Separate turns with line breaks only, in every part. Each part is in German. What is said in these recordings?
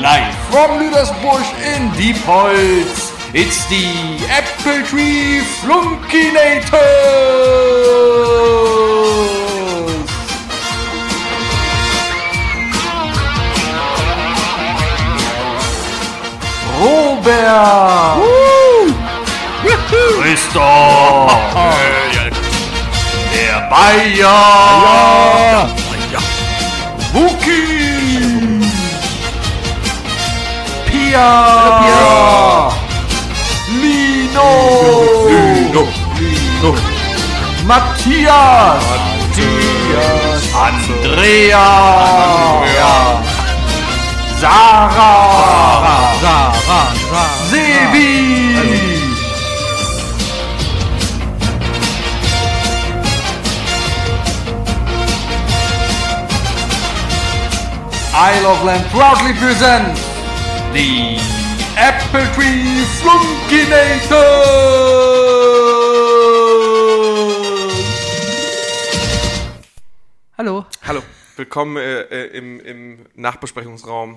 Live from Lüdersbusch in Diepholz. It's the Apple Tree Flunkinators! Robert! Christoph! Der Bayer! Wuki! Pia! Lino! Lino! Matthias! Andrea! Ah. Sarah! Sebi! Isle of Lamb proudly presents the Apple Tree Flunkinators!
Hallo.
Hallo, willkommen äh, äh, im, im Nachbesprechungsraum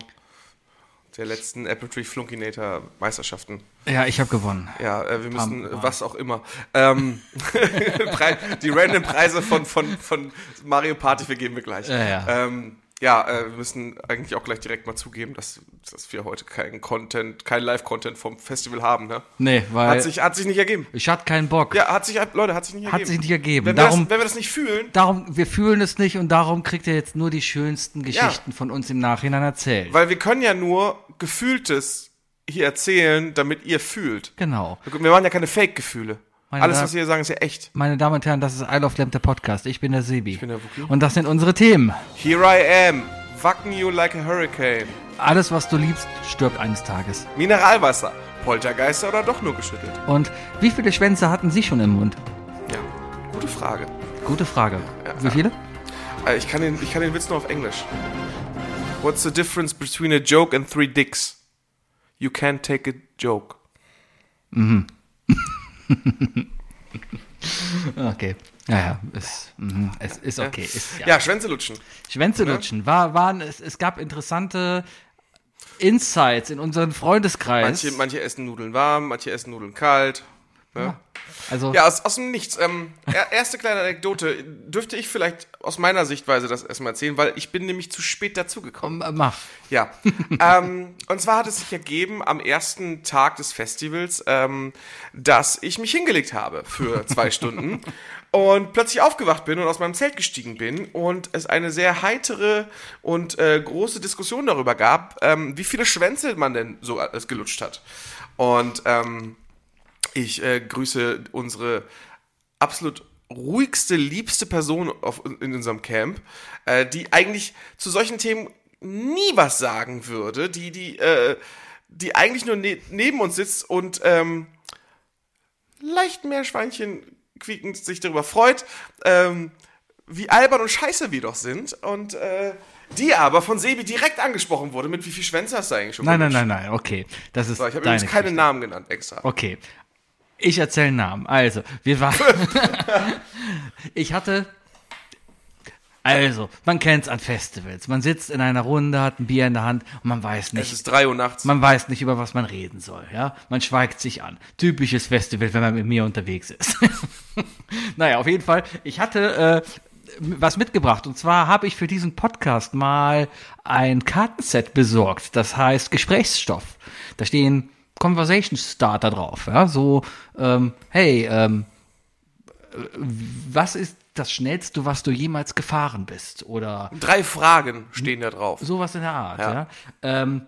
der letzten Apple Tree Flunkinator Meisterschaften.
Ja, ich habe gewonnen.
Ja, äh, wir müssen
Pam, Pam.
äh, was auch immer. Ähm, Pre die random Preise von, von, von Mario Party vergeben wir gleich.
Ja, ja.
Ähm, ja, äh, wir müssen eigentlich auch gleich direkt mal zugeben, dass, dass wir heute keinen Content, keinen Live-Content vom Festival haben. Ne?
Nee, weil
Hat, sich, hat sich nicht ergeben.
ich hatte keinen Bock.
Ja, hat sich, Leute, hat sich nicht
Hat
ergeben.
sich nicht ergeben.
Wenn, wir das,
Darum-
wenn wir das nicht fühlen,
Darum, wir fühlen es nicht und darum kriegt ihr jetzt nur die schönsten Geschichten von uns im Nachhinein erzählt.
Weil wir können ja nur Gefühltes hier erzählen, damit ihr fühlt.
genau.
Wir machen ja keine Fake-Gefühle.
Meine
Alles,
Damen-
was wir hier sagen, ist ja echt.
Meine Damen und Herren, das ist Isle of Lamp, der Podcast. Ich bin der Sebi. Ich
bin der Wookie.
Und das sind unsere Themen.
Here I am, wacken you like a hurricane.
Alles, was du liebst, stirbt eines Tages.
Mineralwasser, Poltergeister oder doch nur geschüttelt?
Und wie viele Schwänze hatten Sie schon im Mund?
Ja, gute Frage.
Gute Frage. Wie viele?
Äh, Ich kann den, ich kann den Witz nur auf Englisch. What's the difference between a joke and three dicks? You can't take a joke.
Okay. Naja, ist, mhm, es ist okay. Ist,
Ja, Schwänze lutschen.
Schwänze lutschen. War, waren, es, es gab interessante Insights in unseren Freundeskreis.
Manche, manche essen Nudeln warm, manche essen Nudeln kalt. Ne?
also,
Ja, aus, aus dem Nichts. Ähm, er- erste kleine Anekdote. Dürfte ich vielleicht aus meiner Sichtweise das erstmal erzählen, weil ich bin nämlich zu spät dazugekommen.
m- äh, mach.
Ja. ähm, und zwar hat es sich ergeben am ersten Tag des Festivals, ähm, dass ich mich hingelegt habe für zwei Stunden und plötzlich aufgewacht bin und aus meinem Zelt gestiegen bin und es eine sehr heitere und äh, große Diskussion darüber gab, ähm, wie viele Schwänze man denn so alles gelutscht hat. Und ähm, ich äh, grüße unsere absolut ruhigste, liebste Person auf, in unserem Camp, äh, die eigentlich zu solchen Themen nie was sagen würde, die, die, äh, die eigentlich nur ne neben uns sitzt und ähm, leicht mehr Schweinchen quiekend sich darüber freut, ähm, wie albern und scheiße wir doch sind und äh, die aber von Sebi direkt angesprochen wurde mit wie viel Schwänze hast du eigentlich schon
Nein, nein,
gelutscht?"
nein, nein, okay. Das ist
So, ich habe
deine
übrigens keinen
Geschichte.
Namen genannt extra.
Okay. Ich erzähle Namen. Also, wir waren. ich hatte. Also, man kennt's an Festivals. Man sitzt in einer Runde, hat ein Bier in der Hand und man weiß nicht.
Es ist 3 Uhr nachts.
Man weiß nicht, über was man reden soll, ja. Man schweigt sich an. Typisches Festival, wenn man mit mir unterwegs ist. naja, auf jeden Fall. Ich hatte äh, m- was mitgebracht. Und zwar habe ich für diesen Podcast mal ein Kartenset besorgt. Das heißt Gesprächsstoff. Da stehen Conversation Starter drauf, ja. So, ähm, hey, ähm, äh, was ist das Schnellste, was du jemals gefahren bist? Oder
Drei Fragen stehen da drauf.
Sowas in der Art, ja.
Ja.
Ähm,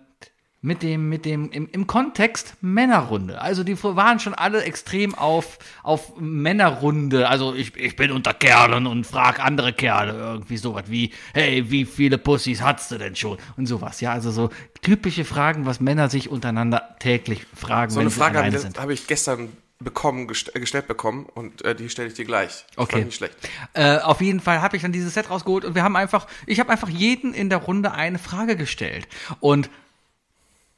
mit dem, mit dem, im, im Kontext Männerrunde. Also die waren schon alle extrem auf, auf Männerrunde. Also ich, ich bin unter Kerlen und frag andere Kerle irgendwie sowas wie, hey, wie viele Pussys hattest du denn schon? Und sowas, ja. Also so typische Fragen, was Männer sich untereinander täglich fragen,
So
wenn
eine
sie
Frage habe
alleine
ich,
sind.
habe ich gestern bekommen, gest äh, gestellt bekommen und äh, die stelle ich dir gleich.
Okay.
Fand ich nicht schlecht.
Äh, auf jeden Fall habe ich dann dieses Set rausgeholt und wir haben einfach, ich habe einfach jeden in der Runde eine Frage gestellt. Und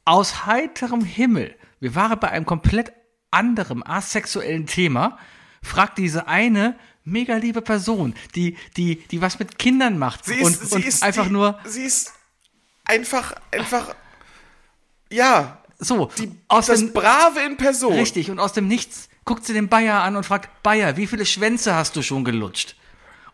aus heiterem Himmel, wir waren bei einem komplett anderem asexuellen Thema, fragt diese eine mega liebe Person, die, die, die was mit Kindern macht und, und einfach
die,
nur
Sie ist einfach, einfach Ja,
So,
die,
aus
das
dem,
Brave in Person.
richtig, und aus dem Nichts guckt sie den Bayer an und fragt, Bayer, wie viele Schwänze hast du schon gelutscht?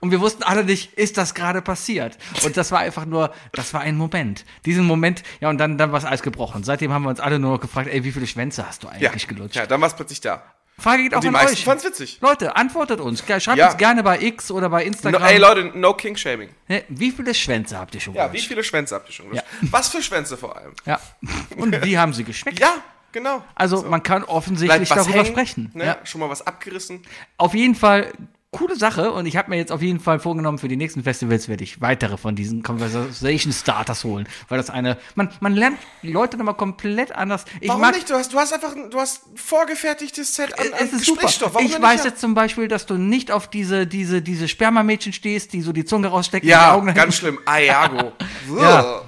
Und wir wussten alle nicht, ist das gerade passiert? Und das war einfach nur, das war ein Moment. Diesen Moment, ja, und dann, dann war es Eis gebrochen. Seitdem haben wir uns alle nur noch gefragt, ey, wie viele Schwänze hast du
Ja,
eigentlich gelutscht?
ja dann war es plötzlich da.
Frage geht auch
die
an
meisten
euch.
fanden's witzig.
Leute, antwortet uns. Ge- Schreibt
Ja.
uns gerne bei X oder bei
No,
Instagram.
ey Leute, no King Shaming.
Ne, Wie viele Schwänze habt ihr schon
Ja, wie
gelutscht?
viele Schwänze habt ihr schon gelutscht?
Ja.
Was für Schwänze vor allem?
Ja. Und wie haben sie geschmeckt?
Ja, genau.
Also man kann offensichtlich
Bleibt was
darüber
hängen,
sprechen.
Ne?
Ja.
Schon mal was abgerissen.
Auf jeden Fall coole Sache und ich habe mir jetzt auf jeden Fall vorgenommen, für die nächsten Festivals werde ich weitere von diesen Conversation Starters holen, weil das eine, man, man lernt die Leute nochmal komplett anders. Ich
Warum
mag,
nicht? Du hast, du hast einfach ein, du hast ein vorgefertigtes Set an, an
es ist super.
Gesprächsstoff. Warum
ich
denn
weiß
nicht?
jetzt zum Beispiel, dass du nicht auf diese, diese, diese Spermamädchen stehst, die so die Zunge rausstecken, die
ja,
Augen nach hinten
ganz schlimm. Ah, Ayago.
Ja.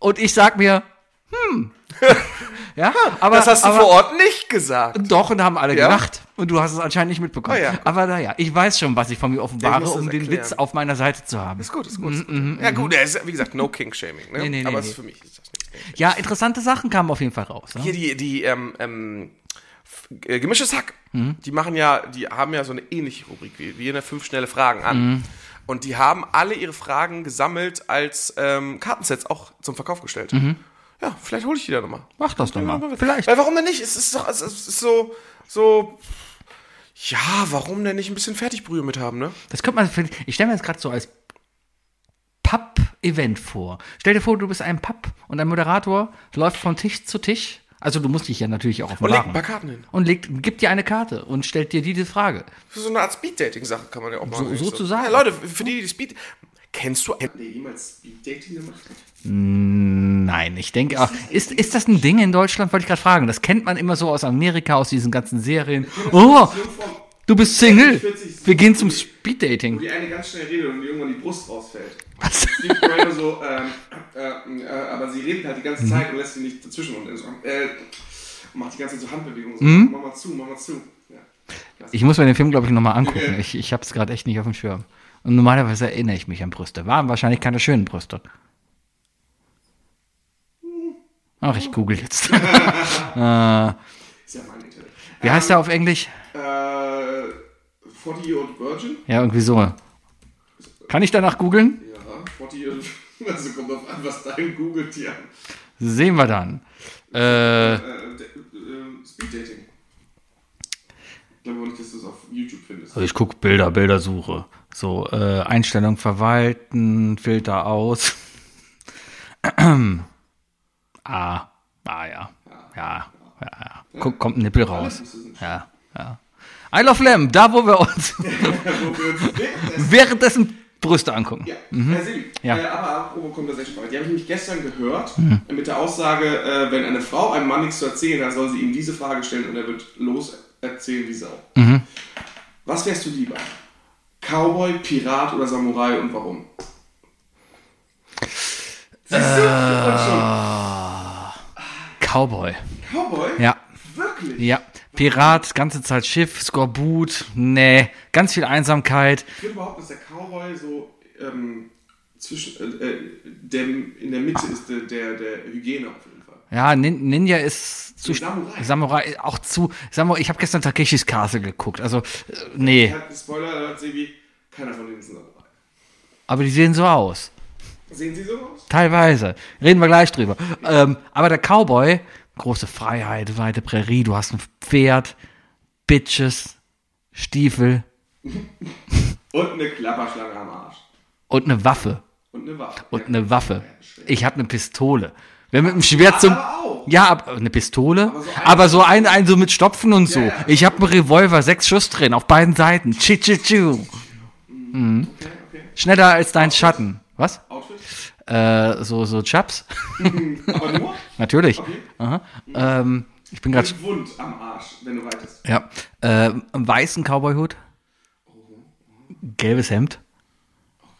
Und ich sag mir, hm. ja, aber,
Das hast du
aber
vor Ort nicht gesagt.
doch und haben alle
Ja?
gelacht. Und du hast es anscheinend nicht mitbekommen.
Ah ja, gut.
aber naja, ich weiß schon, was ich von mir offenbare,
das
um den
erklären.
Witz auf meiner Seite zu haben.
Ist gut, ist gut. Ist gut. ja, gut, er ist, wie gesagt, no King Shaming. Ne?
Nee, nee, nee,
Aber es
nee.
ist für mich ist das nichts. Nee.
Ja, interessante Sachen kamen auf jeden Fall raus. Ne?
Hier die, die, ähm, ähm, f- äh, gemischtes Hack. Die machen ja, die haben ja so eine ähnliche Rubrik wie, wie in der fünf schnelle Fragen an. Und die haben alle ihre Fragen gesammelt als ähm, Kartensets auch zum Verkauf gestellt. Ja, vielleicht hole ich die da nochmal.
Mach das doch mal. Vielleicht.
Weil warum denn nicht? Es ist doch, es ist so, so. Ja, warum denn nicht ein bisschen Fertigbrühe mit haben, ne?
Das könnte man, vielleicht- ich stelle mir das gerade so als Pub-Event vor. Stell dir vor, du bist ein Pub und ein Moderator läuft von Tisch zu Tisch. Also du musst dich ja natürlich auch auf
Und legt ein paar Karten hin.
Und legt, gibt dir eine Karte und stellt dir diese Frage.
Für so eine Art Speed-Dating-Sache kann man ja auch machen. eigentlich
sozusagen.
Ja, Leute, für die, die Speed. Kennst du einen, der jemals Speed-Dating gemacht hat?
Nein, ich denke, auch- ist, ist das ein Ding in Deutschland? Wollte ich gerade fragen. Das kennt man immer so aus Amerika, aus diesen ganzen Serien. Oh, du bist Single. Wir gehen zum Speeddating.
Die eine ganz schnell redet und irgendwann die Brust rausfällt.
Was?
Steve Carell so, ähm, äh, äh, aber sie redet halt die ganze Zeit und lässt sie nicht dazwischen und so, äh, und macht die ganze Zeit so Handbewegungen. So, Mach mal zu, mach mal zu. Ja.
Ich muss mir den Film, glaube ich, nochmal angucken. Ich, ich habe es gerade echt nicht auf dem Schirm. Und normalerweise erinnere ich mich an Brüste. Waren wahrscheinlich keine schönen Brüste. Ach, ich google jetzt.
Ist ja mein Internet.
Wie heißt der auf Englisch?
Äh, 40 Year Old Virgin?
Ja, irgendwie so. Kann ich danach googeln?
Ja, 40 Year Old.
äh,
Also kommt auf an, was dein googelt hier.
Sehen wir dann. Äh,
Äh, de- äh, Speed Dating. Ich glaube auch nicht, dass du es auf YouTube findest.
Also ich gucke Bilder, Bildersuche. So, äh, Einstellung verwalten, Filter aus. ah, ah ja. Ja, ja, ja. Guck, kommt ein Nippel raus. Ja, ja. I love Lamb, da wo wir uns währenddessen Brüste angucken.
äh, Ja, Herr Sebi,
Ja.
äh, aber apropos Conversation, die habe ich nämlich gestern gehört äh, mit der Aussage, äh, wenn eine Frau einem Mann nichts zu erzählen hat, soll sie ihm diese Frage stellen und er wird los erzählen wie Sau. Was wärst du lieber? Cowboy, Pirat oder Samurai und warum?
Cowboy.
Cowboy?
Ja,
Wirklich?
ja. Pirat, ganze Zeit Schiff, Skorbut, nee, ganz viel Einsamkeit.
Ich finde überhaupt, dass der Cowboy so ähm, zwischen, äh, äh, der, in der Mitte ist der, der, der Hygiene auf jeden Fall.
Ja, Nin Ninja ist zu
Samurai.
Samurai auch zu Samurai. Ich habe gestern Takeshis Castle geguckt. Also äh, nee,
Ja, Spoiler, hat Sebi, keiner von denen ist ein Samurai.
aber die sehen so aus.
Sehen Sie so aus?
Teilweise. Reden wir gleich drüber. Ähm, aber der Cowboy, große Freiheit, weite Prärie. Du hast ein Pferd, Bitches, Stiefel
Und eine Klapperschlange am Arsch.
und eine Waffe
Und eine Waffe.
und eine Waffe. Ich habe eine Pistole. Wer mit dem Schwert zum
aber auch.
ja, ab, eine Pistole, aber so ein, ein so mit Stopfen und so. Ich habe einen Revolver, sechs Schuss drin, auf beiden Seiten. Chi, chi, chi.
Okay, okay.
Schneller als dein Schatten. Was?
Outfit?
Äh, so, so Chaps?
Aber nur
Natürlich. Aha. Ähm, ich bin gerade.
mit Wund am Arsch, wenn du reitest.
Ja. Ähm, weißen Cowboyhut. Gelbes Hemd.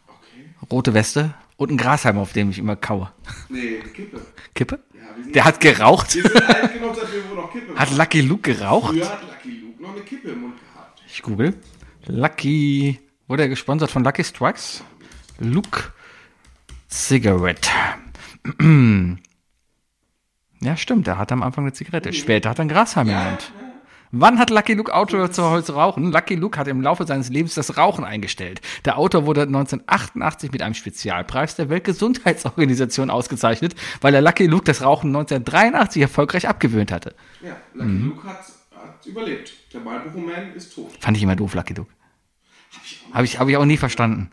Okay.
Rote Weste. Und ein Grashalm, auf dem ich immer kaue.
Nee, Kippe.
Kippe?
Ja, wir sind,
Der hat geraucht.
wir sind alt genug dafür, wo noch Kippe war.
Hat Lucky Luke geraucht?
Früher hat Lucky Luke noch eine Kippe im Mund gehabt.
Ich google. Lucky. Wurde er gesponsert von Lucky Strikes? Luke Cigarette. Ja, stimmt, er hatte am Anfang eine Zigarette. Später hat er ein Grashalm in den Mund. Wann hat Lucky Luke Autor zu Holz rauchen? Lucky Luke hat im Laufe seines Lebens das Rauchen eingestellt. Der Autor wurde 1988 mit einem Spezialpreis der Weltgesundheitsorganisation ausgezeichnet, weil er Lucky Luke das Rauchen 1983 erfolgreich abgewöhnt hatte.
Ja, Lucky
Mhm.
Luke hat, hat überlebt. Der Marlboro Man ist tot.
Fand ich immer doof, Lucky Luke. Habe ich, hab ich auch nie verstanden.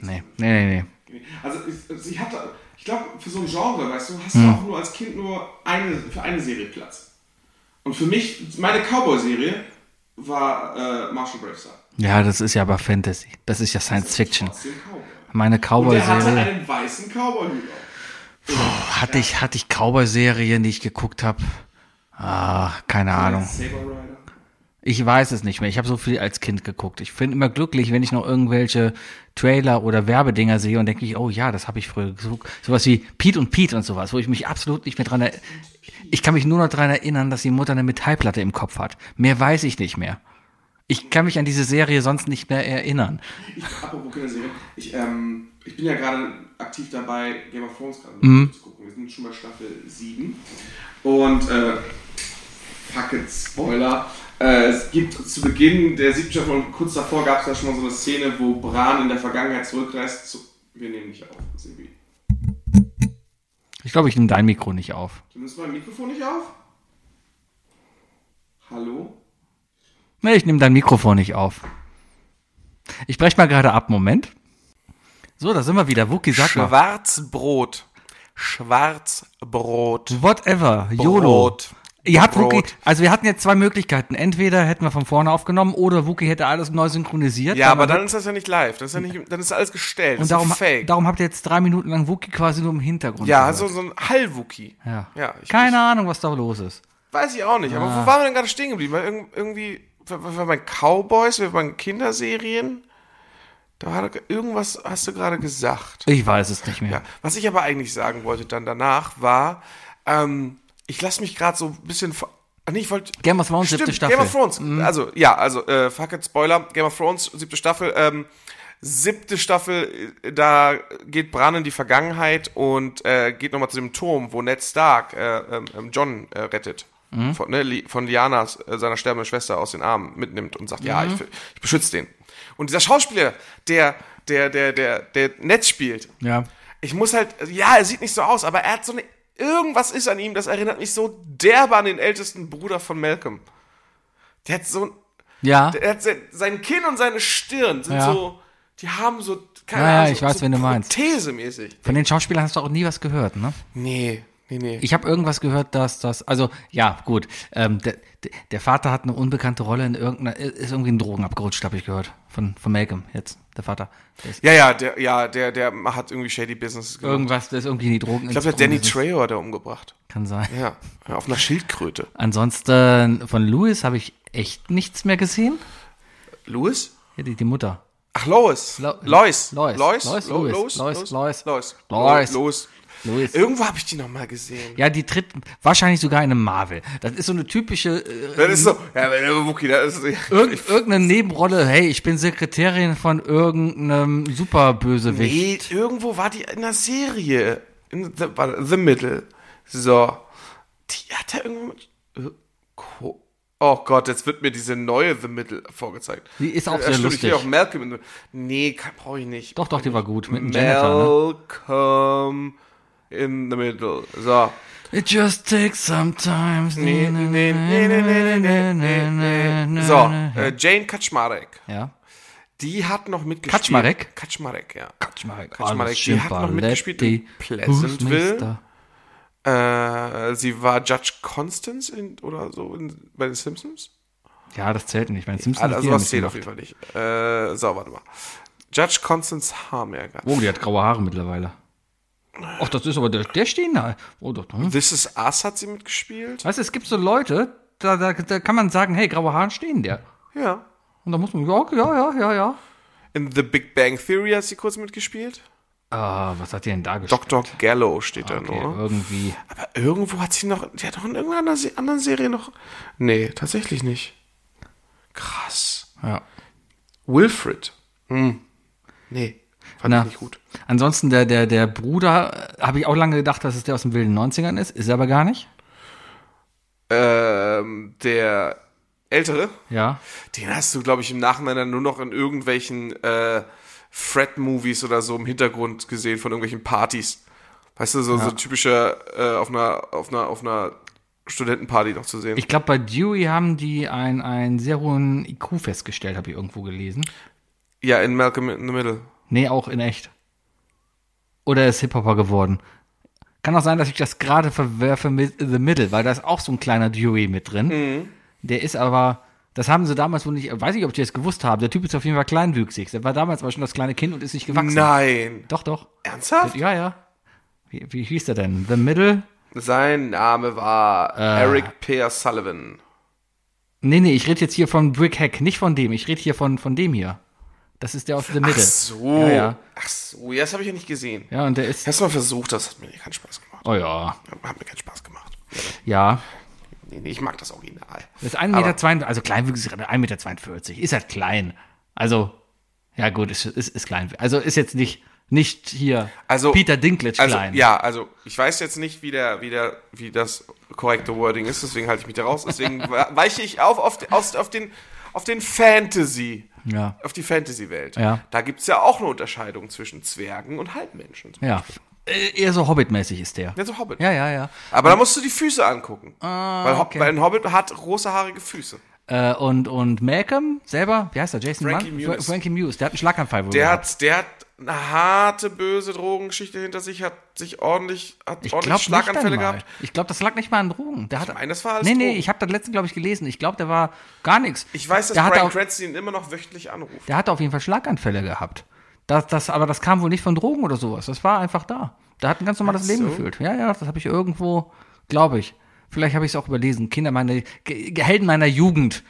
Nee, nee, nee, nee.
Also ich, also ich hatte, ich glaube, für so ein Genre, weißt du, hast du auch nur als Kind nur eine, für eine Serie Platz. Und für mich, meine Cowboy-Serie war äh, Marshall Bravestar.
Ja, das ist ja aber Fantasy. Das ist ja Science Fiction.
Trotzdem Cowboy.
Meine
Der hatte
Cowboy-Serie.
einen weißen Cowboy-Hut auf.
Hatte ich, hatte ich Cowboy-Serien, die ich geguckt habe? Ah, keine Ahnung.
Saber Rider.
Ich weiß es nicht mehr. Ich habe so viel als Kind geguckt. Ich bin immer glücklich, wenn ich noch irgendwelche Trailer oder Werbedinger sehe und denke ich, oh ja, das habe ich früher gesucht. Sowas wie Pete und Pete und sowas, wo ich mich absolut nicht mehr dran erinnere. Ich kann mich nur noch dran erinnern, dass die Mutter eine Metallplatte im Kopf hat. Mehr weiß ich nicht mehr. Ich kann mich an diese Serie sonst nicht mehr erinnern.
Ich, apropos Kinderserie, ich, ähm, ich bin ja gerade aktiv dabei, Game of Thrones gerade
Mhm.
zu gucken. Wir sind schon bei Staffel 7. Und, äh, fuck it, Spoiler. Äh, es gibt zu Beginn der siebten Staffel und kurz davor gab es ja schon mal so eine Szene, wo Bran in der Vergangenheit zurückreist. Zu, wir nehmen nicht auf, Sebi.
Ich glaube, ich nehme dein Mikro nicht auf.
Du nimmst mein Mikrofon nicht auf? Hallo?
Nee, ich nehme dein Mikrofon nicht auf. Ich breche mal gerade ab, Moment. So, da sind wir wieder. Wookie, sag mal.
Schwarzbrot. Schwarzbrot.
Whatever, YOLO.
Brot.
Ihr habt
Brot.
Wookie, also wir hatten jetzt zwei Möglichkeiten. Entweder hätten wir von vorne aufgenommen oder Wookie hätte alles neu synchronisiert.
Ja, aber
dann-
dann ist das ja nicht live. Das ist ja nicht, dann ist alles gestellt. Das
und darum,
ist fake.
darum habt ihr jetzt drei Minuten lang Wookie quasi nur im Hintergrund.
ja,
gehört.
also so ein Hallwookie.
ja. Ah.
ja ich,
Keine Ahnung, was da los ist.
Ich, weiß ich auch nicht. Aber wo waren wir denn gerade stehen geblieben? Weil irgend- irgendwie, wir wir waren bei Cowboys, wir waren bei Kinderserien. Da war doch irgendwas, hast du gerade gesagt.
Ich weiß es nicht mehr.
Ja, was ich aber eigentlich sagen wollte dann danach war, ähm, ich lasse mich gerade so ein bisschen. ver- Ah, Nee, ich wollte.
Game of Thrones, siebte Staffel. Mhm.
Game of Thrones. Also, ja, also, äh, fuck it, Spoiler. Game of Thrones, siebte Staffel. Ähm, siebte Staffel, äh, da geht Bran in die Vergangenheit und äh, geht nochmal zu dem Turm, wo Ned Stark äh, ähm, ähm, John äh, rettet.
Mhm.
Von, ne, Li von Lianas, äh, seiner sterbenden Schwester, aus den Armen mitnimmt und sagt,
Mhm.
ja, ich, f- ich beschütze den. Und dieser Schauspieler, der, der, der, der, der Ned spielt,
Ja.
ich muss halt, ja, er sieht nicht so aus, aber er hat so eine, irgendwas ist an ihm, das erinnert mich so derbe an den ältesten Bruder von Malcolm. Der hat so,
Ja.
der hat se- sein Kinn und seine Stirn sind
Ja.
so, die haben so, keine
Ja, ja,
Ahnung, so-
ich weiß,
so
wen du meinst.
Prothesemäßig.
Von den Schauspielern hast du auch nie was gehört, ne?
Nee, nee, nee.
Ich habe irgendwas gehört, dass das, also ja, gut, ähm, der, der- der Vater hat eine unbekannte Rolle in irgendeiner, ist irgendwie in Drogen abgerutscht, habe ich gehört, von, von Malcolm jetzt, der Vater. Der ist
ja, ja, der, ja, der, der hat irgendwie shady Business gemacht.
irgendwas, der ist irgendwie in die Drogen.
ich glaube, der hat Danny Trejo hat er umgebracht.
Kann sein.
Ja, ja, auf einer Schildkröte.
Ansonsten von Louis habe ich echt nichts mehr gesehen.
Louis?
Ja, die, die Mutter.
Ach, Lois.
Lo-
Lois.
Lois.
Lois.
Lois,
Lo-
Louis. Lois,
Lois.
Lois.
Lois.
Lois.
Lois.
Louis.
Irgendwo habe ich die nochmal gesehen.
Ja, die tritt wahrscheinlich sogar in einem Marvel. Das ist so eine typische äh,
Das ist
Mhm.
so, ja, aber der Wookie, das ist,
Irgend, irgendeine Nebenrolle, hey, ich bin Sekretärin von irgendeinem Superbösewicht.
nee, irgendwo war die in der Serie. In the, warte, the Middle. So. Die hat er irgendwo mit. Ko- Oh Gott, jetzt wird mir diese neue The Middle vorgezeigt.
Die ist auch
Ja,
sehr
stimmt, Ich will
lustig.
auch Malcolm. in the- Nee, kann- brauche ich nicht.
Doch, doch, die war gut mit dem Jennifer. ne?
Malcolm in the Middle. So.
Ne? It just takes some time.
Nee, nee, nee, nee, nee, nee, nee, nee. So, äh, Jane Kaczmarek.
Ja.
Die hat noch mitgespielt.
Kaczmarek?
Kaczmarek, ja.
Kaczmarek.
Kaczmarek, die hat noch mitgespielt in Pleasantville. Äh, sie war Judge Constance in, oder so in, bei den Simpsons.
Ja, das zählt nicht. Mein Simpson
Also,
hat
also
jeder
was zählt auf
mitgemacht.
jeden Fall nicht. Äh, so, warte mal. Judge Constance Harmerger.
Oh, die hat graue Haare mittlerweile. Ach, das ist aber der, der stehen da. Oh, doch, hm.
This Is Us hat sie mitgespielt.
Weißt du, es gibt so Leute, da, da, da kann man sagen, hey, graue Haare stehen der.
Ja.
Und da muss man, ja, ja, ja, ja, ja.
In The Big Bang Theory hat sie kurz mitgespielt.
Ah, was hat die denn da gespielt?
Dr. Gallo steht da
Okay, äh.
nur.
irgendwie.
Aber irgendwo hat sie noch. Die hat doch in irgendeiner Se anderen Serie noch. Nee, tatsächlich nicht. Krass.
Ja.
Wilfred. Hm. Nee. Fand
Na,
ich nicht gut.
Ansonsten der, der, der Bruder, äh, habe ich auch lange gedacht, dass es der aus den wilden 90ern ist, ist er aber gar nicht.
Ähm, der Ältere,
Ja.
den hast du, glaube ich, im Nachhinein dann nur noch in irgendwelchen äh, Fred-Movies oder so im Hintergrund gesehen von irgendwelchen Partys. Weißt du, so, so typischer äh, auf einer, auf einer, auf einer Studentenparty noch zu sehen.
Ich glaube, bei Dewey haben die einen, einen sehr hohen IQ festgestellt, habe ich irgendwo gelesen.
ja, in Malcolm in the Middle.
Nee, auch in echt. Oder er ist Hip-Hopper geworden. Kann auch sein, dass ich das gerade verwerfe mit The Middle, weil da ist auch so ein kleiner Dewey mit drin.
Mhm.
Der ist aber, das haben sie damals wohl nicht, weiß nicht, ob die das gewusst haben. Der Typ ist auf jeden Fall kleinwüchsig. Der war damals aber schon das kleine Kind und ist nicht gewachsen.
Nein.
Doch, doch.
Ernsthaft?
Ja, ja. Wie, wie hieß der denn? The Middle?
Sein Name war
Äh.
Eric Pear Sullivan.
Nee, nee, ich rede jetzt hier von Brickhack, nicht von dem. Ich rede hier von, von dem hier. Das ist der aus The Middle.
Ach so.
Ja, ja.
Ach so, ja, das habe ich ja nicht gesehen.
Ja, und der ist.
Hast du mal versucht, das hat mir keinen Spaß gemacht.
Oh ja.
Hat mir keinen Spaß gemacht.
Ja.
Nee, nee, ich mag das Original.
Das ist 1,42 Meter, zwei- also kleinwüchsig, ist 1,42 Meter. Ist halt klein. Also, ja gut, ist, ist, ist klein. Also ist jetzt nicht, nicht hier
Also-
Peter Dinklage
Also,
klein.
ja, also ich weiß jetzt nicht, wie, der, wie, der, wie das korrekte Wording ist, deswegen halte ich mich da raus. Deswegen we- weiche ich auf, auf, auf, auf, den, auf den Fantasy,
Ja.
auf die Fantasy-Welt.
Ja.
Da gibt es ja auch eine Unterscheidung zwischen Zwergen und Halbmenschen.
Ja. Äh, Eher so Hobbit-mäßig ist der.
Ja, so Hobbit.
Ja, ja, ja.
Aber da musst du die Füße angucken. weil, Hob-
okay.
weil ein Hobbit hat große haarige Füße.
Äh, und, und Malcolm selber, wie heißt er? Jason
Frankie
Mann?
Muniz.
Fra- Frankie Muse, der hat einen Schlaganfall wohl
Der
gehabt.
hat, der hat eine harte, böse Drogengeschichte hinter sich, hat sich ordentlich, hat
ich
ordentlich
glaube
Schlaganfälle gehabt.
Ich glaube, das lag nicht mal an Drogen. Der hat,
meine, das war alles
Nee, nee,
Drogen.
ich habe das letzten, glaube ich, gelesen. Ich glaube, der war gar nichts.
Ich weiß, dass
der hatte
Brian
auf-
Cranston ihn immer noch wöchentlich anruft.
Der hatte auf jeden Fall Schlaganfälle gehabt. Das, das, aber das kam wohl nicht von Drogen oder sowas. Das war einfach da. Der hat ein ganz normales Leben geführt. Ja, ja, das habe ich irgendwo, glaube ich. Vielleicht habe ich es auch überlesen. Kinder meiner, Ge- Helden meiner Jugend.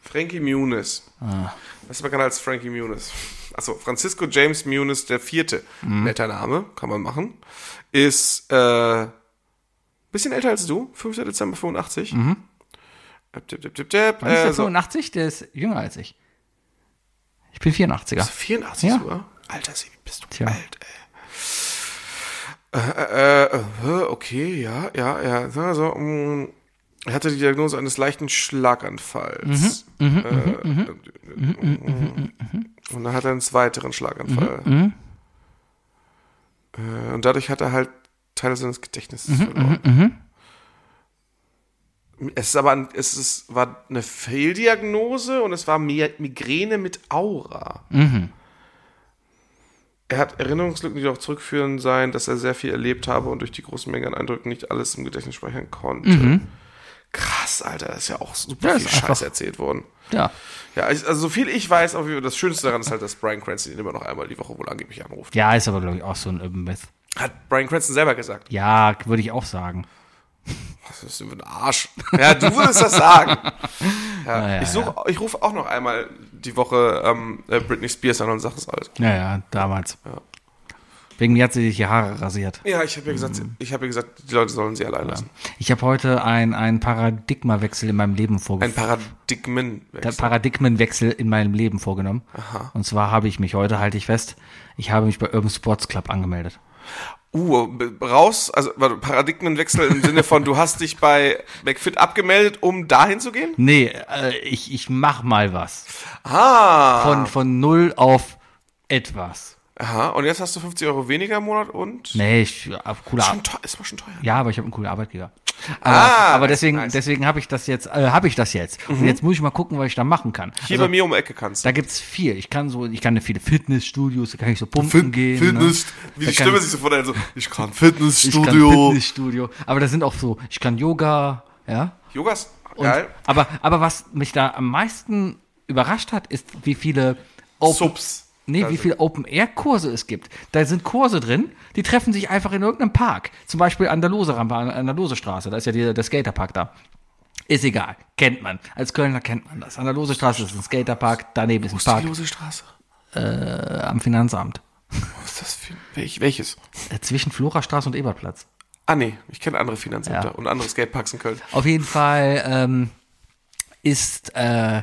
Frankie Muniz.
Ah.
Das ist bekannt als Frankie Muniz. Achso, Francisco James Muniz der Vierte.
Mhm.
Netter Name, kann man machen. Ist äh, bisschen älter als du, 5. Dezember 85. Mhm. Tipp, tipp, tipp, tipp.
Wann ist
Äh,
der
so,
85? Der ist jünger als ich. Ich bin 84er.
84
Ja.
sogar? Alter, Sebi, bist du
Tja.
alt, ey. Äh, äh, äh, äh, okay, ja, ja, ja. Also, mm, er hatte die Diagnose eines leichten Schlaganfalls. Äh, Und dann hat er einen weiteren Schlaganfall. Äh, Und dadurch hat er halt Teile seines
Mhm,
Gedächtnisses verloren. Es ist aber ein, es ist, war eine Fehldiagnose und es war Mi- Migräne mit Aura.
Mhm.
Er hat Erinnerungslücken, die darauf zurückführen seien, dass er sehr viel erlebt habe und durch die großen Mengen an Eindrücken nicht alles im Gedächtnis speichern konnte. Krass, Alter, das ist ja auch super
Mhm. Ja,
viel
ist
Scheiß
einfach-
erzählt worden.
Ja.
Ja, ich- also so viel ich weiß, auf jeden Fall, das Schönste daran ist halt, dass Brian Cranston ihn immer noch einmal die Woche wohl angeblich anruft.
ja, ist aber, glaube ich, auch so ein Urban Myth.
Hat Brian Cranston selber gesagt.
Ja, würde ich auch sagen.
Was ist denn für ein Arsch? Ja, du würdest das sagen. Ja, ich, such, ich rufe auch noch einmal die Woche ähm, äh, Britney Spears an und sage es alles.
Naja, damals. Wegen mir hat sie sich die Haare rasiert.
Ja, ich habe ja gesagt,
Mhm.
ich habe ja gesagt, die Leute sollen sie allein lassen.
Ich habe heute ein- einen Paradigmawechsel in meinem Leben vorgefunden.
Ein Paradigmen.
Der Paradigmenwechsel in meinem Leben vorgenommen. Und zwar habe ich mich heute, halte ich fest, ich habe mich bei Urban Sports Club angemeldet.
Uh, b- raus, also warte, Paradigmenwechsel im Sinne von, du hast dich bei McFit abgemeldet, um dahin zu gehen?
Nee, äh, ich, ich mach mal was.
Ah.
Von, von null auf etwas.
Aha, und jetzt hast du 50 Euro weniger im Monat und?
Nee, ich, auf coole
Schon
Ar-
teuer, ist mal schon teuer.
Ja, aber ich habe einen coolen Arbeitgeber. Aber,
Ah,
aber
nice,
deswegen,
nice. Mhm.
deswegen habe ich das jetzt, äh, habe ich das jetzt. Und jetzt muss ich mal gucken, was ich da machen kann. Also,
Hier bei mir um die Ecke kannst du.
Da gibt's viel. Ich kann so, ich kann in viele Fitnessstudios, da kann ich so pumpen gehen.
Fitness,
ne?
wie
Da
die
kann
Stimme
ich-
sich so vorne so, ich kann
Ich kann
Fitnessstudio.
Fitnessstudio. Aber da sind auch so, ich kann Yoga, ja.
Yogas,
Und,
geil.
aber, aber was mich da am meisten überrascht hat, ist, wie viele Open,
Subs. Also.
Nee,
Da
wie
sind-
viele Open-Air-Kurse es gibt. Da sind Kurse drin, die treffen sich einfach in irgendeinem Park. Zum Beispiel an der Lose-Rampe, an an der Lose-Straße. Da ist ja die, der Skaterpark da. Ist egal, kennt man. Als Kölner kennt man das. An der Lose-Straße ist ein Skaterpark, daneben ist ein Park
Lose Straße.
äh, am Finanzamt.
Was ist das für, welch, welches?
Äh, zwischen Florastraße und Ebertplatz.
Ah, nee, ich kenne andere Finanzämter
Ja.
und andere Skateparks in Köln.
Auf jeden Fall ähm, ist äh,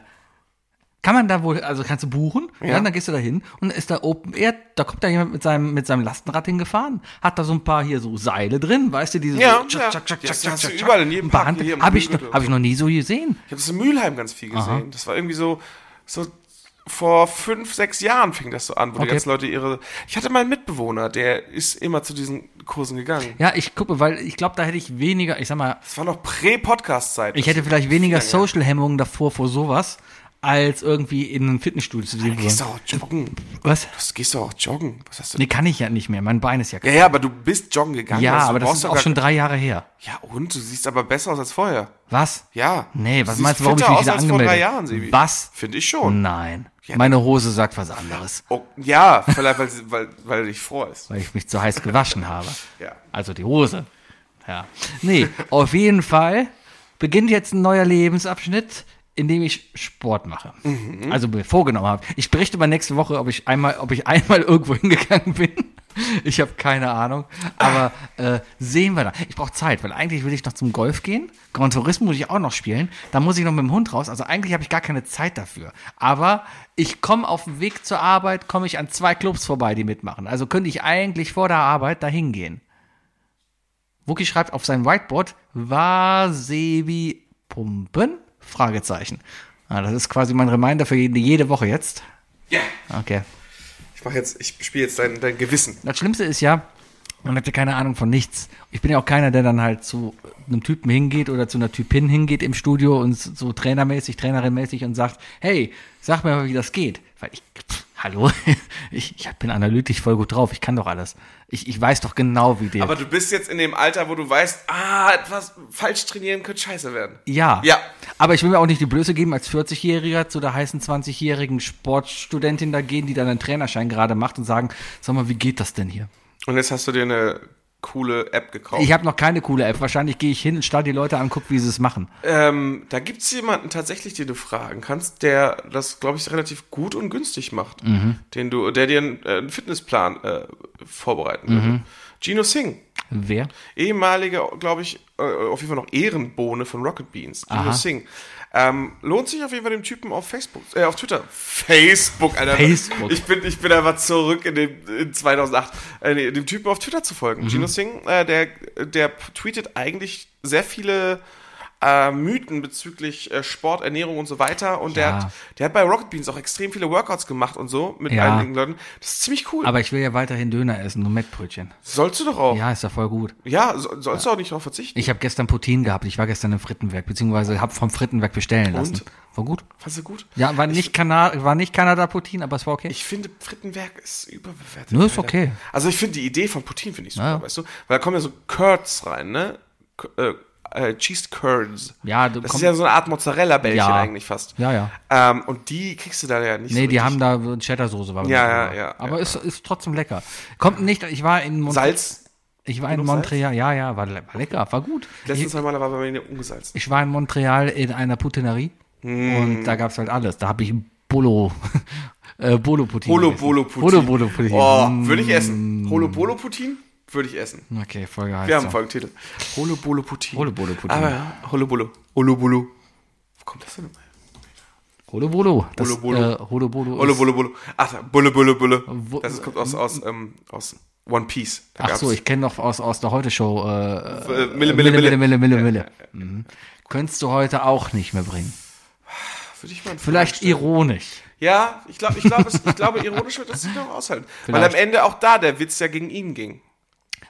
Kann man da wohl, also kannst du buchen, ja. dann, dann gehst du da hin und ist da Open Air, da kommt da jemand mit seinem, mit seinem Lastenrad hingefahren, hat da so ein paar hier so Seile drin, weißt du, diese
Ja,
so
ja. Das hast du überall in jedem
ein paar
Park,
Hand-
hier im
hab ich,
Grüngürtel
hab ich noch nie so gesehen.
Ich habe das in Mülheim ganz viel gesehen. Das war irgendwie so, so vor fünf, sechs Jahren fing das so an, wo die
Okay.
ganzen Leute ihre. Ich hatte mal einen Mitbewohner, der ist immer zu diesen Kursen gegangen.
Ja, ich gucke, weil ich glaube, da hätte ich weniger, ich sag mal,
Das war noch Prä-Podcast-Zeit.
ich hätte vielleicht weniger Social-Hemmungen davor vor sowas, als irgendwie in einen Fitnessstudio zu gehen.
Gehst du auch joggen?
Was?
Das gehst du auch joggen? Was hast du
Nee, kann ich ja nicht mehr, mein Bein ist ja
Ja, ja, aber du bist joggen gegangen.
Ja,
also du
aber das
brauchst
ist
doch
auch
gar-
schon drei Jahre her.
Ja, und du siehst aber besser aus als vorher.
Was?
Ja.
Nee,
Du
was
siehst
meinst du, warum ich
fitter
mich
aus
wieder
als vor
angemeldet
drei Jahren, Sebi.
Was?
Finde ich schon.
Nein. Meine Hose sagt was anderes,
Oh, ja, vielleicht, weil, weil, weil du dich freust.
weil ich mich zu heiß gewaschen habe.
Ja.
Also die Hose. Ja. Nee, auf jeden Fall beginnt jetzt ein neuer Lebensabschnitt, in dem ich Sport mache. Also mir vorgenommen habe. Ich berichte mal nächste Woche, ob ich einmal, ob ich einmal irgendwo hingegangen bin. Ich habe keine Ahnung. Aber äh, sehen wir da. Ich brauche Zeit, weil eigentlich will ich noch zum Golf gehen. Grand Tourismus muss ich auch noch spielen. Da muss ich noch mit dem Hund raus. Also eigentlich habe ich gar keine Zeit dafür. Aber ich komme auf dem Weg zur Arbeit, komme ich an zwei Clubs vorbei, die mitmachen. Also könnte ich eigentlich vor der Arbeit da hingehen. Wookie schreibt auf sein Whiteboard, war Sebi pumpen? Fragezeichen. Ah, das ist quasi mein Reminder für jede, jede Woche jetzt.
Ja.
Okay.
Ich mach jetzt, ich spiele jetzt dein, dein Gewissen.
Das Schlimmste ist ja, man hat ja keine Ahnung von nichts. Ich bin ja auch keiner, der dann halt zu einem Typen hingeht oder zu einer Typin hingeht im Studio und so trainermäßig, trainerin-mäßig und sagt, hey, sag mir mal, wie das geht. Weil ich, pff, hallo, ich, ich bin analytisch voll gut drauf, ich kann doch alles. Ich, ich weiß doch genau, wie der.
Aber du bist jetzt in dem Alter, wo du weißt, ah, etwas falsch trainieren könnte scheiße werden.
Ja.
Ja.
Aber ich will mir auch nicht die Blöße geben, als 40-Jähriger zu der heißen 20-jährigen Sportstudentin da gehen, die dann einen Trainerschein gerade macht und sagen, sag mal, wie geht das denn hier?
Und jetzt hast du dir eine coole App gekauft.
Ich habe noch keine coole App. Wahrscheinlich gehe ich hin und starr die Leute an, guck, wie sie es machen.
Ähm, da gibt's jemanden tatsächlich, den du fragen kannst, der das, glaube ich, relativ gut und günstig macht.
Mhm.
Den du, der dir einen, äh, einen Fitnessplan äh, vorbereiten
Mhm.
würde. Gino Singh,
Wer?
ehemaliger, glaube ich, äh, auf jeden Fall noch Ehrenbohne von Rocket Beans. Gino Singh. Ähm, lohnt sich auf jeden Fall dem Typen auf Facebook, äh, auf Twitter. Facebook, Alter.
Facebook.
Ich bin, ich bin einfach zurück in dem in 2008, äh, nee, dem Typen auf Twitter zu
Mhm.
folgen. Gino Singh, äh, der, der tweetet eigentlich sehr viele äh, Mythen bezüglich äh, Sport, Ernährung und so weiter. Und der,
Ja.
hat, der hat bei Rocket Beans auch extrem viele Workouts gemacht und so mit
Ja.
einigen Leuten. Das ist ziemlich cool.
Aber ich will ja weiterhin Döner essen, nur Mettbrötchen.
sollst du doch auch. Ja,
Ja, ist ja voll gut.
so, sollst du auch nicht darauf verzichten.
Ich habe gestern Poutine gehabt. Ich war gestern im Frittenwerk, beziehungsweise habe vom Frittenwerk bestellen lassen. War gut.
Fandst du gut?
Ja, war nicht, Kana war nicht Kanada-Poutine, aber es war okay.
Ich finde, Frittenwerk ist überbewertet.
Nö, ist
Alter.
okay.
Also ich finde die Idee von Poutine finde ich super,
Ja.
weißt du? Weil da kommen ja so Curds rein, ne? K äh, äh, Cheese Curds.
Ja, du
Das
komm-
ist ja so eine Art Mozzarella-Bällchen
Ja.
eigentlich fast.
Ja, ja.
Ähm, und die kriegst du da ja nicht
Nee,
so
die
richtig.
haben da Cheddar-Soße. war
Ja,
mit
ja,
drüber.
ja,
Aber
ja.
Ist, ist trotzdem lecker. Kommt nicht, ich war in Montreal.
Salz.
Ich war in
Genug
Montreal, ja, ja, war, le- war lecker, war gut.
Letztens
Ich,
einmal war bei mir ungesalzt.
ich war in Montreal in einer Putenerie
Hm.
und da gab's halt alles. Da habe ich Bolo, äh, Bolo Poutine.
Holo
gegessen.
Bolo Poutine.
Bolo Mm. Bolo Poutine.
Oh, würde ich essen. Holo Bolo Poutine würde ich essen.
Okay, Folge heißt
Wir haben
so.
folgenden Titel. Holo Bolo Poutine.
Holo Bolo Poutine.
Aber ja, Holo Bolo. Holo Bolo. Wo kommt das denn?
Holo Bolo. Das,
Holo Bolo.
Äh, Holo Bolo.
Bulle,
ist-
Bulle, Bulle. Ach, Bulle, Bulle, Bulle.
Wo-
Das ist, kommt aus, aus, ähm, aus One Piece. Da
Ach so,
gab's-
ich kenne noch aus, aus der Heute-Show. Äh,
Äh, Mille, Mille, Mille.
Mille, Mille, Mille. Mhm. Könntest du heute auch nicht mehr bringen.
Würde ich mal in Frage
Vielleicht
stellen.
ironisch.
Ja, ich glaube, ich glaube, es- ich glaube, ironisch wird das nicht noch aushalten. Weil am
Vielleicht.
Ende auch da der Witz ja gegen ihn ging.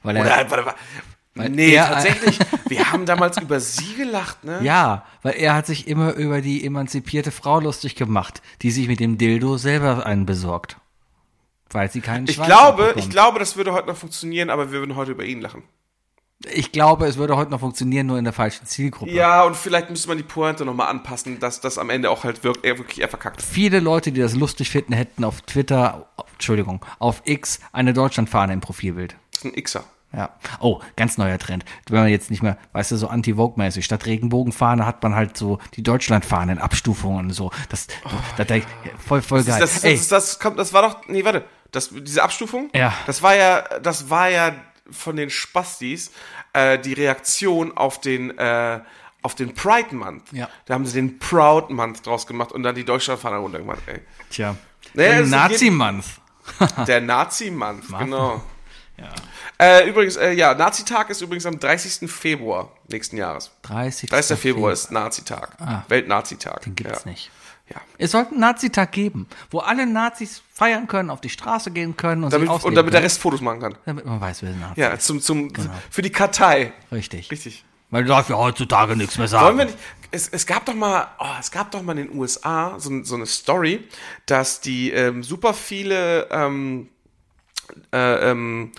Weil
Oder,
er,
warte, warte, nee,
er-
tatsächlich. wir haben damals über sie gelacht, ne?
Ja, weil er hat sich immer über die emanzipierte Frau lustig gemacht, die sich mit dem Dildo selber einen besorgt. Weil sie keinen
Ich
Schwanz
glaube,
abbekommt.
ich glaube, das würde heute noch funktionieren, aber wir würden heute über ihn lachen.
ich glaube, es würde heute noch funktionieren, nur in der falschen Zielgruppe.
Ja, und vielleicht müsste man die Pointe nochmal anpassen, dass das am Ende auch halt wirkt, er wirklich er verkackt.
Viele Leute, die das lustig finden, hätten auf Twitter, Entschuldigung, auf X eine Deutschlandfahne im Profilbild.
Das ist ein Xer.
Ja. Oh, ganz neuer Trend. Wenn man jetzt nicht mehr, weißt du, so anti-Vogue-mäßig, statt Regenbogenfahne hat man halt so die Deutschlandfahne in Abstufungen und so. Das, da denk ich, voll, voll geil.
Oh, Das, das,
Ey,
das, das, kommt, das war doch. Nee, warte. Das, diese Abstufung,
Ja.
das war ja, das war ja von den Spastis äh, die Reaktion auf den äh, auf den Pride Month.
Ja.
Da haben sie den Proud Month draus gemacht und dann die Deutschlandfahne runtergemacht, ey.
Tja.
Naja, also
Der
es geht-
Nazi-Month.
Der Nazi-Month, genau.
Ja.
Äh, übrigens, äh, ja, Nazi-Tag ist übrigens am 30. Februar nächsten Jahres.
30.
30. Februar ist Nazi-Tag. Welt-Nazi-Tag. Den
Ah. Gibt's
ja.
nicht.
Ja.
Es sollte einen Nazi-Tag geben, wo alle Nazis feiern können, auf die Straße gehen können und
Damit,
sich
und
ausleben
damit der
können,
Rest Fotos machen kann.
damit man weiß, wer ein Nazi
Ja, zum, zum,
Genau.
für die Kartei.
ist. Richtig.
Richtig.
Man darf ja heutzutage nichts mehr sagen.
Wollen wir nicht, es, es gab doch mal, oh, es gab doch mal in den USA so, ein- so eine Story, dass die ähm, super viele ähm, äh, ähm,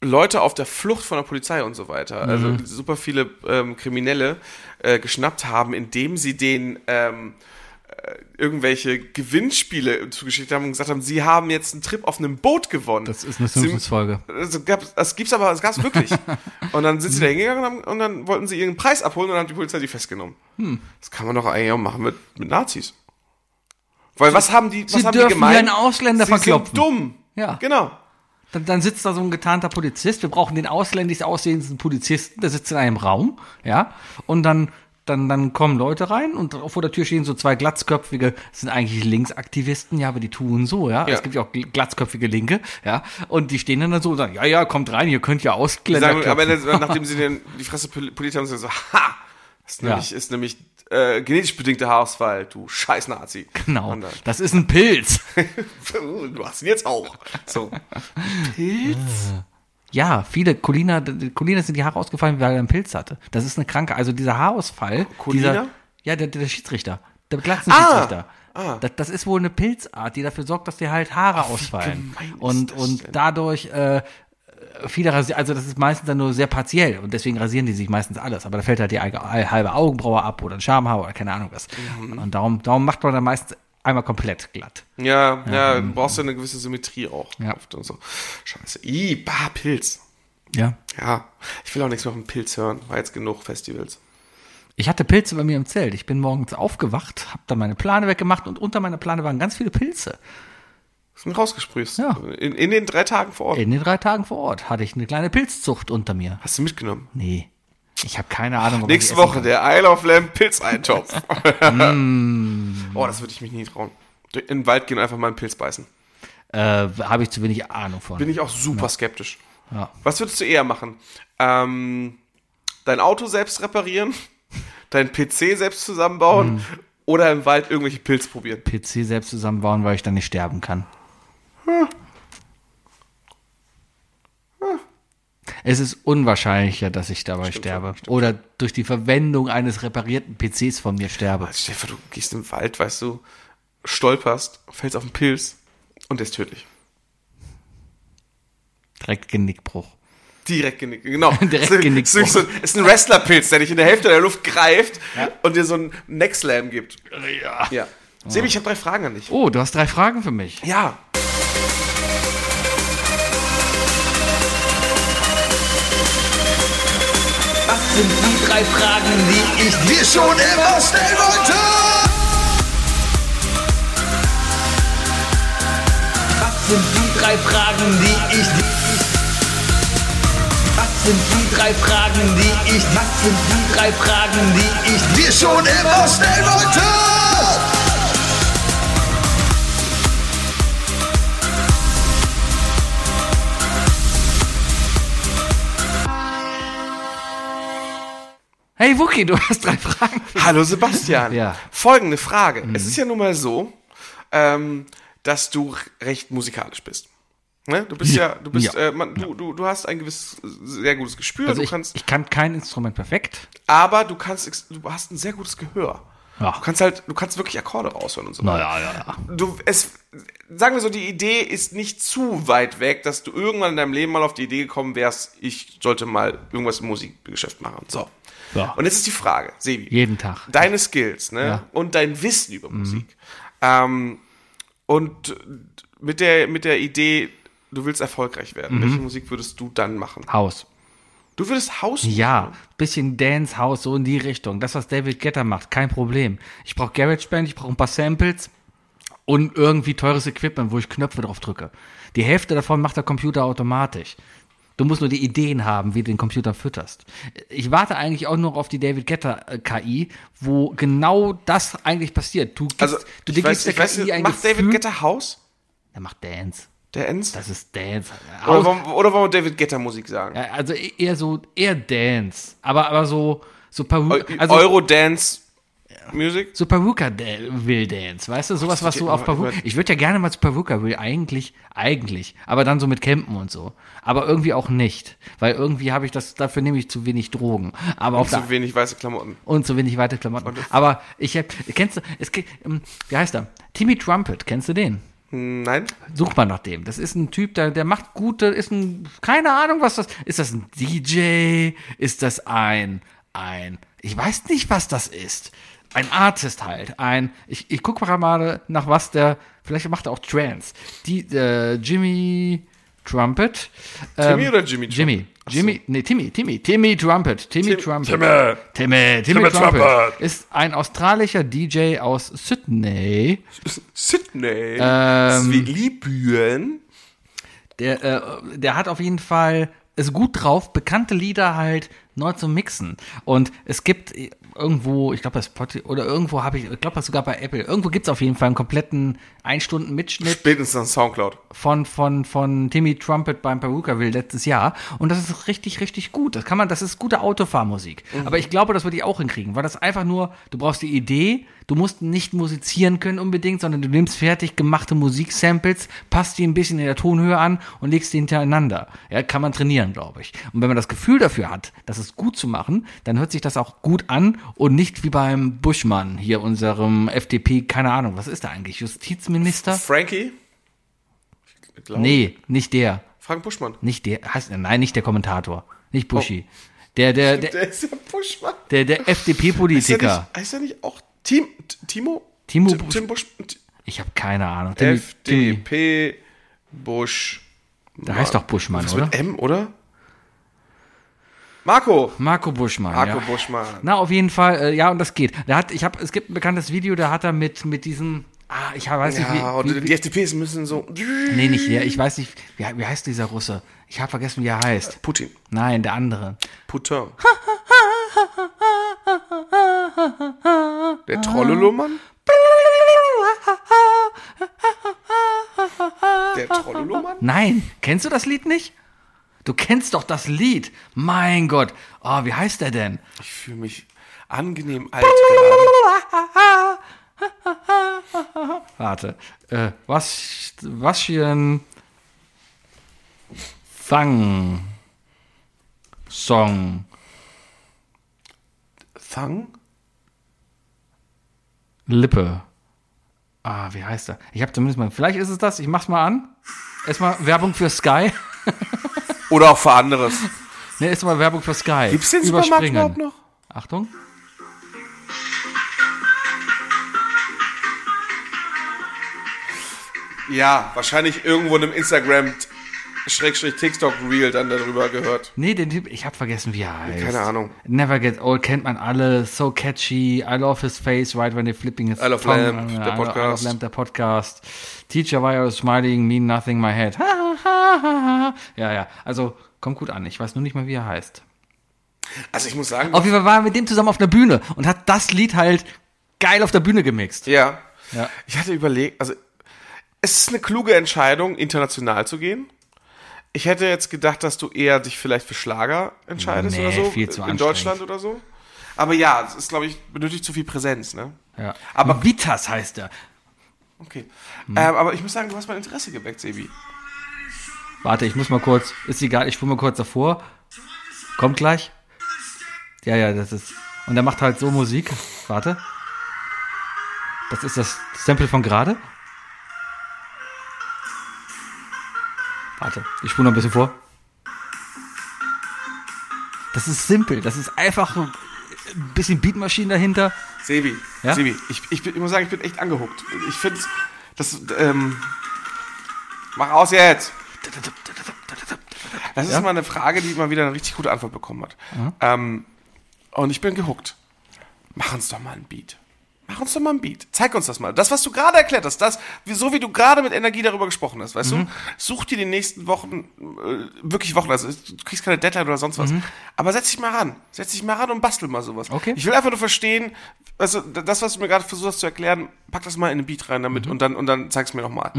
Leute auf der Flucht von der Polizei und so weiter, also
Mhm.
super viele ähm, Kriminelle äh, geschnappt haben, indem sie den ähm, äh, irgendwelche Gewinnspiele zugeschickt haben und gesagt haben, sie haben jetzt einen Trip auf einem Boot gewonnen.
Das ist eine
Sie-
Simpsons-Folge.
also gab, das gibt's aber, das gab's wirklich. und dann sind sie da hingegangen und, haben- und dann wollten sie ihren Preis abholen und dann hat die Polizei die festgenommen.
Hm.
Das kann man doch eigentlich auch machen mit, mit Nazis. Weil was haben die, was
Sie
haben die
dürfen
gemeint?
hier einen Ausländer
sie
verkloppen.
Sind dumm.
Ja.
Genau.
Dann, dann sitzt da so ein getarnter Polizist. Wir brauchen den ausländisch aussehendsten Polizisten. Der sitzt in einem Raum, ja. Und dann, dann, dann kommen Leute rein und vor der Tür stehen so zwei glatzköpfige, das sind eigentlich Linksaktivisten, ja, aber die tun so, ja.
Ja.
Es gibt ja auch gl- glatzköpfige Linke, ja. Und die stehen dann, da so und sagen, ja, ja, kommt rein, ihr könnt ja
Die
Ausländer.
Sagen, aber
klopfen.
dann- nachdem sie den, die Fresse pol- poliert haben, sind sie so, ha! Das ist
Ja.
nämlich, ist nämlich äh, genetisch bedingter Haarausfall, du scheiß Nazi.
genau.
Und dann,
Das ist ein Pilz.
du hast ihn jetzt auch. So.
Ja, viele Colina, Colina sind die Haare ausgefallen, weil er einen Pilz hatte. Das ist eine Kranke. Also dieser Haarausfall.
Colina?
Dieser, ja, der, der Schiedsrichter. Der
Ah,
Glatzenschiedsrichter. Ah, Das, das ist wohl eine Pilzart, die dafür sorgt, dass dir halt Haare ausfallen. Und, und dadurch äh, viele rasieren, also das ist meistens dann nur sehr partiell und deswegen rasieren die sich meistens alles. Aber da fällt halt die eigen- halbe Augenbraue ab oder ein Schamhaar oder keine Ahnung was. Und darum, darum macht man dann meistens einmal komplett glatt.
Ja, ja, du brauchst ja eine gewisse Symmetrie auch.
Ja.
Oft und so. Scheiße. I, bah, Pilz.
Ja.
Ja, ich will auch nichts mehr vom Pilz hören. War jetzt genug Festivals.
Ich hatte Pilze bei mir im Zelt. Ich bin morgens aufgewacht, habe dann meine Plane weggemacht und unter meiner Plane waren ganz viele Pilze.
Sind rausgesprüßt.
Ja.
In, in den drei Tagen vor Ort.
In den drei Tagen vor Ort hatte ich eine kleine Pilzzucht unter mir.
Hast du mitgenommen?
Nee, ich habe keine Ahnung. ob man
Nächste
die essen
Woche der Isle of Lamb Pilzeintopf.
Mm.
oh, das würde ich mich nie trauen. In den Wald gehen und einfach mal einen Pilz beißen.
kann. Äh, habe ich zu wenig Ahnung von.
Bin ich auch super skeptisch.
Ja.
Was würdest du eher machen? Ähm, dein Auto selbst reparieren? Dein PC selbst zusammenbauen?
Mm.
Oder im Wald irgendwelche Pilze probieren?
PC selbst zusammenbauen, weil ich dann nicht sterben kann. Es ist unwahrscheinlicher, dass ich dabei sterbe. Oder durch die Verwendung eines reparierten PCs von mir sterbe.
Also Stefan, du gehst im Wald, weißt du, stolperst, fällst auf einen Pilz und der ist tödlich.
Direkt Genickbruch.
Direkt genickt, genau.
Direkt
So-
genickt.
So, so, ist ein Wrestlerpilz, der dich in der Hälfte der Luft greift und dir so einen Neckslam gibt.
Ja.
Ja. Sebi, ich habe drei Fragen an dich.
Oh, du hast drei Fragen für mich.
Ja.
Das sind die drei Fragen, die ich dir schon immer stellen wollte. Was sind die drei Fragen, die ich dir... Was sind die drei Fragen, die ich... Was sind die drei Fragen, die ich dir schon immer stellen wollte?
Hey Wookie, du hast drei Fragen.
Hallo Sebastian.
Ja. Mhm.
Folgende Frage. Es ist ja nun mal so, ähm, dass du recht musikalisch bist. Ne? Du bist ja, du bist,
Ja.
Äh, man, du, du, du hast ein gewisses, äh, sehr gutes Gespür,
Also
du
ich,
kannst,
ich kann kein Instrument perfekt.
aber du kannst, ex- du hast ein sehr gutes Gehör.
Ja.
Du kannst halt, du kannst wirklich Akkorde raushören und so weiter.
Naja, ja, ja.
du, es, sagen wir so, die Idee ist nicht zu weit weg, dass du irgendwann in deinem Leben mal auf die Idee gekommen wärst, ich sollte mal irgendwas im Musikgeschäft machen. So.
Ja.
Und jetzt ist die Frage, Sebi.
Jeden Tag.
Deine Skills, ne?
Ja. Mhm.
Und dein Wissen über Musik. Ähm, und mit der, mit der Idee, du willst erfolgreich werden.
Mhm.
Welche Musik würdest du dann machen?
Haus.
Du würdest Haus.
Ja, bisschen Dance, House, so in die Richtung. Das, was David Getter macht, kein Problem. Ich brauche GarageBand, ich brauche ein paar Samples und irgendwie teures Equipment, wo ich Knöpfe drauf drücke. Die Hälfte davon macht der Computer automatisch. Du musst nur die Ideen haben, wie du den Computer fütterst. Ich warte eigentlich auch nur auf die David Getter äh, KI, wo genau das eigentlich passiert. Du gibst,
Also,
du
ich weiß,
der
ich weiß,
KI ein
macht
Gefühl-
David Getter Haus?
Er macht Dance.
Der Enz?
Das ist Dance.
Oder wollen, oder wollen wir David Getter Musik sagen?
Ja, Also e- eher so, eher Dance. Aber, aber so, so Peru,
Eu-
also
Eurodance Music?
so Peruka Da- Will Dance, weißt du? Sowas, was
geht
so auf
immer
Peruka.
über-
Ich würde ja gerne mal zu Peruka Will, eigentlich, eigentlich. Aber dann so mit Campen und so. Aber irgendwie auch nicht. Weil irgendwie habe ich das, dafür nehme ich zu wenig Drogen. Aber auf der
Zu wenig weiße Klamotten.
und so wenig weite Klamotten. Aber ich hab, kennst du, es gibt, ähm, wie heißt er? Timmy Trumpet, kennst du den?
Nein?
Sucht mal nach dem. Das ist ein Typ, der, der macht gute, ist ein, keine Ahnung, was das, ist das ein DJ? Ist das ein, ein, ich weiß nicht, was das ist. Ein Artist halt, ein, ich, ich guck mal gerade nach was der, vielleicht macht er auch Trance. Die, äh, Jimmy Trumpet. ähm,
Timmy oder Jimmy Trumpet?
Jimmy. Jimmy, nee, Timmy, Timmy, Timmy Trumpet, Timmy Trumpet. Timmy, Timmy, Trumpet, ist ein australischer DJ aus Sydney,
Sydney. Ähm, Libyen.
der, äh, der hat auf jeden Fall ist gut drauf, bekannte Lieder halt neu zu mixen. Und es gibt irgendwo, ich glaube bei Spotify oder irgendwo habe ich, ich glaube sogar bei Apple, irgendwo gibt es auf jeden Fall einen kompletten 1-Stunden-Mitschnitt
Spätestens an Soundcloud.
von, von, von Timmy Trumpet beim Perukaville letztes Jahr. Und das ist richtig, richtig gut. Das kann man, das ist gute Autofahrmusik. Aber ich glaube, das würde ich auch hinkriegen, weil das einfach nur, du brauchst die Idee, du musst nicht musizieren können unbedingt, sondern du nimmst fertig gemachte Musiksamples, passt die ein bisschen in der Tonhöhe an und legst die hintereinander. Ja, kann man trainieren, glaube ich. Und wenn man das Gefühl dafür hat, das ist gut zu machen, dann hört sich das auch gut an und nicht wie beim Buschmann hier, unserem FDP, keine Ahnung, was ist da eigentlich? Justizminister?
Frankie? Ich glaub-
Ah. Nee, nicht der.
Frank Buschmann.
Nicht der, heißt, nein, nicht der Kommentator. Nicht Buschi. Der, der, der,
Oh. Der ist ja Buschmann.
der, der
Ist er
FDP-Politiker.
nicht, heißt er nicht auch Tim, T- Timo?
Timo
Tim,
Busch-
Tim Busch. T-
Ich habe keine Ahnung. Timmy- Timmy.
FDP Busch.
Der heißt doch Buschmann,
Was
oder?
mit M, oder? Marco.
Marco Buschmann.
Marco
ja.
Buschmann.
Na, auf jeden Fall, äh, ja, und das geht. Der hat, ich hab, es gibt ein bekanntes Video, da hat er mit, mit diesem, ah, ich weiß nicht,
Ja,
wie,
und
wie,
die FDPs müssen so.
nee, nicht der, ich weiß nicht, wie, wie heißt dieser Russe? Ich habe vergessen, wie er heißt.
Putin.
Nein, der andere.
Putin. Der Trollolomann? Der Trollolomann?
Nein, kennst du das Lied nicht? Du kennst doch das Lied. Mein Gott. Oh, wie heißt der denn?
Ich fühle mich angenehm alt gerade.
Warte. Äh, was, was hier Thang Song
Fang?
Lippe. Ah, wie heißt er? Ich habe zumindest mal. Vielleicht ist es das. Ich mach's mal an. Erstmal Werbung für Sky.
Oder auch für anderes.
Ne, erstmal Werbung für Sky.
Gibt's den Supermarkt
Überspringen.
überhaupt noch?
Achtung.
Ja, wahrscheinlich irgendwo in einem Instagram Schrägstrich TikTok Reel dann darüber gehört.
Nee, den Typ, ich habe vergessen, wie er heißt.
Keine Ahnung.
Never Get Old kennt man alle. So catchy. I love his face, right when they flipping his
I love
tongue.
Lamp,
I
der
love- I love
Podcast.
Lamp, der Podcast. Teacher, why are you smiling? Mean nothing, my head. Ha, ha, ha, ha, ha. ja, ja. Also, kommt gut an. Ich weiß nur nicht mal, wie er heißt.
Also ich muss sagen,
Auf jeden Fall war er mit dem zusammen auf einer Bühne und hat das Lied halt geil auf der Bühne gemixt.
ja.
Ja.
Ich hatte überlegt, also es ist eine kluge Entscheidung, international zu gehen. Ich hätte jetzt gedacht, dass du eher dich vielleicht für Schlager entscheidest
Nee,
oder so.
viel zu
in
anstrengend.
Deutschland oder so. Aber ja, es ist, glaube ich, benötigt zu viel Präsenz, ne?
Ja.
Aber-
Vitas heißt er.
Okay.
Hm.
Ähm, aber ich muss sagen, du hast mein Interesse geweckt, Sebi.
Warte, ich muss mal kurz. Ist egal, ich spule mal kurz davor. Kommt gleich. Ja, ja, das ist. Und er macht halt so Musik. Warte. Das ist das Sample von gerade. Warte, ich spule noch ein bisschen vor. Das ist simpel. Das ist einfach ein bisschen Beatmaschine dahinter.
Sebi,
Ja?
Sebi, ich, ich, bin, ich muss sagen, ich bin echt angehuckt. Ich finde, das, ähm, mach aus jetzt. Das ist mal eine Frage, die mal wieder eine richtig gute Antwort bekommen hat. Ähm, und ich bin gehuckt. Mach uns doch mal einen Beat. Mach uns doch mal ein Beat. Zeig uns das mal. Das, was du gerade erklärt hast, das, wie- so wie du gerade mit Energie darüber gesprochen hast, weißt du, such dir die nächsten Wochen, äh, wirklich Wochen, also du kriegst keine Deadline oder sonst was. Aber setz dich mal ran. Setz dich mal ran und bastel mal sowas.
Okay.
Ich will einfach nur verstehen, also d- das, was du mir gerade versucht hast zu erklären, pack das mal in den Beat rein damit und dann, und dann zeig's mir nochmal.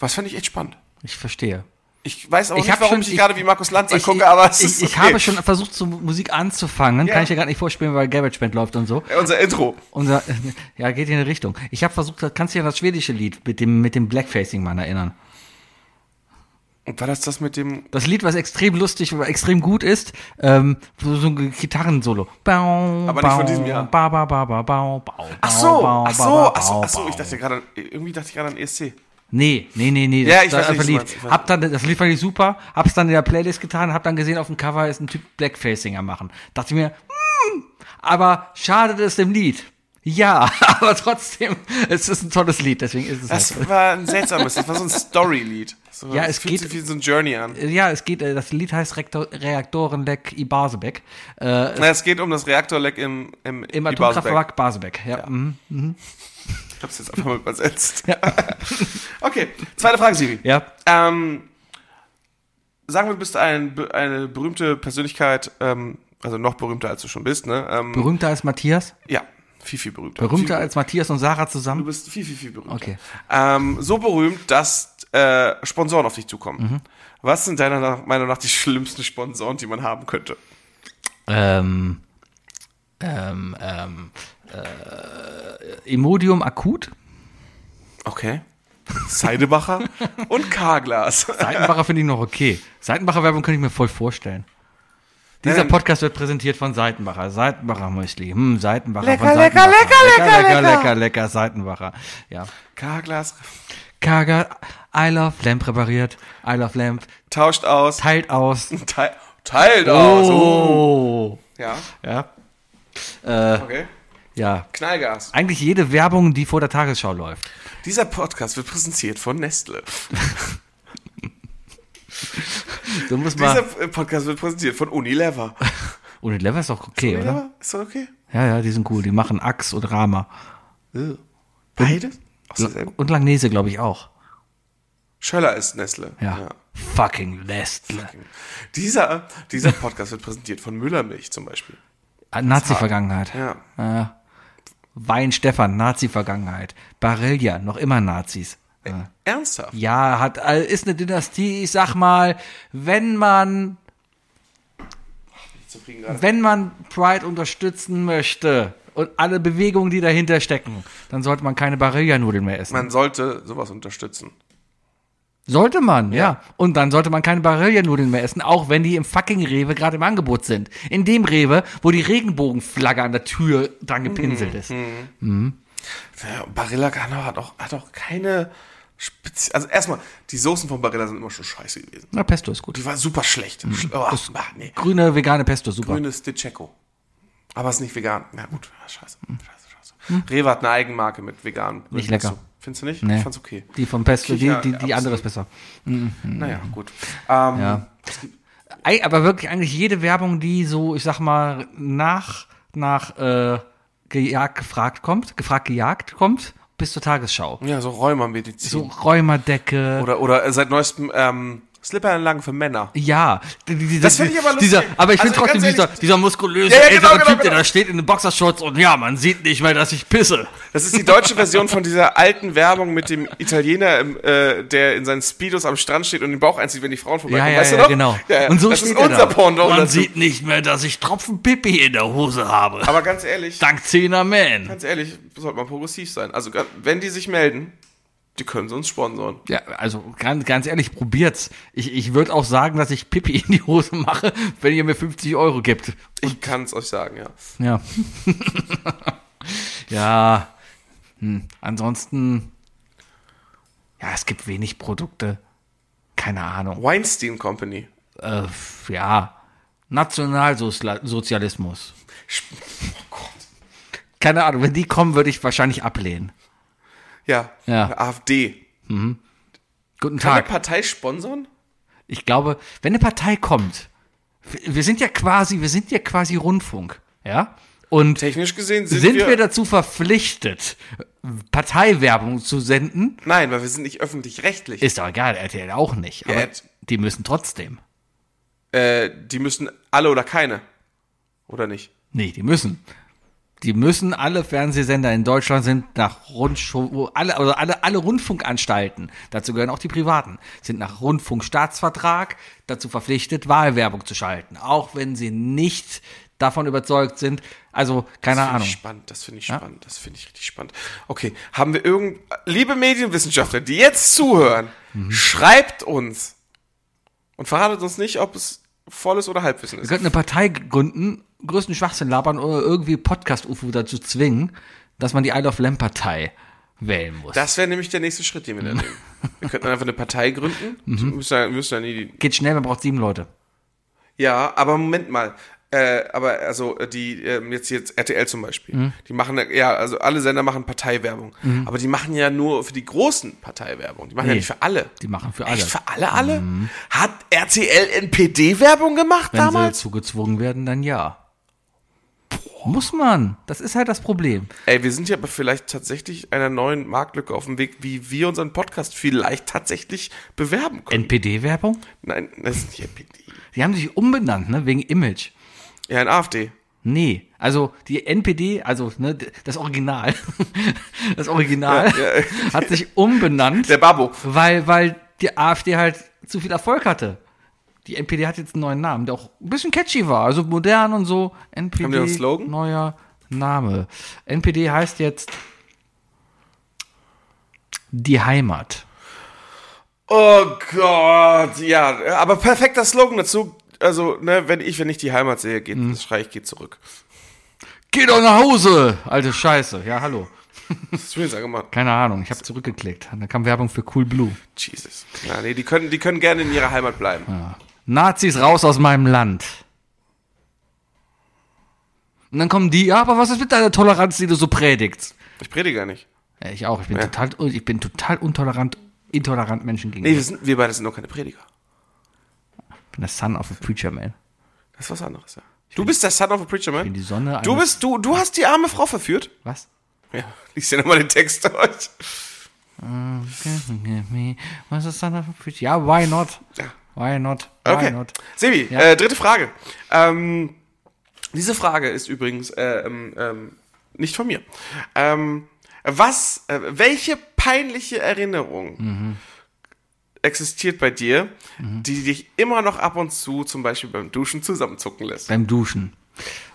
Was fand ich echt spannend.
Ich verstehe.
Ich weiß auch
Ich
nicht,
hab
warum
schon-
ich dich
ich-
gerade wie Markus Lanz
Ich,
angucke, aber es
ich,
ist
ich
okay.
habe schon versucht, zur Musik anzufangen. Kann ich ja gar nicht vorspielen, weil GarageBand läuft und so.
Ja, Äh, Unser Intro.
Unser, ja, geht in eine Richtung. Ich habe versucht, kannst du dich an das schwedische Lied mit dem, mit dem Blackfacing-Mann erinnern?
Und war das das mit dem
Das Lied, was extrem lustig, aber extrem gut ist, ähm, so so ein Gitarrensolo. Aber
nicht von diesem Jahr.
Ba, ba, ba, ba, ba, ba,
Ach so, ach so, ach so, ach so, ich dachte gerade, irgendwie dachte ich gerade an E ESC.
Nee, nee, nee, nee.
Ja, ich weiß,
einfach
was du
Lied.
meinst, ich weiß.
Hab dann, das Lied fand ich super, hab's dann in der Playlist getan, hab dann gesehen, auf dem Cover ist ein Typ Blackfacinger machen. Dachte mir, hm, aber schadet es dem Lied? Ja, aber trotzdem, es ist ein tolles Lied, deswegen ist es halt so.
Das war ein seltsames, das war so ein Story-Lied. So,
Ja,
das
es
fühlt
geht-
sich wie so ein Journey an.
Ja, es geht, äh, das Lied heißt Rektor, Reaktorenleck Ibasebeck. Äh,
Na, es geht um das Reaktorleck im, im,
Im
Ibarbeck.
Atomkraftwerk Basebeck. Ja. mhm.
Ich hab's jetzt einfach mal übersetzt. okay, zweite Frage, Siri.
ja.
Ähm, sagen wir, du bist ein, be- eine berühmte Persönlichkeit, ähm, also noch berühmter als du schon bist, ne? Ähm,
Berühmter als Matthias?
ja, viel, viel berühmter.
Berühmter
viel,
als Matthias und Sarah
Du
zusammen?
bist viel, viel, viel berühmter.
Okay.
Ähm, so berühmt, dass äh, Sponsoren auf dich zukommen.
Mhm.
Was sind deiner nach- Meinung nach die schlimmsten Sponsoren, die man haben könnte?
Ähm, ähm, ähm, äh, Imodium akut?
Okay. Seidebacher und K-Glas.
Seitenbacher finde ich noch okay. Seitenbacher Werbung könnte ich mir voll vorstellen. Dieser
Nein.
Podcast wird präsentiert von Seitenbacher. Seitenbacher Müsli. Hm, Seitenbacher
Lecker,
von
lecker,
Seitenbacher.
lecker, lecker,
lecker,
lecker.
lecker, lecker, Seitenbacher. Ja.
K-Glas
Kager, I love Lamp repariert. I love Lamp.
tauscht aus.
Teilt aus.
Teil, teilt aus. Oh. Ja,
Ja. Äh,
okay.
Ja.
Knallgas.
Eigentlich jede Werbung, die vor der Tagesschau läuft.
Dieser Podcast wird präsentiert von Nestle.
Du musst mal.
Dieser äh, Podcast wird präsentiert von Unilever.
Ohne Oh, Lever ist doch okay, oder?
Unilever? Ist das okay?
Ja, ja, die sind cool. Die machen Axe und Rama.
Beides? Aus derselben-
Und Langnese, glaube ich, auch.
Schöller ist Nestle.
Ja. Fucking Nestle.
Dieser, dieser Podcast wird präsentiert von Müllermilch zum Beispiel.
Ah, Nazi-Vergangenheit.
Ja.
Wein Stefan, Nazi-Vergangenheit. Barilla, noch immer Nazis.
Ernsthaft?
Ja, hat, äh, ist eine Dynastie. Ich sag mal, wenn man,
Zufrieden gerade.
wenn man Pride unterstützen möchte und alle Bewegungen, die dahinter stecken, dann sollte man keine Barilla-Nudeln mehr essen.
Man sollte sowas unterstützen.
Sollte man, ja. Und dann sollte man keine Barilla-Nudeln mehr essen, auch wenn die im fucking Rewe gerade im Angebot sind. In dem Rewe, wo die Regenbogenflagge an der Tür dran gepinselt ist.
Ja, Barilla Canava hat auch, hat auch keine Spezi Also erstmal, die Soßen von Barilla sind immer schon scheiße gewesen.
Na, Pesto ist gut.
Die war super schlecht.
Mhm.
Sch- Oh, bah, nee.
Grüne vegane Pesto, super.
Grünes Diceco. Aber ist nicht vegan. Na gut, ah, scheiße. Scheiße, scheiße. Rewe hat eine Eigenmarke mit vegan.
Mhm. Hm. Nicht lecker.
Findest du nicht?
Nee.
Ich fand's okay.
Die vom Pesto, die,
Kicher-
die, die andere ist besser.
Naja, gut. Ähm,
Mhm. Ja. Ei, aber wirklich eigentlich jede Werbung, die so, ich sag mal, nach, nach äh, gejagt, gefragt kommt, gefragt, gejagt kommt, bis zur Tagesschau.
ja, so Rheumamedizin.
So Räumerdecke.
Oder, oder seit neuestem ähm, Slipperanlagen für Männer.
Ja, die- die- die-
Das find ich aber lustig.
Dieser, aber ich
Also
finde trotzdem
ganz
dieser,
ehrlich-
dieser muskulöse
Ja, ja,
ältere
genau, genau,
Typ, der
genau.
da steht in den Boxershorts und ja, man sieht nicht mehr, dass ich pisse.
Das ist die deutsche Version von dieser alten Werbung mit dem Italiener, im, äh, der in seinen Speedos am Strand steht und den Bauch einzieht, wenn die Frauen vorbeikommen.
Ja, ja,
weißt
ja,
du noch?
genau.
Ja, ja.
Und so
das
steht
ist
er da.
unser Porno
Man
dazu.
sieht nicht mehr, dass ich Tropfen Pipi in der Hose habe.
Aber ganz ehrlich,
Dank Zehner Man.
ganz ehrlich, sollte man progressiv sein. Also ga- wenn die sich melden, die können sie uns sponsoren.
Ja, also ganz, ganz ehrlich, probiert's. Ich, ich würde auch sagen, dass ich Pipi in die Hose mache, wenn ihr mir 50 Euro gibt.
Ich kann es euch sagen, ja.
Ja. ja. Hm. Ansonsten, ja, es gibt wenig Produkte. Keine Ahnung.
Weinstein Company.
Äh, f- ja. Nationalsozialismus. Keine Ahnung, wenn die kommen, würde ich wahrscheinlich ablehnen.
Ja.
Ja.
AfD.
Guten
Kann eine
Tag.
Partei sponsern?
Ich glaube, wenn eine Partei kommt, wir wir sind ja quasi, wir sind ja quasi Rundfunk, ja? Und
Technisch gesehen sind,
sind wir dazu verpflichtet, Parteiwerbung zu senden?
Nein, weil wir sind nicht öffentlich-rechtlich.
Ist doch egal, RTL auch nicht. Aber
jetzt-
die müssen trotzdem.
Äh, die müssen alle oder keine. Oder nicht?
Nee, die müssen. Die müssen, alle Fernsehsender in Deutschland sind nach Rundschau, alle, also alle, alle Rundfunkanstalten, dazu gehören auch die privaten, sind nach Rundfunkstaatsvertrag dazu verpflichtet, Wahlwerbung zu schalten. Auch wenn sie nicht davon überzeugt sind. Also, keine
Finde
Ahnung.
ich spannend, das finde ich spannend, das finde ich richtig spannend. Okay, haben wir irgend. Liebe Medienwissenschaftler, die jetzt zuhören,
Mhm.
schreibt uns und verratet uns nicht, ob es volles oder Halbwissen
Wir
ist.
könnten eine Partei gründen, größten Schwachsinn labern oder irgendwie Podcast-UFO dazu zwingen, dass man die Isle of Lamb-Partei wählen muss.
Das wäre nämlich der nächste Schritt, den wir dann nehmen. Wir könnten einfach eine Partei gründen.
Mhm.
Wir Müssen, ja- wir müssen ja nie die
Geht schnell, man braucht sieben Leute.
Ja, aber Moment mal. Äh, aber also äh, die ähm, jetzt jetzt RTL zum Beispiel,
Mhm.
die machen ja- ja also alle Sender machen Parteiwerbung, aber die machen ja nur für die großen Parteiwerbung, die machen ja
Nee.
nicht für alle.
Die machen für alle.
Echt für alle Mhm. alle? Hat RTL NPD-Werbung gemacht
Wenn
damals?
sie zugezwungen werden, dann ja. Muss man. Das ist halt das Problem.
Ey, wir sind ja aber vielleicht tatsächlich einer neuen Marktlücke auf dem Weg, wie wir unseren Podcast vielleicht tatsächlich bewerben können.
NPD-Werbung?
Nein, das ist nicht NPD.
Die haben sich umbenannt, ne? Wegen Image.
Ja, ein AfD.
Nee. Also die NPD, also ne, d- das Original. Das Original hat sich umbenannt,
Der Babo.
weil, weil die AfD halt zu viel Erfolg hatte. Die NPD hat jetzt einen neuen Namen, der auch ein bisschen catchy war, also modern und so. NPD,
Haben die noch einen Slogan?
neuer Name. NPD heißt jetzt die Heimat.
Oh Gott, ja, aber perfekter Slogan dazu. Also, ne, wenn ich, wenn ich die Heimat sehe, geht, das schrei ich, geht zurück.
Geh doch nach Hause, alte Scheiße. Ja, hallo.
Das ist übrigens angemacht.
Keine Ahnung, ich habe zurückgeklickt. Da kam Werbung für Cool Blue.
Jesus. Ja, nee, die können, die können gerne in ihrer Heimat bleiben.
Nazis raus aus meinem Land. Und dann kommen die, ja, aber was ist mit deiner Toleranz, die du so predigst?
Ich predige gar nicht.
Ja, ich auch, ich bin total ich bin total intolerant, intolerant Menschen
Nee,
gegenüber.
wir, sind, wir beide sind noch keine Prediger.
ich bin der Son of a Preacher Man.
Das ist was anderes, ja. Du bist der Son of a Preacher, man.
bin die Sonne
Du
eines-
bist, du, du hast die arme Frau verführt.
Was?
Ja, lies dir nochmal den Text durch.
Was ist Son of a Preacher? Ja, why not? Why not? Why
Okay.
not?
Sebi, äh, dritte Frage. Ähm, diese Frage ist übrigens äh, ähm, ähm, nicht von mir. Ähm, was, äh, welche peinliche Erinnerung existiert bei dir, die dich immer noch ab und zu zum Beispiel beim Duschen zusammenzucken lässt?
Beim Duschen.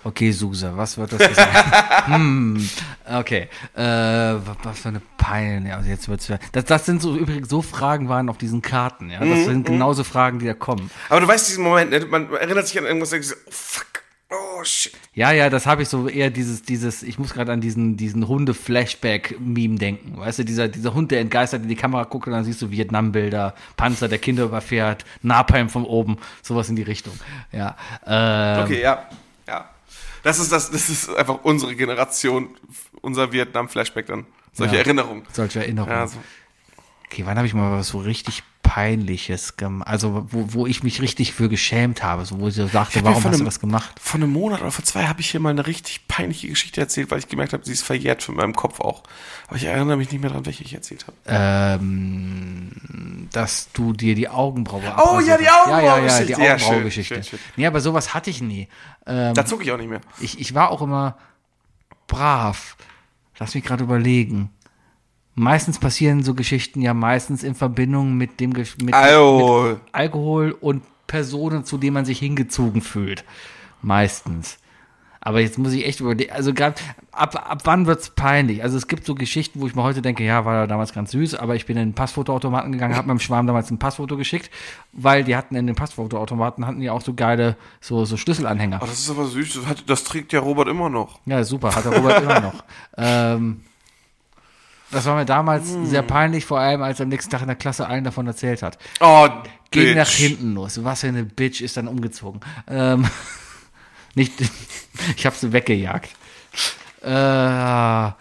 Okay, Suse, was wird das jetzt sein? hm, okay. Äh, wa- was für eine Pein. Ja, also jetzt wird's. Das, das sind so übrigens so Fragen waren auf diesen Karten, ja.
Mhm,
Das sind genauso Fragen, die da kommen.
Aber du weißt diesen Moment, ne? man erinnert sich an irgendwas und denkt sich so, oh fuck, oh shit.
Ja, ja, das habe ich so eher dieses, dieses, ich muss gerade an diesen, diesen Hunde-Flashback-Meme denken. Weißt du, dieser, dieser Hund, der entgeistert in die Kamera guckt und dann siehst du Vietnam-Bilder, Panzer, der Kinder überfährt, Napalm von oben, sowas in die Richtung. Ja. Äh,
Okay, ja, ja. Das ist, das, das ist einfach unsere Generation, unser Vietnam-Flashback dann. Solche
Ja.
Erinnerungen.
Solche Erinnerungen.
Ja, so.
Okay, wann habe ich mal was so richtig Peinliches gemacht? Also, wo, wo ich mich richtig für geschämt habe, so, wo ich so sagte,
hab mir
warum
von
hast du
einem-
was gemacht?
Vor einem Monat oder vor zwei habe ich hier mal eine richtig peinliche Geschichte erzählt, weil ich gemerkt habe, sie ist verjährt für meinem Kopf auch. Aber ich erinnere mich nicht mehr daran, welche ich erzählt habe.
Ähm, dass du dir die Augenbraue
Oh, ja, die
abrasierst. Ja, ja, ja,
Augenbrauengeschichte.
die
Ja, schön,
Augenbrauengeschichte.
schön, schön.
Nee, aber sowas hatte ich nie. Ähm,
Da zucke ich auch nicht mehr.
ich, ich war auch immer brav. Lass mich gerade überlegen. Meistens passieren so Geschichten ja meistens in Verbindung mit dem Gesch- mit,
Alkohol.
mit Alkohol und Personen, zu denen man sich hingezogen fühlt. Meistens. Aber jetzt muss ich echt überlegen, also grad, ab, ab wann wird's peinlich? Also es gibt so Geschichten, wo ich mir heute denke, ja, war damals ganz süß, aber ich bin in den Passfotoautomaten gegangen, habe meinem Schwarm damals ein Passfoto geschickt, weil die hatten in den Passfotoautomaten hatten die auch so geile so, so Schlüsselanhänger.
Oh, das ist aber süß. Das, hat, das trägt ja Robert immer noch.
Ja, super, hat der Robert immer noch. Ähm, das war mir damals sehr peinlich, vor allem als am nächsten Tag in der Klasse allen davon erzählt hat.
Oh,
Ging
Bitch.
nach hinten los. Was für eine Bitch ist dann umgezogen. Ähm, nicht, ich habe sie weggejagt. Äh, Boah,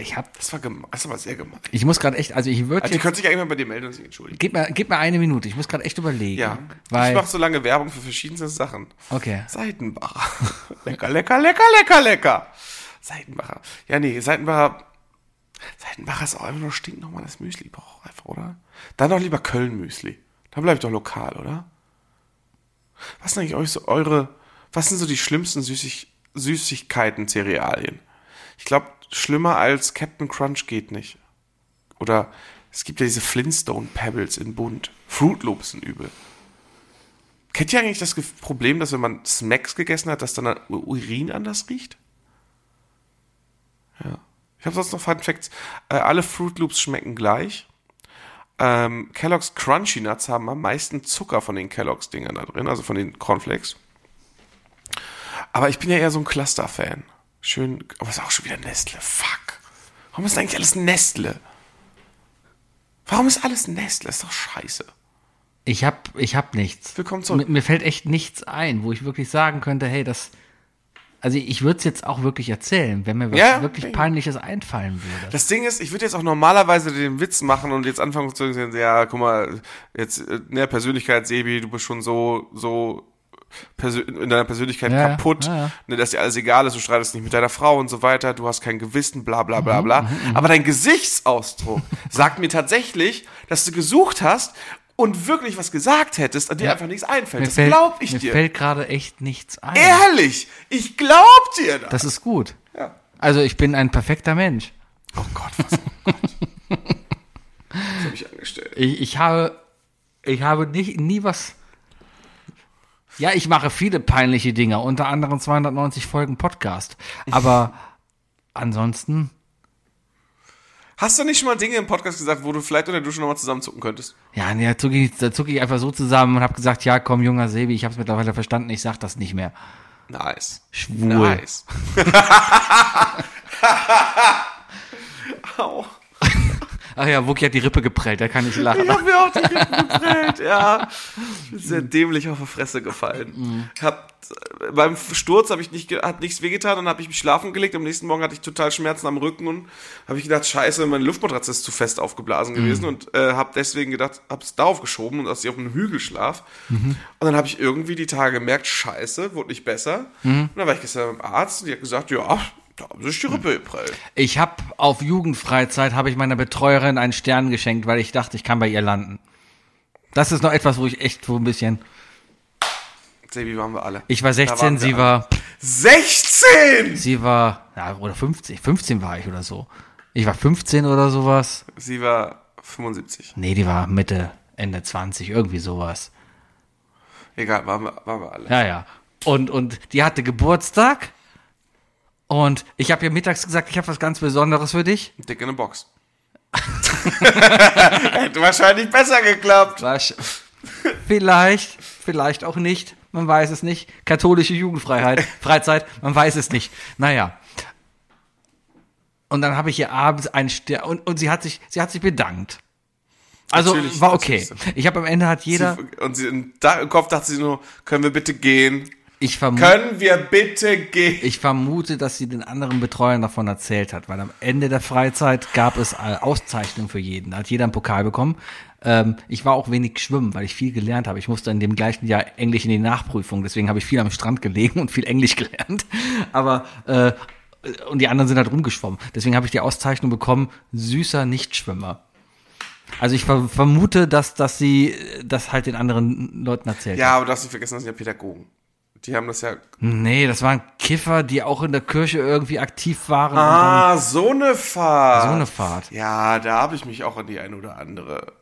ich hab.
Das war, gemein, das war sehr gemein.
Ich muss gerade echt, also ich würde
Die
jetzt.
können sich eigentlich mal bei dir melden und sich entschuldigen.
Gib mir, gib mir eine Minute, ich muss gerade echt überlegen.
Ja. ich
Weil,
mache so lange Werbung für verschiedenste Sachen.
okay.
Seitenbacher. Lecker, lecker, lecker, lecker, lecker. Seitenbacher. Ja, nee, Seitenbacher. Seitenbacher ist auch einfach nur stinknormales Müsli. Brauch einfach, oder? Dann doch lieber Köln-Müsli. Da bleibt doch lokal, oder? Was sind eigentlich euch so eure. Was sind so die schlimmsten Süßig Süßigkeiten, Cerealien? Ich glaube, schlimmer als Captain Crunch geht nicht. Oder es gibt ja diese Flintstone Pebbles in Bunt. Fruit Loops sind übel. Kennt ihr eigentlich das Ge- Problem, dass wenn man Smacks gegessen hat, dass dann der U- Urin anders riecht? Ja. Ich habe sonst noch Fun Facts. Äh, alle Fruit Loops schmecken gleich. Ähm, Kellogg's Crunchy Nuts haben am meisten Zucker von den Kellogg's Dingern da drin, also von den Cornflakes. Aber ich bin ja eher so ein Cluster-Fan. Schön, aber ist auch schon wieder Nestle. Fuck. Warum ist eigentlich alles Nestle? Warum ist alles Nestle? Ist doch scheiße.
Ich hab, ich hab nichts.
Willkommen zurück.
Mir, mir fällt echt nichts ein, wo ich wirklich sagen könnte, hey, das. Also ich würde es jetzt auch wirklich erzählen, wenn mir was
Ja,
wirklich
okay.
Peinliches einfallen würde.
Das Ding ist, ich würde jetzt auch normalerweise den Witz machen und jetzt anfangen zu sagen, ja, guck mal, jetzt äh, ne Persönlichkeit, Sebi, du bist schon so so persö- in deiner Persönlichkeit
Ja, ja,
kaputt,
ja, ja.
Ne, dass dir alles egal ist, du streitest nicht mit deiner Frau und so weiter, du hast kein Gewissen, bla bla
Mhm,
bla bla. Aber dein Gesichtsausdruck sagt mir tatsächlich, dass du gesucht hast und wirklich was gesagt hättest, an dir
Ja.
einfach nichts einfällt.
mir
das glaub ich
mir
dir.
fällt gerade echt nichts ein.
Ehrlich, ich glaub dir das.
Das ist gut.
Ja.
Also ich bin ein perfekter Mensch.
Oh Gott, was, oh Gott. Was hab ich angestellt?
Ich, ich habe, ich habe nicht, nie was. Ja, ich mache viele peinliche Dinge, unter anderem 290 Folgen Podcast. Aber ansonsten,
Hast du nicht schon mal Dinge im Podcast gesagt, wo du vielleicht in der Dusche nochmal zusammenzucken könntest?
ja, nee, da zucke ich, da zucke ich einfach so zusammen und habe gesagt, ja, komm, junger Sebi, ich habe es mittlerweile verstanden, ich sag das nicht mehr.
Nice.
Schwul.
Nice. Au.
Ach ja, Wookie hat die Rippe geprellt, da kann ich lachen.
Ich hab mir auch die Rippen geprellt, ja. Ich bin Sehr dämlich auf die Fresse
Mhm.
gefallen. Hab, äh, beim Sturz hab ich nicht, ge- hat nichts wehgetan, dann habe ich mich schlafen gelegt. Am nächsten Morgen hatte ich total Schmerzen am Rücken und habe ich gedacht, scheiße, meine Luftmatratze ist zu fest aufgeblasen gewesen
Mhm.
und äh, habe deswegen gedacht, habe es darauf geschoben und dass ich auf einem Hügel schlaf.
Mhm.
Und dann habe ich irgendwie die Tage gemerkt, scheiße, wurde nicht besser.
Mhm.
Und dann war ich gestern beim Arzt und die hat gesagt, ja, da haben sie sich die Rippe geprellt.
Ich habe auf Jugendfreizeit habe ich meiner Betreuerin einen Stern geschenkt, weil ich dachte, ich kann bei ihr landen. Das ist noch etwas, wo ich echt so ein bisschen.
Sebi, waren wir alle.
Ich war
Da waren
16,
wir
sie
alle.
war,
16!
sie war, ja, oder 50, 15 war ich oder so. Ich war 15 oder sowas.
Sie war 75.
Nee, die war Mitte, Ende 20, irgendwie sowas.
Egal, waren wir, waren wir alle.
Ja, ja. Und, und die hatte Geburtstag. Und ich habe ihr mittags gesagt, ich habe was ganz Besonderes für dich.
Dick in der Box. Hätte wahrscheinlich besser geklappt.
Wasch. Vielleicht, vielleicht auch nicht. Man weiß es nicht. Katholische Jugendfreiheit, Freizeit, man weiß es nicht. Naja. Und dann habe ich ihr abends einen Stern und, und sie hat sich, sie hat sich bedankt. Also
Natürlich,
war okay.
natürlich.
Ich habe am Ende hat jeder,
Sie, und sie, im, da, im Kopf dachte sie nur, können wir bitte gehen?
ich vermute,
Können wir bitte gehen?
ich vermute, dass sie den anderen Betreuern davon erzählt hat, weil am Ende der Freizeit gab es äh, Auszeichnungen für jeden. Da hat jeder einen Pokal bekommen. Ähm, ich war auch wenig schwimmen, weil ich viel gelernt habe. Ich musste in dem gleichen Jahr Englisch in die Nachprüfung, deswegen habe ich viel am Strand gelegen und viel Englisch gelernt. Aber äh, und die anderen sind halt rumgeschwommen. Deswegen habe ich die Auszeichnung bekommen, süßer Nichtschwimmer. Also ich ver vermute, dass, dass sie äh, das halt den anderen Leuten erzählt
Ja, aber du hast nicht vergessen, das sind ja Pädagogen. Die haben das ja.
Nee, das waren Kiffer, die auch in der Kirche irgendwie aktiv waren. und dann-
Ah, so eine Fahrt.
So eine Fahrt.
Ja, da habe ich mich auch in die eine oder andere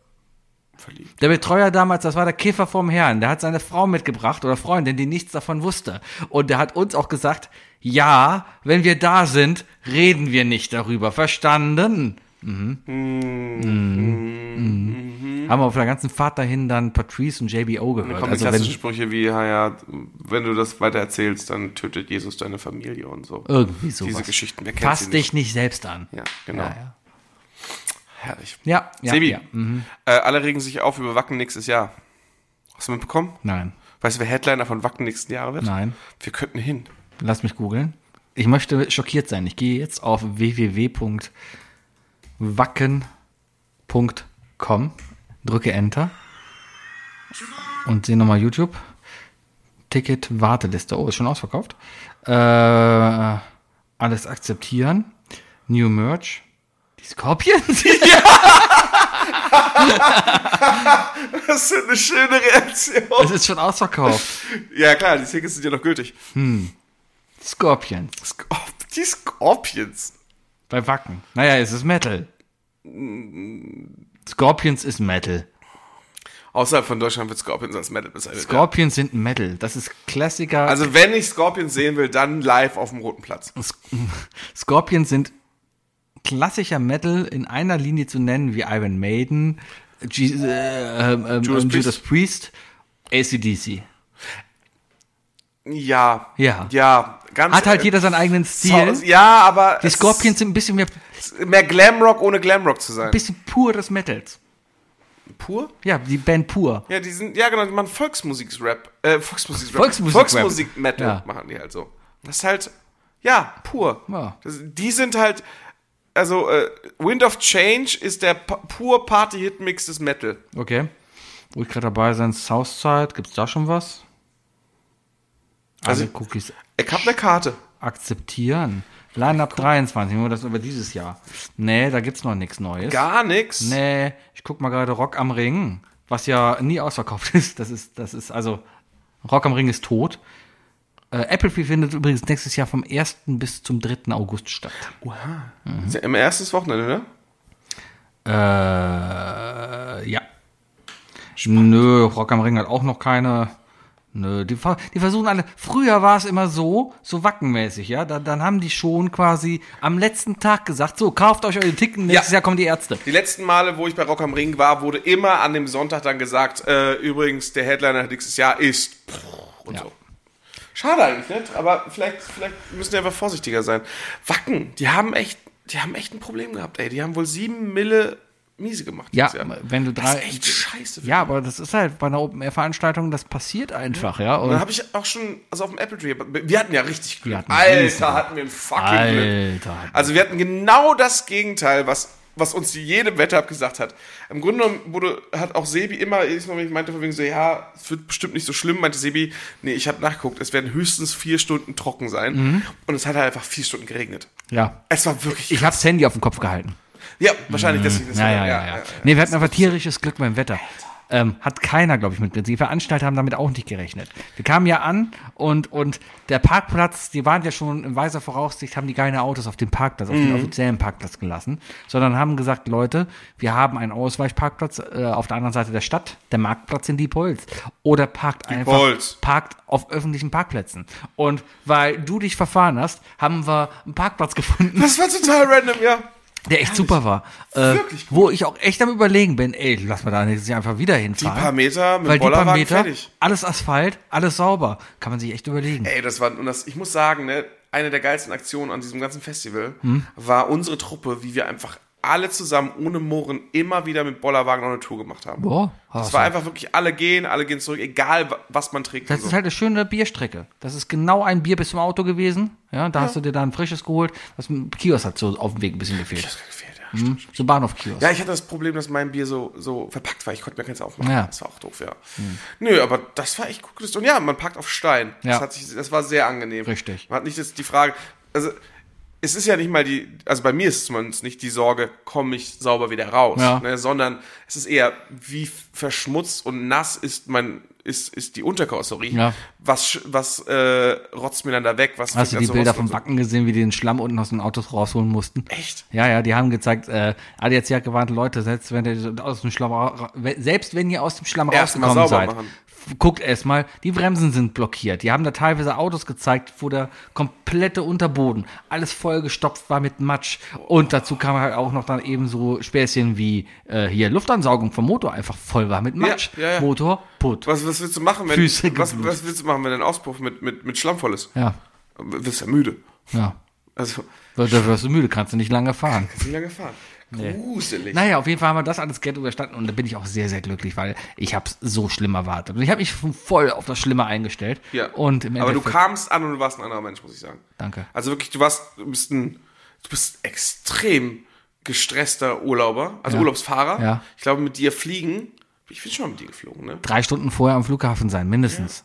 verliebt.
Der Betreuer damals, das war der Käfer vom Herrn, der hat seine Frau mitgebracht oder Freundin, die nichts davon wusste. Und der hat uns auch gesagt, ja, wenn wir da sind, reden wir nicht darüber. Verstanden?
Mhm.
Mhm. Mhm. Mhm. Haben wir auf der ganzen Fahrt dahin dann Patrice und JBO gehört.
Kommen
Also
die klassischen
wenn,
Sprüche wie, ja, ja, wenn du das weiter erzählst, dann tötet Jesus deine Familie und so.
irgendwie sowas.
Diese Geschichten, wer kennt
Fass
sie nicht?
dich nicht selbst an.
Ja, genau.
Ja, ja.
Herrlich.
Ja, ja,
Sebi,
ja. mhm.
äh, alle regen sich auf über Wacken nächstes Jahr. Hast du mitbekommen?
Nein,
Weißt du, wer Headliner von Wacken nächsten Jahr wird?
nein.
Wir könnten hin.
Lass mich googeln. Ich möchte schockiert sein. Ich gehe jetzt auf www.wacken.com, drücke Enter und sehe nochmal YouTube. Ticket, Warteliste. Oh, ist schon ausverkauft. Äh, alles akzeptieren. New Merch. Die Scorpions?
Das ist eine schöne Reaktion.
Es ist schon ausverkauft.
Ja, klar, die Tickets sind ja noch gültig.
Scorpions.
Scorp- Die Scorpions.
Bei Wacken. Naja, es ist Metal. Scorpions ist Metal.
Außerhalb von Deutschland wird Scorpions als Metal bezeichnet.
Scorpions sind Metal. Das ist Klassiker.
Also wenn ich Scorpions sehen will, dann live auf dem Roten Platz.
Scorpions sind klassischer Metal in einer Linie zu nennen wie Iron Maiden, Jesus, äh, ähm, ähm,
Judas
Judas,
Priest.
Priest, ACDC.
Ja.
Ja.
Ja. Ganz,
Hat halt
äh,
jeder seinen eigenen Stil.
Sau- Ja, aber
Die
es
Scorpions sind ein bisschen mehr,
ist mehr Glamrock ohne Glamrock zu sein.
bisschen pur des Metals.
pur?
Ja, die Band pur.
Ja, die sind ja genau, die machen Volksmusiksrap, äh Volksmusiksrap,
Volksmusik-Rap.
Volksmusik Metal
Ja.
machen die halt so. Das ist halt ja, pur.
Ja.
Das, die sind halt also äh, Wind of Change ist der pa- pur Party Hit Mix des Metal.
Okay. Wo ich gerade dabei sein, Southside, gibt's da schon was?
Also-
Alle Cookies
Ich hab ne Karte.
akzeptieren. Line-Up 23, nur das über dieses Jahr. Nee, da gibt's noch nichts Neues.
Gar nix.
Nee, ich guck mal gerade Rock am Ring, was ja nie ausverkauft ist. Das ist, das ist, also Rock am Ring ist tot. Äh, Applebee findet übrigens nächstes Jahr vom 1. bis zum 3. August statt.
Ist ja Im erstes Wochenende, ne?
Äh, ja. Nö, Rock am Ring hat auch noch keine. Nö, die, ver- die versuchen alle. Früher war es immer so, so wackenmäßig, ja. Da, dann haben die schon quasi am letzten Tag gesagt: So, kauft euch eure Ticken, nächstes Jahr kommen die Ärzte.
Die letzten Male, wo ich bei Rock am Ring war, wurde immer an dem Sonntag dann gesagt, äh, übrigens, der Headliner nächstes Jahr ist und so. Schade eigentlich, nicht? aber vielleicht, vielleicht müssen die einfach vorsichtiger sein. Wacken, die haben echt, die haben echt ein Problem gehabt, ey. Die haben wohl sieben Mille miese gemacht.
Ja,
dieses Jahr.
wenn du
Das
drei.
ist echt scheiße.
ja, aber das ist halt bei einer Open-Air-Veranstaltung, das passiert einfach, ja.
Dann
Und
habe ich auch schon, also auf dem Apple Tree, wir hatten ja richtig Glück.
hatten riesen
Alter,
Glück.
hatten wir ein fucking Glück.
Alter.
Also wir hatten genau das Gegenteil, was, was uns jedem Wettbewerb gesagt hat. Im Grunde genommen wurde, hat auch Sebi immer, ich meinte von wegen so, ja, es wird bestimmt nicht so schlimm, meinte Sebi, nee, ich habe nachgeguckt, es werden höchstens vier Stunden trocken sein.
Mhm.
Und es hat halt einfach vier Stunden geregnet.
ja.
Es war wirklich.
Ich hab's Handy auf dem Kopf gehalten.
ja, wahrscheinlich deswegen. das
Ja,
war-
ja, ja, ja. Nee, wir hatten einfach tierisches Glück beim Wetter. Ähm, hat keiner, glaube ich, mitgerechnet. Die Veranstalter haben damit auch nicht gerechnet. Wir kamen ja an und, und der Parkplatz, die waren ja schon in weiser Voraussicht, haben die keine Autos auf dem Parkplatz, auf den offiziellen Parkplatz gelassen, sondern haben gesagt, Leute, wir haben einen Ausweichparkplatz äh, auf der anderen Seite der Stadt, der Marktplatz in Diepholz. Oder parkt einfach,
Diepholz.
parkt auf öffentlichen Parkplätzen. Und weil du dich verfahren hast, haben wir einen Parkplatz gefunden,
Das war total random, ja.
der echt super war. Äh, wo ich auch echt am überlegen bin, ey, lass mal da nächstes Jahr einfach wieder hinfahren.
paar Meter mit
Weil die paar
Bollerwagen
Meter,
fertig.
alles Asphalt, alles sauber. Kann man sich echt überlegen.
Ey, das war, und das, ich muss sagen, ne, eine der geilsten Aktionen an diesem ganzen Festival
Mhm.
war unsere Truppe, wie wir einfach alle zusammen ohne Murren immer wieder mit Bollerwagen auf eine Tour gemacht haben.
Boah,
Das war einfach wirklich, alle gehen, alle gehen zurück, egal wa- was man trägt. und
Das
so.
ist halt eine schöne Bierstrecke. Das ist genau ein Bier bis zum Auto gewesen. Ja, da hast du dir dann ein frisches geholt. Das Kiosk hat so auf dem Weg ein bisschen gefehlt.
Das gefällt, ja.
So Bahnhofkiosk.
ja, ich hatte das Problem, dass mein Bier so, so verpackt war. Ich konnte mir keins aufmachen.
Ja. Mhm.
Das war auch doof, ja. Nö, aber das war echt gut gelöst. Und ja, man packt auf Stein. Das,
Ja.
hat sich, das war sehr angenehm.
Richtig.
Man hat nicht jetzt die Frage, also es ist ja nicht mal die, also bei mir ist es zumindest nicht die Sorge, komme ich sauber wieder raus,
Ja.
ne, sondern es ist eher, wie verschmutzt und nass ist mein, ist, ist die Unterkarosserie.
Ja.
Was, sch- was äh, rotzt mir dann da weg? Was
Hast
fliegt
du
da
die
so
Bilder
raus und
vom
so?
Backen gesehen, wie die den Schlamm unten aus den Autos rausholen mussten?
Echt?
Ja, ja, die haben gezeigt, äh, ADAC hat gewarnt, Leute, selbst wenn ihr aus dem Schlamm, ra- we- selbst wenn ihr aus dem Schlamm
Erst mal
rausgekommen
sauber
seid,
machen.
f- guckt erstmal, die Bremsen sind blockiert. Die haben da teilweise Autos gezeigt, wo der komplette Unterboden alles vollgestopft war mit Matsch. Und dazu kam halt auch noch dann eben so Späßchen wie äh, hier Luftansaugung vom Motor einfach voll war mit Matsch.
ja, ja.
Motor, putt.
Was, was willst du machen, wenn,
Füße
was,
geblutet.
was willst du machen, wenn dein Auspuff mit, mit, mit Schlamm voll ist?
Ja,
Wirst ja müde.
ja.
Also,
Weil Da wirst du müde, kannst du nicht lange fahren.
wie lange fahren? Gruselig.
Naja, auf jeden Fall haben wir das alles Geld überstanden und da bin ich auch sehr, sehr glücklich, weil ich habe es so schlimm erwartet. Und ich habe mich voll auf das Schlimme eingestellt.
Ja.
Und im
Aber du
Endeffekt,
kamst an und du warst ein anderer Mensch, muss ich sagen.
Danke.
Also wirklich, du warst, du bist ein, du bist extrem gestresster Urlauber, also Urlaubsfahrer.
Ja.
Ich glaube, mit dir fliegen, ich bin schon mal mit dir geflogen, ne?
drei Stunden vorher am Flughafen sein, mindestens.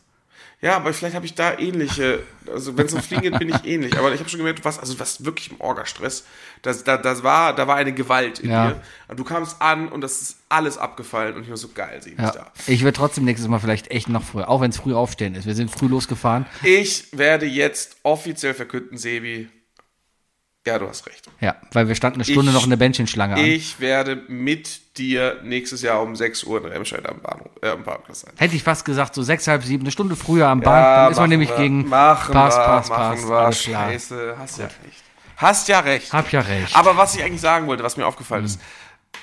Ja, aber vielleicht habe ich da ähnliche, also wenn es um Fliegen geht, bin ich ähnlich. Aber ich habe schon gemerkt, du warst, also du warst wirklich im Orga-Stress. Das, da, das war, da war eine Gewalt in
Ja.
dir. Und du kamst an und das ist alles abgefallen und ich war so geil, sie ist
Ja.
da.
Ich werde trotzdem nächstes Mal vielleicht echt noch früher, auch wenn es früh aufstehen ist. Wir sind früh losgefahren.
Ich werde jetzt offiziell verkünden, Sebi, ja, du hast recht.
Ja, weil wir standen eine Stunde
Ich-
noch in der Bändchenschlange an.
Ich werde mit dir nächstes Jahr um 6 Uhr in Remscheid am, Bahnhof, äh, am Parkplatz sein.
Hätte ich fast gesagt, so sechs, halb sieben, eine Stunde früher am Bahn,
Ja,
dann ist man
Ah, machen
nämlich
wir,
gegen
machen
Pass,
wir,
Pass,
machen
Pass,
wir.
alles klar.
Scheiße, hast ja recht. Hast ja recht.
Hab ja recht. Hm.
Aber was ich eigentlich sagen wollte, was mir aufgefallen ist,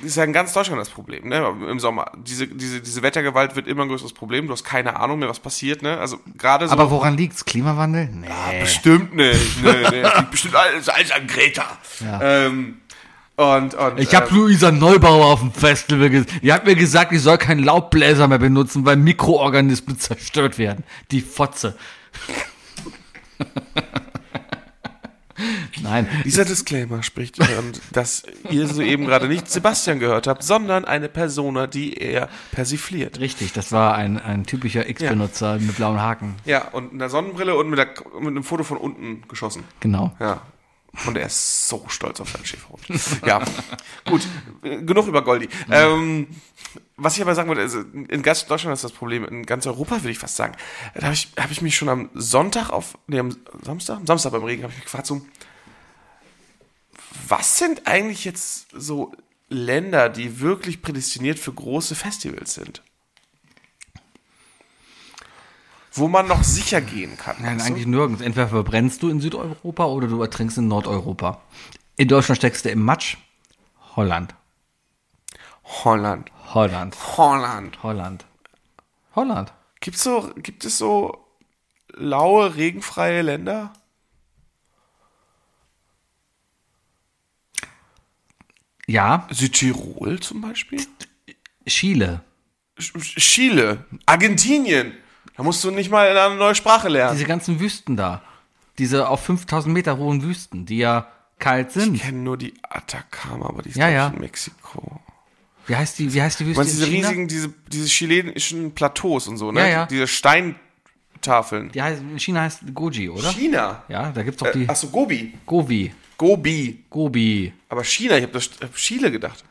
ist ja in ganz Deutschland das Problem, ne? Im Sommer. Diese, diese, diese Wettergewalt wird immer ein größeres Problem. Du hast keine Ahnung mehr, was passiert, ne? Also gerade so.
Aber woran liegt's? Klimawandel? Nee.
bestimmt nicht. Ne, ne, es liegt bestimmt alles, alles an Greta. Ähm, und, und,
Ich habe
ähm,
Luisa Neubauer auf dem Festival gesehen. Die hat mir gesagt, ich soll keinen Laubbläser mehr benutzen, weil Mikroorganismen zerstört werden. Die Fotze. Nein,
Dieser Disclaimer spricht, ähm, dass ihr soeben gerade nicht Sebastian gehört habt, sondern eine Persona, die er persifliert.
richtig, das war ein, ein typischer X-Benutzer mit blauen Haken.
Ja, und einer Sonnenbrille und mit, der, mit einem Foto von unten geschossen.
Genau.
Ja. Und er ist so stolz auf seinen Schäferhund. Ja. Gut, äh, genug über Goldi. Ähm, was ich aber sagen wollte, also in ganz Deutschland ist das Problem, in ganz Europa würde ich fast sagen. Da habe ich, hab ich mich schon am Sonntag auf, nee, am Samstag, am Samstag beim Regen habe ich mich gefragt, so, was sind eigentlich jetzt so Länder, die wirklich prädestiniert für große Festivals sind? Wo man noch sicher gehen kann.
Nein,
weißt du?
eigentlich nirgends. Entweder verbrennst du in Südeuropa oder du ertrinkst in Nordeuropa. In Deutschland steckst du im Matsch. Holland.
Holland.
Holland.
Holland.
Holland. Holland.
Gibt's so, gibt es so laue, regenfreie Länder?
Ja,
Südtirol zum Beispiel?
Chile.
Sch- Sch- Chile, Argentinien. Da musst du nicht mal eine neue Sprache lernen.
Diese ganzen Wüsten da. Diese auf 5000 Meter hohen Wüsten, die ja kalt
Ich
sind.
kenne nur die Atacama, aber die ist
Ja,
glaub ich,
ja.
in Mexiko.
Wie heißt die, wie heißt die
Du
Wüste
meinst
in
diese
China?
riesigen, diese, diese chilenischen Plateaus und so, ne?
Ja, ja.
Diese Steintafeln.
Die heißt, in China heißt Goji, oder?
China.
Ja, da gibt's doch die
Äh, achso, Gobi.
Gobi.
Gobi.
Gobi.
Aber China, ich habe das hab Chile gedacht.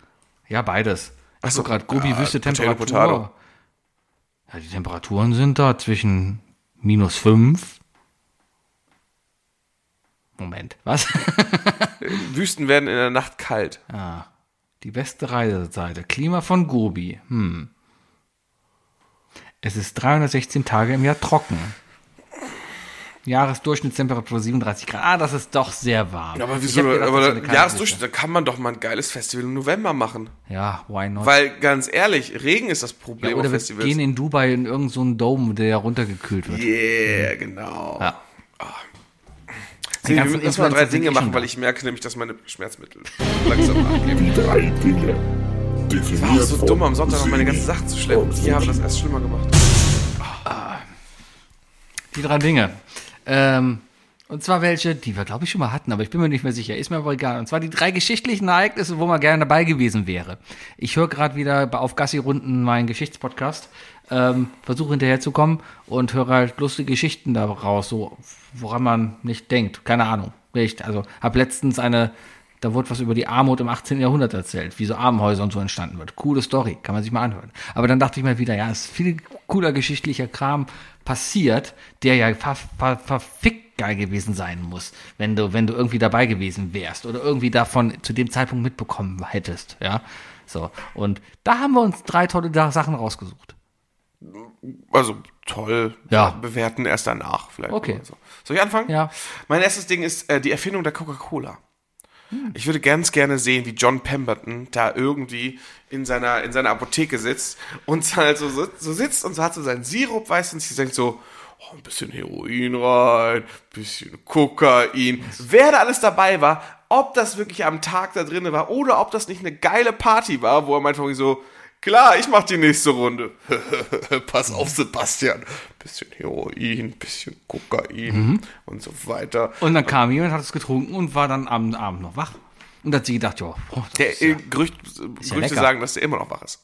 Ja, beides. Ach
so,
gerade Gobi,
ja,
Wüste,
Potato,
Temperatur.
Potato.
Ja, die Temperaturen sind da zwischen minus 5. Moment, was?
Wüsten werden in der Nacht kalt.
Die beste Reiseseite. Klima von Gobi. Hm. Es ist 316 Tage im Jahr trocken. Jahresdurchschnittstemperatur 37 Grad. Ah, das ist doch sehr warm.
Ja, aber
Ich
wieso?
hab gedacht, das ist
aber
eine kalte
Jahresdurchschnitt, da kann man doch mal ein geiles Festival im November machen.
Wüste. Ja, why not?
Weil ganz ehrlich, Regen ist das
ja,
Problem auf
oder wir
Festivals.
gehen in Dubai in irgendeinen so einen Dome, der runtergekühlt wird.
yeah, genau.
Ja.
Sehen, wir
ganzen
müssen erstmal drei
Influencer sind
Dinge
eh
machen,
schon
weil
da.
ich merke nämlich, dass meine Schmerzmittel langsam abnehmen.
Drei Dinge.
Ich war auch so dumm, am Sonntag noch meine ganzen Sachen zu schleppen. Die haben das erst schlimmer gemacht.
Die drei Dinge. Ähm, und zwar welche, die wir, glaube ich, schon mal hatten, aber ich bin mir nicht mehr sicher. Ist mir aber egal. Und zwar die drei geschichtlichen Ereignisse, wo man gerne dabei gewesen wäre. Ich höre gerade wieder bei auf Gassi-Runden meinen Geschichtspodcast, ähm, versuche hinterherzukommen und höre halt lustige Geschichten daraus, so woran man nicht denkt. Keine Ahnung. Nicht. Also habe letztens eine, da wurde was über die Armut im 18. Jahrhundert erzählt, wie so Armenhäuser und so entstanden wird. Coole Story, kann man sich mal anhören. Aber dann dachte ich mal wieder, ja, ist viel cooler geschichtlicher Kram passiert, der ja ver ver verfickt geil gewesen sein muss, wenn du, wenn du irgendwie dabei gewesen wärst oder irgendwie davon zu dem Zeitpunkt mitbekommen hättest, ja. So. Und da haben wir uns drei tolle Da- Sachen rausgesucht.
Also toll.
Ja.
Bewerten erst danach vielleicht.
Okay.
oder So. Soll ich anfangen?
Ja.
Mein erstes Ding ist äh, die Erfindung der Coca-Cola. Ich würde ganz gerne sehen, wie John Pemberton da irgendwie in seiner, also in seiner Apotheke sitzt und halt so, so sitzt und so hat so seinen Sirup, weiß und sich denkt so, oh, ein bisschen Heroin rein, ein bisschen Kokain. Wer da alles dabei war, ob das wirklich am Tag da drin war oder ob das nicht eine geile Party war, wo er manchmal so, klar, ich mach die nächste Runde. Pass auf, Sebastian. Bisschen Heroin, bisschen Kokain und so weiter.
Und dann kam jemand, hat es getrunken und war dann am Abend noch wach. Und hat sie gedacht, ja, boah, das,
Der äh, Gerücht,
ja
Gerüchte
lecker.
sagen, dass der immer noch wach ist.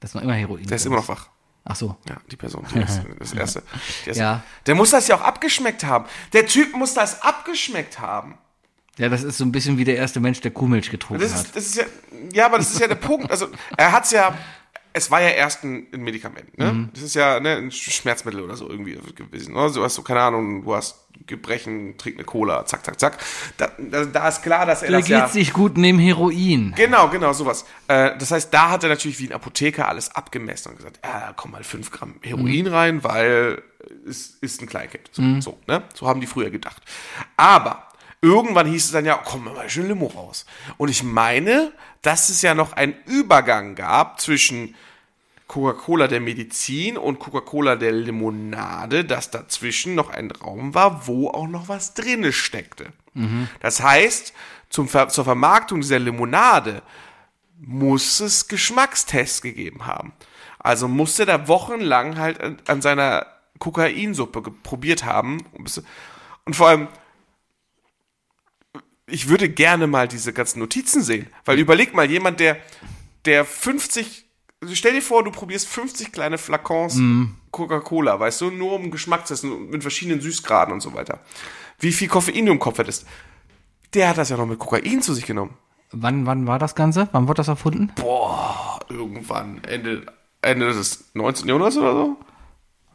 das ist noch immer Heroin.
Der ist immer noch wach.
Ach so.
Ja, die Person, die erste, das erste. Die erste.
Ja.
Der muss das ja auch abgeschmeckt haben. Der Typ muss das abgeschmeckt haben.
Ja, das ist so ein bisschen wie der erste Mensch, der Kuhmilch getrunken
Das
hat.
ist, das ist ja, ja, aber das ist ja der Punkt. Also, er hat's ja, es war ja erst ein, ein Medikament, ne?
Mhm.
Das ist ja ne, ein Sch- Schmerzmittel oder so irgendwie gewesen. Ne? Du hast so, keine Ahnung, du hast Gebrechen, trink eine Cola, zack, zack, zack. Da, da, da ist klar, dass er
Da
das ja...
geht's nicht gut neben Heroin.
Genau, genau, sowas. Äh, das heißt, da hat er natürlich wie ein Apotheker alles abgemessen und gesagt, ja, komm mal 5 Gramm Heroin rein, weil es ist ein Kleinkind. So, so, ne? so haben die früher gedacht. Aber irgendwann hieß es dann ja, komm mal schön Limo raus. Und ich meine, dass es ja noch einen Übergang gab zwischen Coca-Cola der Medizin und Coca-Cola der Limonade, dass dazwischen noch ein Raum war, wo auch noch was drinne steckte. Das heißt, zum Ver zur Vermarktung dieser Limonade muss es Geschmackstests gegeben haben. Also musste der wochenlang halt an, an seiner Kokainsuppe ge- probiert haben. Und bis- Und vor allem, ich würde gerne mal diese ganzen Notizen sehen. Weil überleg mal, jemand, der, der 50, also stell dir vor, du probierst 50 kleine Flakons Coca-Cola, weißt du, nur um Geschmack zu essen, mit verschiedenen Süßgraden und so weiter. Wie viel Koffein du im Kopf hättest. Der hat das ja noch mit Kokain zu sich genommen.
Wann, wann war das Ganze? Wann wurde das erfunden?
Irgendwann, Ende, Ende des 19. Jahrhunderts oder so?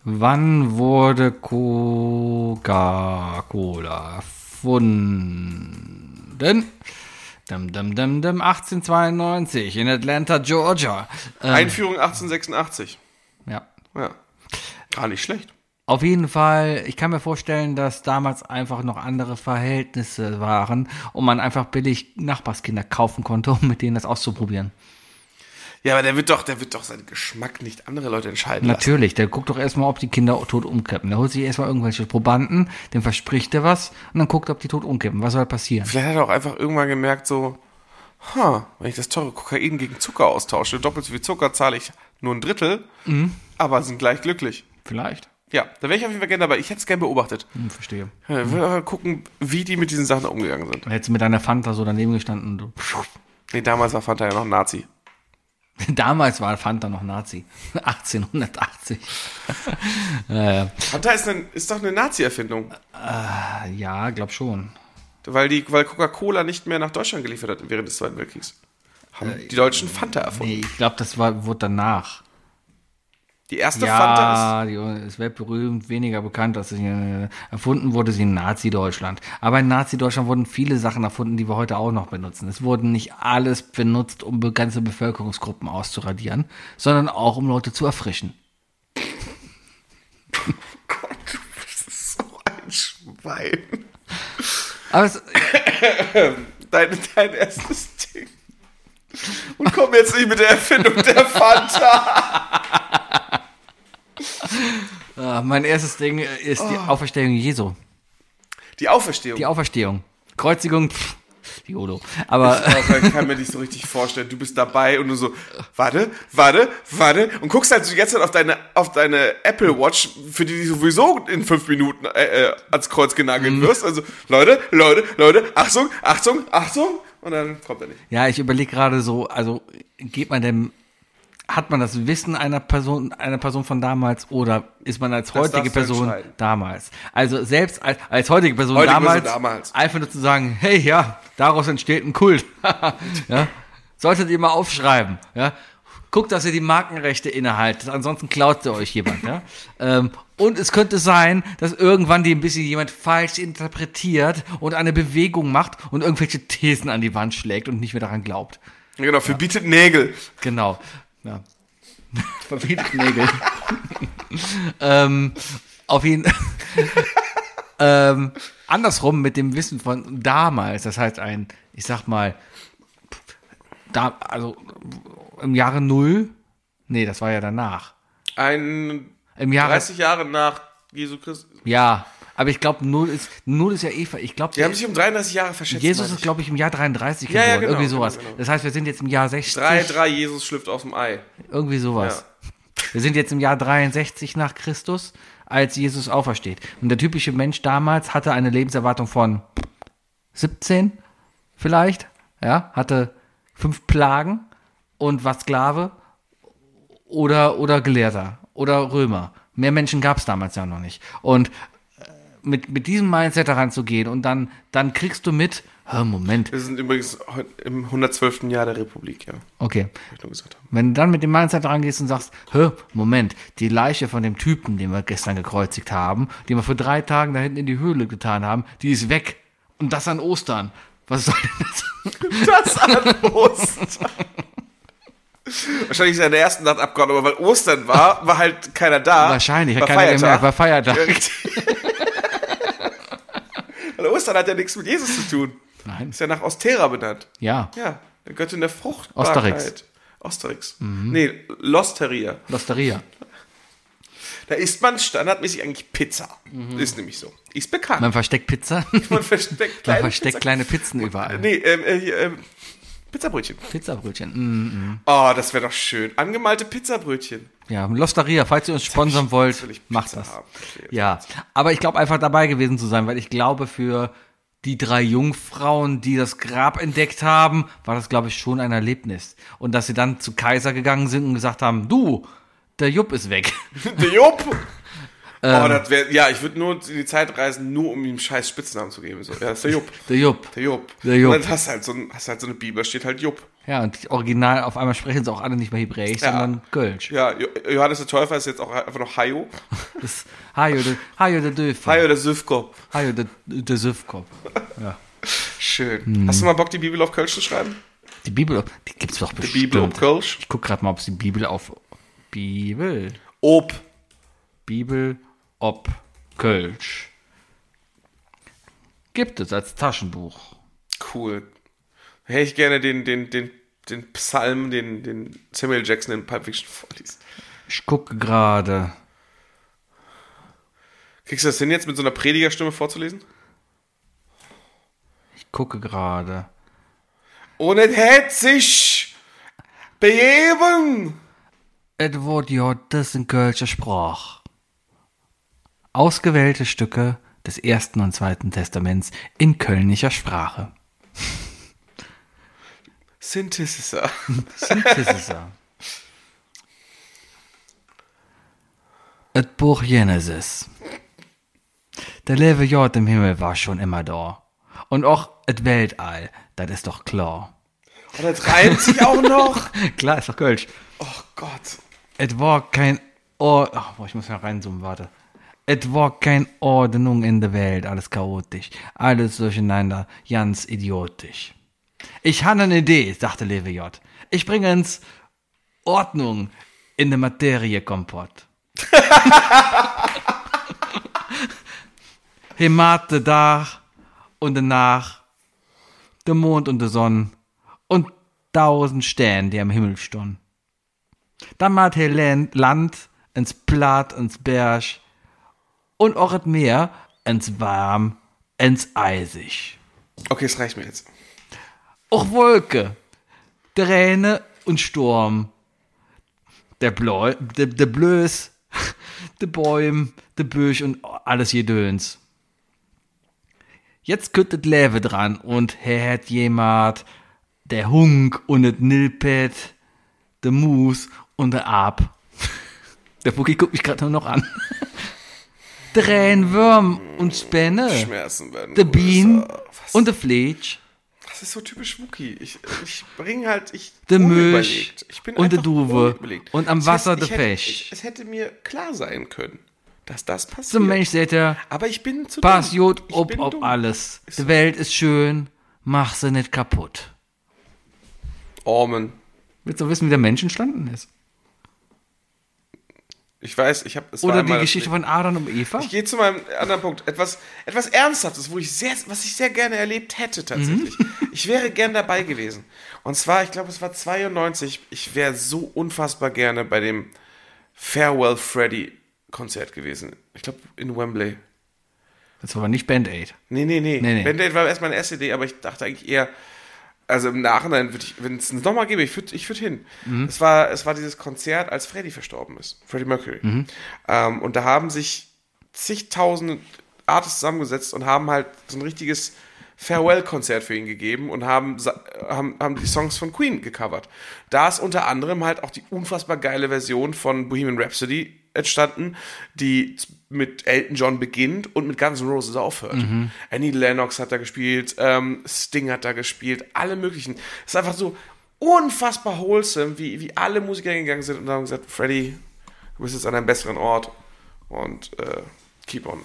Wann wurde Coca-Cola erfunden? Dum, dum, dum, dum, 1892 in Atlanta, Georgia. Äh,
Einführung 1886.
ja.
Ja. Gar nicht schlecht.
Auf jeden Fall, ich kann mir vorstellen, dass damals einfach noch andere Verhältnisse waren und man einfach billig Nachbarskinder kaufen konnte, um mit denen das auszuprobieren.
Ja, aber der wird doch, der wird doch seinen Geschmack nicht andere Leute entscheiden lassen.
Natürlich, der guckt doch erstmal, ob die Kinder tot umkippen. Der holt sich erstmal irgendwelche Probanden, dem verspricht er was und dann guckt, ob die tot umkippen. Was soll passieren?
Vielleicht hat er auch einfach irgendwann gemerkt, so, ha, wenn ich das teure Kokain gegen Zucker austausche, doppelt so viel Zucker zahle ich nur ein Drittel, aber sind gleich glücklich.
Vielleicht.
Ja, da wäre ich auf jeden Fall gerne dabei. Ich hätte es gerne beobachtet.
Hm, verstehe.
Ja, Ich will mal gucken, wie die mit diesen Sachen umgegangen sind.
Dann hättest du mit deiner Fanta so daneben gestanden. Du.
Nee, damals war Fanta ja noch ein Nazi.
Damals war Fanta noch Nazi. 1880.
Fanta ist, ein, ist doch eine Nazi-Erfindung,
Ja, glaub schon.
weil, die- weil Coca-Cola nicht mehr nach Deutschland geliefert hat während des Zweiten Weltkriegs. Haben
Äh,
die Deutschen Fanta erfunden.
Nee, ich glaube, das war, wurde danach.
Die erste Fanta ist...
Ja, die ist weltberühmt, weniger bekannt, dass sie äh, erfunden wurde sie in Nazi-Deutschland. Aber in Nazi-Deutschland wurden viele Sachen erfunden, die wir heute auch noch benutzen. Es wurden nicht alles benutzt, um be- ganze Bevölkerungsgruppen auszuradieren, sondern auch um Leute zu erfrischen.
Gott, du bist so ein Schwein.
Aber es,
Dein, dein erstes Ding. Und komm jetzt nicht mit der Erfindung der Fanta.
äh, mein erstes Ding äh, ist die
Oh.
Auferstehung Jesu.
Die Auferstehung.
Die Auferstehung. Kreuzigung, pff, YOLO. Aber
Also, ich kann mir nicht so richtig vorstellen. Du bist dabei und du so, warte, warte, warte. Und guckst halt so die ganze Zeit auf deine, auf deine Apple Watch, für die du sowieso in fünf Minuten äh, äh, ans Kreuz genagelt
Mhm.
wirst. Also, Leute, Leute, Leute, Achtung, Achtung, Achtung. Und dann kommt er nicht.
Ja, ich überlege gerade so, also geht man denn, hat man das Wissen einer Person, einer Person von damals oder ist man als heutige
darfst du
Person
entscheiden.
damals? Also selbst als, als heutige Person
Heutige Person
damals,
damals.
einfach nur zu sagen, hey, ja, daraus entsteht ein Kult. ja, solltet ihr mal aufschreiben, ja. Guckt, dass ihr die Markenrechte innehaltet, ansonsten klaut ihr euch jemand, ja. Ähm, und es könnte sein, dass irgendwann die ein bisschen jemand falsch interpretiert und eine Bewegung macht und irgendwelche Thesen an die Wand schlägt und nicht mehr daran glaubt.
Genau, verbietet Nägel.
Genau. Ja. Verbietet Nägel. ähm, auf jeden ähm, andersrum mit dem Wissen von damals, das heißt ein, ich sag mal, da, also im Jahre Null, nee, das war ja danach.
Ein
Im Jahre,
30 Jahre nach Jesu Christus.
Ja, aber ich glaube, Null ist, Null ist ja Eva. Ich glaube,
Die haben sich um 33 Jahre verschätzt.
Jesus
meine
ist,
ich.
glaube ich, im Jahr 33
Ja,
geboren.
ja, genau,
irgendwie sowas.
genau, genau.
Das heißt, wir sind jetzt im Jahr 60.
3, 3, Jesus schlüpft auf dem Ei.
Irgendwie sowas. Wir sind jetzt im Jahr 63 nach Christus, als Jesus aufersteht. Und der typische Mensch damals hatte eine Lebenserwartung von 17 vielleicht, ja, hatte fünf Plagen und war Sklave oder, oder Gelehrter oder Römer. Mehr Menschen gab es damals ja noch nicht. Und äh, mit, mit diesem Mindset daran zu gehen und dann, dann kriegst du mit, hör, Moment,
Wir sind übrigens heu- im 112. Jahr der Republik, ja. Hab
okay,
ich nur gesagt haben.
Wenn du dann mit dem Mindset rangehst und sagst, hä, Moment, die Leiche von dem Typen, den wir gestern gekreuzigt haben, den wir vor drei Tagen da hinten in die Höhle getan haben, die ist weg. Und das an Ostern. Was soll denn das?
Das an Ostern. Wahrscheinlich ist er in der ersten Nacht abgehauen, aber weil Ostern war, war halt keiner da.
Wahrscheinlich,
war
hat keiner gemerkt, war Feiertag.
weil Ostern hat ja nichts mit Jesus zu tun.
Nein.
Ist ja nach Ostera benannt.
Ja,
Ja, der Göttin der Fruchtbarkeit.
Osterix.
Osterix.
Mhm.
Nee, Losteria.
Losteria.
Da isst man standardmäßig eigentlich Pizza. Ist nämlich so. Ist bekannt.
Mhm. Man versteckt Pizza.
Man versteckt
Man
kleine
versteckt
Pizza.
kleine Pizzen überall.
Nee, ähm, äh, hier, ähm, Pizzabrötchen.
Pizzabrötchen. Mm.
Oh, das wäre doch schön. Angemalte Pizzabrötchen.
Ja, Losteria, falls ihr uns sponsern wollt,
will ich Pizza
macht das.
haben. Okay.
Ja, aber ich glaube einfach dabei gewesen zu sein, weil ich glaube für die drei Jungfrauen, die das Grab entdeckt haben, war das glaube ich schon ein Erlebnis und dass sie dann zu Kaiser gegangen sind und gesagt haben, du, der Jupp ist weg.
Der Jupp!
Ähm.
oh, das wär, ja, ich würde nur in die Zeit reisen, nur um ihm scheiß Spitznamen zu geben. So. Ja, das ist der Jupp.
Der Jupp.
Der Jupp.
Der Jupp.
Und dann hast du halt so, ein, hast halt so eine Bibel, steht halt Jupp.
Ja, und die original auf einmal sprechen sie auch alle nicht mehr Hebräisch,
Ja.
sondern Kölsch.
Ja, Jo- Johannes der Täufer ist jetzt auch einfach noch Hayo.
Das Hajo de Hajo de Döfer.
Hayo der Süfkop.
Hajo de de Süfkop.
Schön. Hast du mal Bock, die Bibel auf Kölsch zu schreiben?
Die Bibel, die gibt's doch bestimmt.
Bibel um auf Kölsch?
Ich guck gerade mal, ob's die Bibel auf Bibel
Ob.
Bibel ob Kölsch. Gibt es als Taschenbuch.
Cool. Hätte ich gerne den, den, den, den Psalm, den, den Samuel Jackson in Pulp Fiction vorliest.
Ich gucke gerade.
Kriegst du das hin, jetzt mit so einer Predigerstimme vorzulesen?
Ich gucke gerade.
Und es hätte sich begeben.
Edward J. das in Kölscher Sprach. Ausgewählte Stücke des Ersten und Zweiten Testaments in kölnischer Sprache.
Synthesizer.
Synthesizer. Et Buch Genesis. Der lewe Jord im Himmel war schon immer da. Und auch et Weltall, das ist doch klar.
Und das reimt sich auch noch.
Klar, ist doch Kölsch.
Oh Gott.
Et war kein Or Ach, boah, ich muss mal reinzoomen, warte. Et war kein Ordnung in der Welt, alles chaotisch, alles durcheinander, ganz idiotisch. Ich habe eine Idee, sagte Lewe J. Ich bringe ins Ordnung in der Materie Kompott. Hemate da und danach, der Mond und der Sonne und tausend Sterne, die am Himmel stonden. Dann mat he Land, Land ins Platt, ins Berg und auch et Meer ins Warm, ins Eisig.
Okay, es reicht mir jetzt.
Auch Wolke, Träne und Sturm. Der, Bläu, der, der Blöß, der Bäum, der Büsch und alles jedöns. Jetzt küttet Läwe dran und he hat jemand, der Hunk und et Nilpet, der Mus und der Ab. Der Fuki guckt mich gerade nur noch an. Tränen, Würm und Spänne,
Schmerzen werden.
der
größer.
Bienen
Was?
Äh. und der Fletsch.
Das ist so typisch Wookie. Ich, ich bringe halt. Ich,
Der
unüberlegt.
Milch
Ich bin
und der
einfach
Duwe
unüberlegt.
und am
Es
Wasser
hätte-
der
ich hätte-
Fisch.
ich- Es hätte mir klar sein können, dass das passiert.
Zum Mensch seht ihr,
Aber ich bin zu
Pass
dumm.
Jod
Ich
ob,
bin
ob
dumm.
alles. Die Welt ist schön, mach sie nicht kaputt.
Ormen.
Willst du wissen, wie der Mensch entstanden ist?
Ich weiß, ich habe es war
Oder die
einmal-
Geschichte von Adam und Eva?
Ich gehe zu meinem anderen Punkt. Etwas, etwas Ernsthaftes, wo ich sehr, was ich sehr gerne erlebt hätte tatsächlich. Ich wäre gern dabei gewesen. Und zwar, ich glaube, es war 92. Ich wäre so unfassbar gerne bei dem Farewell Freddy Konzert gewesen. Ich glaube, in Wembley.
Das war aber nicht Band-Aid.
Nee, nee, nee.
Nee, nee.
Band Aid war erst meine erste Idee, aber ich dachte eigentlich eher, also im Nachhinein würde ich, wenn es nochmal gäbe, ich würde ich würd hin. Es, war, es war dieses Konzert, als Freddie verstorben ist. Freddie Mercury. Ähm, und da haben sich zigtausend Artists zusammengesetzt und haben halt so ein richtiges Farewell-Konzert für ihn gegeben und haben, sa- haben, haben die Songs von Queen gecovert. Da ist unter anderem halt auch die unfassbar geile Version von Bohemian Rhapsody entstanden, die z- mit Elton John beginnt und mit Guns N' Roses aufhört. Annie Lennox hat da gespielt, ähm, Sting hat da gespielt, alle möglichen. Es ist einfach so unfassbar wholesome, wie, wie alle Musiker hingegangen sind und haben gesagt, Freddy, du bist jetzt an einem besseren Ort und äh, keep on.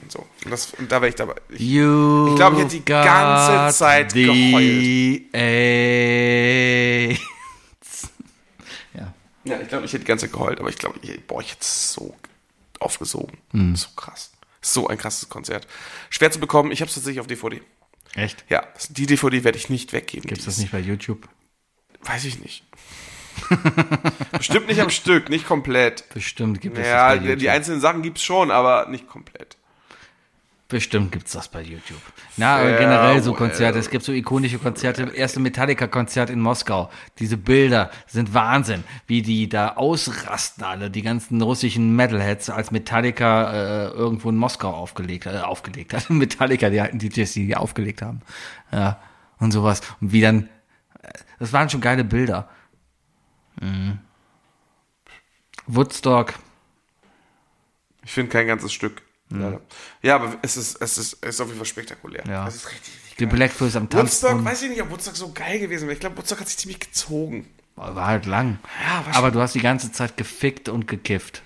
Und so. Und, das, und da wäre ich dabei. Ich,
You
Ich glaub, ich hätte die ganze
got
Zeit
the
geheult.
AIDS. ja.
Ja, ich glaube, ich hätte die ganze Zeit geheult, aber ich glaube, ich, boah, ich hätte es so aufgesogen.
Mhm.
So krass. So ein krasses Konzert. Schwer zu bekommen, ich habe es tatsächlich auf DVD.
Echt?
Ja, die DVD werde ich nicht weggeben.
Gibt's
Die
das nicht bei YouTube?
ist- Weiß ich nicht. Bestimmt nicht am Stück, nicht komplett.
Bestimmt gibt es
Ja,
das bei
die,
YouTube.
die einzelnen Sachen gibt's schon, aber nicht komplett.
Bestimmt gibt's das bei YouTube. Na, aber generell so
Farewell.
Konzerte. Es gibt so ikonische Konzerte. Erste Metallica-Konzert in Moskau. Diese Bilder sind Wahnsinn, wie die da ausrasten alle, die ganzen russischen Metalheads, als Metallica äh, irgendwo in Moskau aufgelegt, äh, aufgelegt hat. Metallica, die alten DJs, die die aufgelegt haben. Ja, und sowas. Und wie dann, äh, das waren schon geile Bilder. Mhm. Woodstock.
Ich finde kein ganzes Stück.
Mhm.
Leider. Ja, aber es ist, es ist, es ist auf jeden Fall spektakulär.
Ja.
Es ist richtig, richtig
Die Blackfoot am
Woodstock,
Tanzbrunnen.
weiß ich nicht, ob Woodstock so geil gewesen wäre. Ich glaube, Woodstock hat sich ziemlich gezogen.
War halt lang.
Ja, war
aber du hast die ganze Zeit gefickt und gekifft.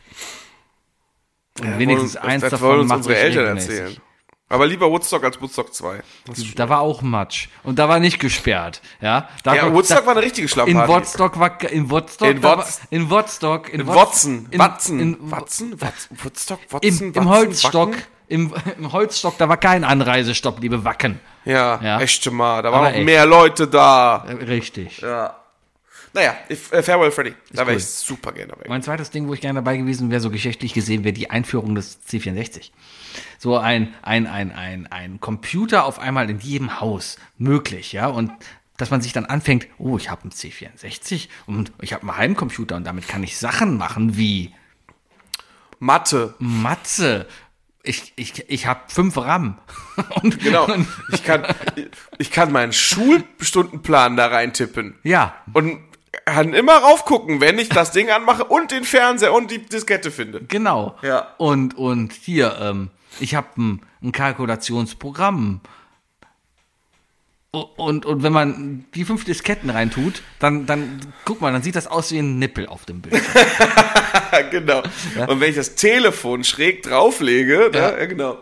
Und
Ja,
wenigstens
wollen uns-
eins
das
davon
wollen uns
macht
unsere
mich
Eltern
regelmäßig.
erzählen. Aber lieber Woodstock als Woodstock 2. Das ist
Da war auch Matsch. Und da war nicht gesperrt. Ja, da
ja,
war,
Woodstock
da,
war eine richtige
in
Schlammparty.
Woodstock war in Woodstock
In
da war-
Wotz-
in Woodstock in, Wotz-
Watson,
in,
Watson,
in,
Watson, Watson, Woodstock,
im,
Watson,
im
Watson,
Holzstock
Wacken?
im, im Holzstock da war kein Anreisestopp, liebe Wacken.
Ja,
Ja.
echt mal, da
Aber
waren noch
echt.
mehr Leute da.
Äh, Richtig.
Naja, if, äh, Farewell Freddy, da wäre ich super gerne weg.
Mein zweites Ding, wo ich gerne dabei gewesen wäre, so geschichtlich gesehen, wäre die Einführung des C64. So ein, ein, ein, ein, ein Computer auf einmal in jedem Haus möglich, ja, und dass man sich dann anfängt, oh, ich habe einen C64 und ich habe einen Heimcomputer und damit kann ich Sachen machen wie
Mathe,
Matze. Ich, ich, ich habe fünf RAM. und,
genau.
Und,
Ich kann, ich kann meinen Schulstundenplan da reintippen.
ja,
Und kann immer raufgucken, wenn ich das Ding anmache und den Fernseher und die Diskette finde.
Genau.
Ja.
Und, und hier, ähm, ich habe ein, ein Kalkulationsprogramm. U- Und, und wenn man die fünf Disketten reintut, dann, dann guck mal, dann sieht das aus wie ein Nippel auf dem Bild.
genau. Und wenn ich das Telefon schräg drauflege, ne, ja.
Ja.
genau.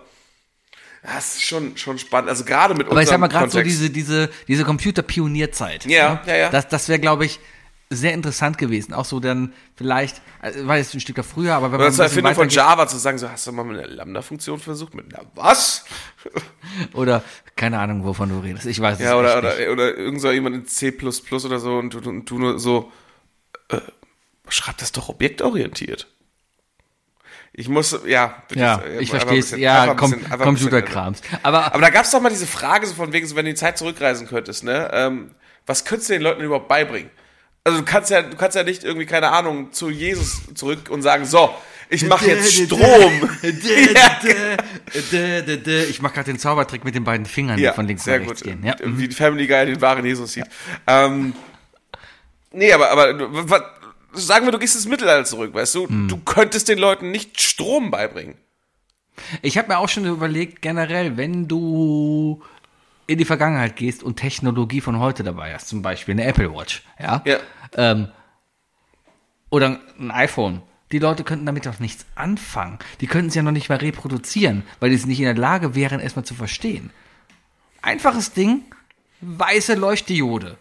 Das ist schon, schon spannend. Also gerade mit
Aber ich sag
unserem
mal gerade so
Kontext.
diese, diese, diese Computerpionierzeit. ne?
Ja, ja, ja.
Das, das wäre, glaube ich, sehr interessant gewesen. Auch so dann vielleicht, äh, war jetzt ein Stück früher, aber wenn
Oder
man ein
zur
bisschen
Erfindung von
weitergeht-
Java zu sagen, so hast du mal mit einer Lambda-Funktion versucht, mit einer was?
oder keine Ahnung, wovon du redest. Ich weiß es
Ja, oder,
echt
oder,
nicht.
oder irgend so jemand in C oder so und du, und du nur so, äh, schreib das doch objektorientiert. Ich muss, ja. bitte,
Ja,
äh,
ich
einfach ein
verstehe es.
bisschen-
Ja,
einfach ein
Com
bisschen- einfach ein bisschen-
Computerkrams. Aber,
Aber da gab es doch mal diese Frage, so von wegen, so, wenn du in die Zeit zurückreisen könntest, ne? Ähm, was könntest du den Leuten überhaupt beibringen? Also du kannst ja, du kannst ja nicht irgendwie, keine Ahnung, zu Jesus zurück und sagen, so, ich mache jetzt Strom. Ja, genau.
Dä, dä, dä, dä. Ich mache gerade den Zaubertrick mit den beiden Fingern, die
ja,
von links
sehr
nach rechts
gut.
gehen. Ja. Mhm.
Wie die Family Guy den wahren Jesus sieht. Ähm, nee, aber, aber w- w- sagen wir, du gehst ins Mittelalter zurück, weißt du?
Mhm.
Du könntest den Leuten nicht Strom beibringen.
Ich habe mir auch schon überlegt, generell, wenn du in die Vergangenheit gehst und Technologie von heute dabei hast, zum Beispiel eine Apple Watch, ja,
Ja.
Ähm, oder ein iPhone. Die Leute könnten damit doch nichts anfangen. Die könnten es ja noch nicht mal reproduzieren, weil die es nicht in der Lage wären, erstmal zu verstehen. Einfaches Ding, weiße Leuchtdiode.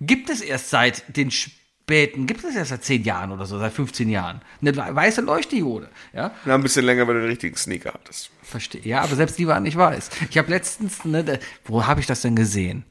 Gibt es erst seit den späten, gibt es erst seit 10 Jahren oder so, seit 15 Jahren. Eine weiße Leuchtdiode, ja.
Na, ein bisschen länger, wenn du den richtigen Sneaker hattest.
Verstehe. Ja, aber selbst die waren nicht weiß. Ich habe letztens, ne, da- wo habe ich das denn gesehen?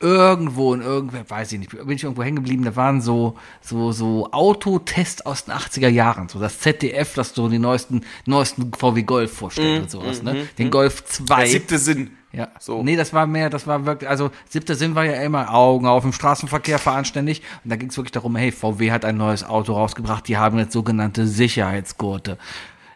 irgendwo in irgendwer, weiß ich nicht, bin ich irgendwo hängen geblieben, da waren so, so, so Autotests aus den 80er Jahren, so das ZDF, das so die neuesten, neuesten VW Golf vorstellt und sowas, ne? Den Golf 2.
Der siebte Sinn.
Ja.
So.
Nee, das war mehr, das war wirklich, also siebter Sinn war ja immer Augen auf im Straßenverkehr veranständig. Und da ging es wirklich darum, hey, VW hat ein neues Auto rausgebracht, die haben jetzt sogenannte Sicherheitsgurte.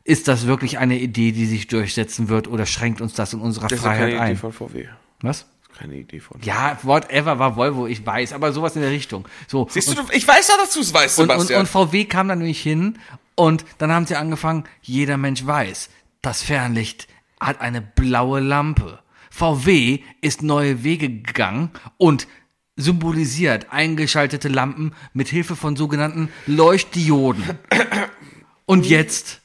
Ist das wirklich eine Idee, die sich durchsetzen wird oder schränkt uns das in unserer
Das ist ja
Freiheit
keine Idee
ein?
von VW.
Was?
Keine Idee von
Ja, whatever war Volvo, ich weiß, aber sowas in der Richtung. So.
Siehst du, du, ich weiß doch, dass du es weißt,
Und, und,
Sebastian.
und VW kam dann nämlich hin und dann haben sie angefangen, jeder Mensch weiß, das Fernlicht hat eine blaue Lampe. VW ist neue Wege gegangen und symbolisiert eingeschaltete Lampen mit Hilfe von sogenannten Leuchtdioden. Und jetzt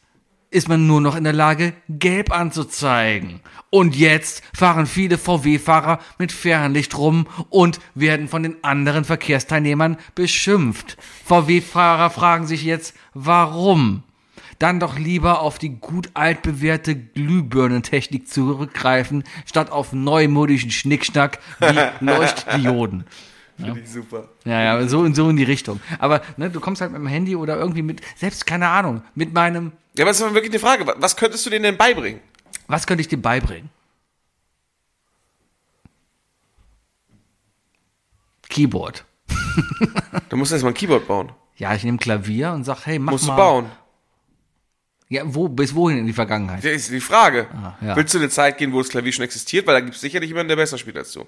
ist man nur noch in der Lage, gelb anzuzeigen. Und jetzt fahren viele VW-Fahrer mit Fernlicht rum und werden von den anderen Verkehrsteilnehmern beschimpft. VW-Fahrer fragen sich jetzt, warum? Dann doch lieber auf die gut altbewährte Glühbirnentechnik zurückgreifen, statt auf neumodischen Schnickschnack wie Leuchtdioden.
Finde ich super.
Ja, ja, aber so und so in die Richtung. Aber ne, du kommst halt mit dem Handy oder irgendwie mit, selbst keine Ahnung, mit meinem,
Ja, aber das ist mal wirklich eine Frage. Wa- Was könntest du denen denn beibringen?
was könnte ich dir beibringen? Keyboard.
Du musst erstmal ein Keyboard bauen.
Ja, ich nehme Klavier und sag, hey, mach
Musst
mal.
du bauen.
Ja, wo, bis wohin in die Vergangenheit?
Das ist die Frage.
Ah, ja.
Willst du eine Zeit gehen, wo das Klavier schon existiert? Weil da gibt es sicherlich jemanden, der besser spielt als du.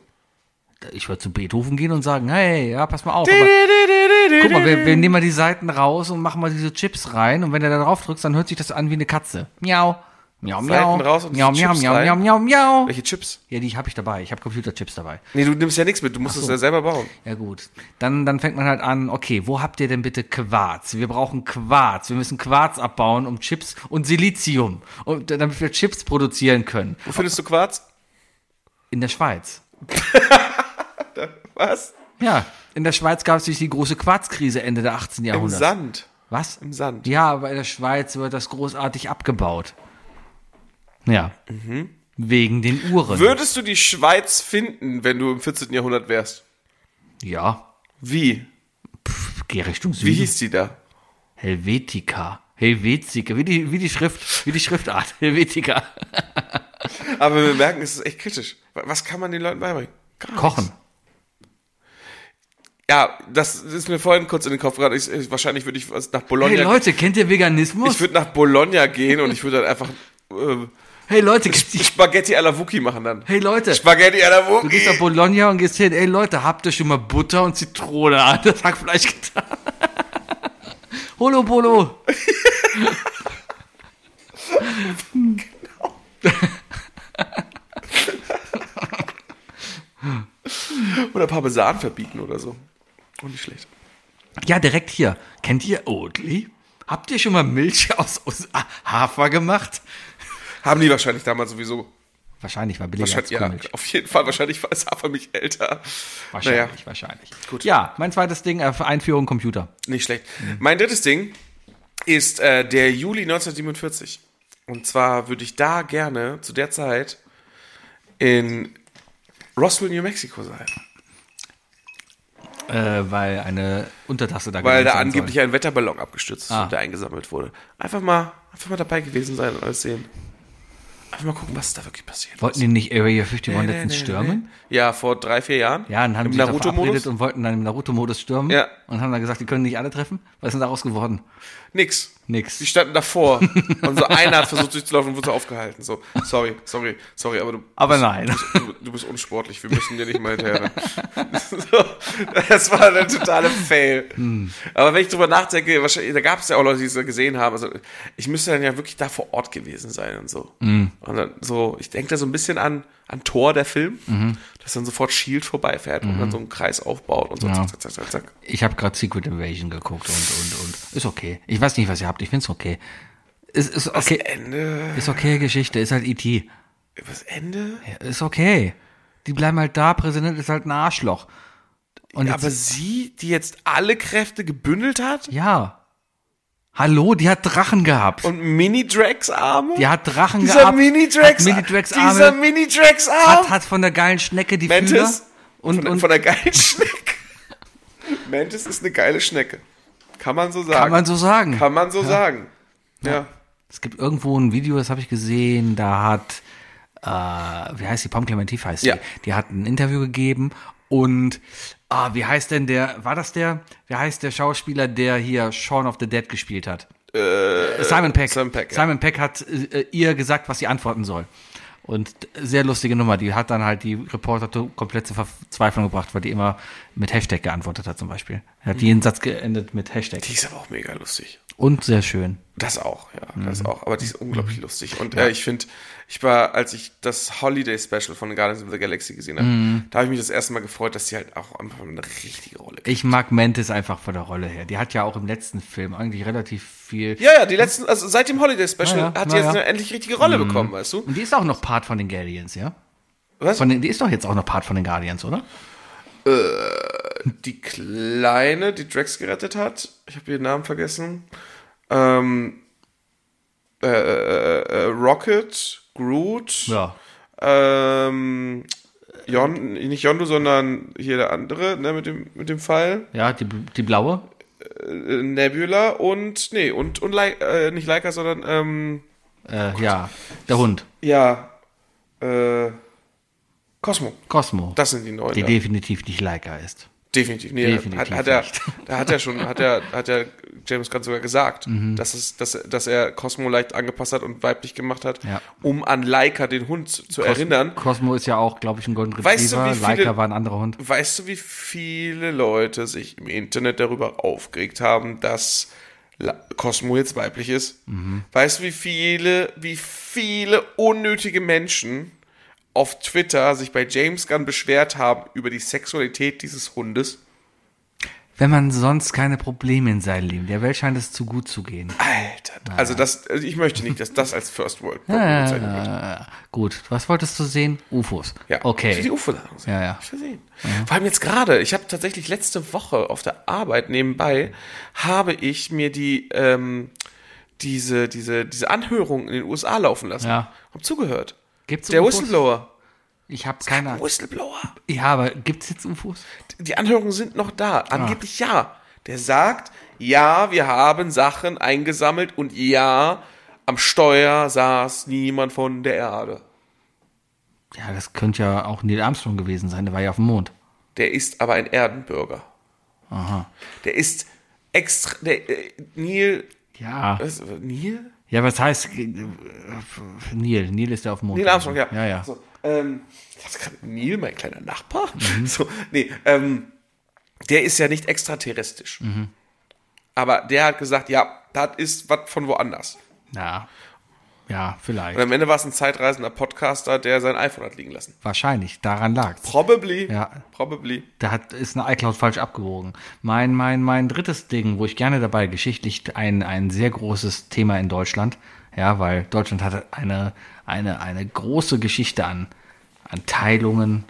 Ich würde zu Beethoven gehen und sagen, hey, ja, pass mal auf. Aber guck mal, wir, wir nehmen mal die Seiten raus und machen mal diese Chips rein und wenn du da drauf drückst, dann hört sich das an wie eine Katze. Miau. Miau, miau.
Seiten raus und
miau,
diese
miau,
Chips
miau,
rein?
miau, miau, miau.
Welche Chips?
Ja, die habe ich dabei. Ich habe Computerchips dabei.
Nee, du nimmst ja nichts mit. Du musst es ja selber bauen.
Ja gut. Dann, dann fängt man halt an, okay, wo habt ihr denn bitte Quarz? Wir brauchen Quarz. Wir müssen Quarz abbauen, um Chips und Silizium, um, damit wir Chips produzieren können.
Wo findest du Quarz?
In der Schweiz.
Was?
Ja, in der Schweiz gab es natürlich die große Quarzkrise Ende der 18.
Im
Jahrhundert.
Sand.
Was?
Im Sand.
Ja, aber in der Schweiz wird das großartig abgebaut. Ja.
Mhm.
Wegen den Uhren.
Würdest du die Schweiz finden, wenn du im 14. Jahrhundert wärst?
ja.
Wie?
Geh Richtung Süden.
Wie hieß die da?
Helvetica. Helvetica. Wie die, wie die Schrift, wie die Schriftart. Helvetica.
Aber wir merken, es ist echt kritisch. Wa- Was kann man den Leuten beibringen? Gar nichts.
Kochen.
Ja, das ist mir vorhin kurz in den Kopf geraten. Ich, ich, wahrscheinlich würde ich was nach Bologna.
Hey Leute, kennt ihr Veganismus?
ich würde nach Bologna gehen und ich würde dann einfach äh,
hey Leute, kennt ihr,
Spaghetti alla Wookie machen dann.
hey Leute,
Spaghetti alla
du gehst nach
Wookie.
Bologna und gehst hin, ey Leute, habt ihr schon mal Butter und Zitrone an das Hackfleisch getan? Holo Bolo.
Oder Parmesan verbieten oder so. Und nicht schlecht.
Ja, direkt hier. Kennt ihr Oatly? Habt ihr schon mal Milch aus, aus Ha- Hafer gemacht?
Haben die wahrscheinlich damals sowieso.
Wahrscheinlich war billiger als
Wahrscheinlich, ja,
Kuhmilch.
auf jeden Fall. Wahrscheinlich war es Hafermilch älter.
Wahrscheinlich,
Naja,
wahrscheinlich. Gut. Ja, mein zweites Ding, äh, Einführung Computer.
nicht schlecht. Mein drittes Ding ist äh, der Juli 1947. Und zwar würde ich da gerne zu der Zeit in Roswell, New Mexico sein.
Äh, weil eine Untertasse da
Weil
gewesen
da
sein
angeblich ein Wetterballon abgestürzt ist
Ah.
und der eingesammelt wurde. Einfach mal, einfach mal dabei gewesen sein und alles sehen. Einfach mal gucken, was da wirklich passiert.
soll. Wollten die nicht Area 51
Nee,
letztens
nee, nee,
stürmen?
nee. Ja, vor drei, vier Jahren.
Ja, dann haben
Im
die sich doch verabredet
Naruto-Modus.
und wollten dann im Naruto-Modus stürmen
Ja.
und haben dann gesagt, die können nicht alle treffen. Was ist denn daraus geworden?
Nix.
Nix.
Die standen davor. und so einer hat versucht durchzulaufen und wurde so aufgehalten. So, sorry, sorry, sorry, aber du.
Aber
bist,
nein.
Du, bist- du bist unsportlich, wir müssen dir nicht mal hinterher. so, das war eine totale Fail.
Hm.
Aber wenn ich drüber nachdenke, wahrscheinlich, da gab es ja auch Leute, die es gesehen haben. Also ich müsste dann ja wirklich da vor Ort gewesen sein und so.
Hm.
Und dann so, ich denke da so ein bisschen an, an Thor, der Film,
Mhm.
dass dann sofort Shield vorbeifährt und dann so einen Kreis aufbaut und so. Zack, zack, zack, zack, zack.
Ich habe gerade Secret Invasion geguckt und, und, und. Ist okay. Ich weiß nicht, was ihr habt. Ich find's okay. Ist, ist okay.
Ende.
Ist okay Geschichte. Ist halt E.T.
Was Ende?
Ist okay. Die bleiben halt da. Präsident ist halt ein Arschloch. Und
Ja,
jetzt,
aber sie, die jetzt alle Kräfte gebündelt hat
ja. Hallo, die hat Drachen gehabt.
und Mini-Drax Arme?
die hat Drachen
dieser
gehabt.
Mini-Drax
hat Mini-Drax
Dieser
Arme.
Mini-Drax
Hat,
Arm.
hat von der geilen Schnecke die
Mantis?
Fühler. Und,
Von,
und
von einer geilen Schnecke. Mantis ist eine geile Schnecke. Kann man so sagen.
kann man so sagen.
Kann man so sagen. Ja.
Es gibt irgendwo ein Video, das habe ich gesehen, da hat, äh, wie heißt die, Pom Clementif heißt
Ja.
die, die hat ein Interview gegeben und, ah, wie heißt denn der, war das der, wie heißt der Schauspieler, der hier Shaun of the Dead gespielt hat? Simon Peck.
Äh, Simon Peck, ja.
Simon Peck hat äh, ihr gesagt, was sie antworten soll. Und sehr lustige Nummer, die hat dann halt die Reporter to- komplett zur Verzweiflung gebracht, weil die immer mit Hashtag geantwortet hat zum Beispiel. Er hat jeden Satz geendet mit Hashtag.
Die ist aber auch mega lustig.
Und sehr schön.
Das auch, ja,
Mhm.
das auch. Aber die ist unglaublich lustig. Und äh, ich finde, ich war, als ich das Holiday Special von Guardians of the Galaxy gesehen habe,
Mhm.
da habe ich mich das erste Mal gefreut, dass sie halt auch einfach eine richtige Rolle kriegt.
Ich mag Mantis einfach von der Rolle her. Die hat ja auch im letzten Film eigentlich relativ viel.
Ja, ja, die letzten, also seit dem Holiday Special
Na ja,
hat
na
sie jetzt
ja.
eine endlich richtige Rolle
Mhm.
bekommen, weißt du?
Und die ist auch noch Part von den Guardians, ja?
Was?
Von den, die ist doch jetzt auch noch Part von den Guardians, oder?
die Kleine, die Drax gerettet hat, ich habe ihren Namen vergessen, ähm, äh, äh, äh, Rocket, Groot,
Ja.
ähm, Jon, nicht Yondu, sondern hier der andere, ne, mit dem, mit dem Pfeil.
Ja, die, die blaue.
Äh, Nebula und, nee, und, und Lai- äh, nicht Leica, sondern, ähm,
Äh, ja, der Hund.
ja, äh, Cosmo.
Cosmo.
Das sind die neuen.
die
ja.
definitiv nicht Leica ist.
Definitiv, nee,
Definitiv
hat, hat er,
nicht.
da hat er schon, hat er, hat er James Gunn sogar gesagt,
Mhm.
dass es, dass, er- dass er Cosmo leicht angepasst hat und weiblich gemacht hat,
Ja.
um an Laika den Hund zu
Cos-
erinnern.
Cosmo ist ja auch, glaube ich, ein Golden Retriever.
Weißt du, wie viele-
Leica war ein anderer Hund.
Weißt du, wie viele Leute sich im Internet darüber aufgeregt haben, dass La Cosmo jetzt weiblich ist?
Mhm.
Weißt du, wie viele, wie viele unnötige Menschen auf Twitter sich bei James Gunn beschwert haben über die Sexualität dieses Hundes?
Wenn man sonst keine Probleme in seinem Leben, der Welt scheint es zu gut zu gehen.
Alter, also das, also ich möchte nicht, dass das als First World Problem bezeichnet wird.
Äh, gut, was wolltest du sehen? UFOs.
Ja, Ich will die
Okay.
UFO-Ladung sehen.
Ja, Mhm. ja.
Ich will sehen. Vor allem jetzt gerade, ich habe tatsächlich letzte Woche auf der Arbeit nebenbei, habe ich mir die, ähm, diese, diese, diese Anhörung in den USA laufen lassen.
Ja.
Hab zugehört.
Gibt's
der
UFOs?
Whistleblower.
Ich habe keine Ahnung.
Whistleblower.
Ja, aber gibt's jetzt UFOs?
Die Anhörungen sind noch da.
Ah.
Angeblich ja. Der sagt, ja, wir haben Sachen eingesammelt und ja, am Steuer saß niemand von der Erde.
Ja, das könnte ja auch Neil Armstrong gewesen sein, der war ja auf dem Mond.
Der ist aber ein Erdenbürger. Aha. Der ist extra. Der, äh, Neil.
Ja.
Was, Neil?
Ah. Ja, was heißt äh, Neil? Neil ist ja auf dem Mond.
Neil Armstrong, ja.
Ja, ja.
So, ähm, ich dachte gerade, Neil, mein kleiner Nachbar?
Mhm.
So, nee, ähm, der ist ja nicht extraterrestrisch.
Mhm.
Aber der hat gesagt, ja, das ist was von woanders.
Ja. Ja,
Und
vielleicht.
am Ende war es ein zeitreisender Podcaster, der sein iPhone hat liegen lassen.
Wahrscheinlich, daran lag's.
Probably.
Ja.
Probably.
Da hat, ist eine iCloud falsch abgewogen. Mein, mein, mein drittes Ding, wo ich gerne dabei geschichtlich ein, ein sehr großes Thema in Deutschland, ja, weil Deutschland hatte eine, eine, eine große Geschichte an, an Teilungen,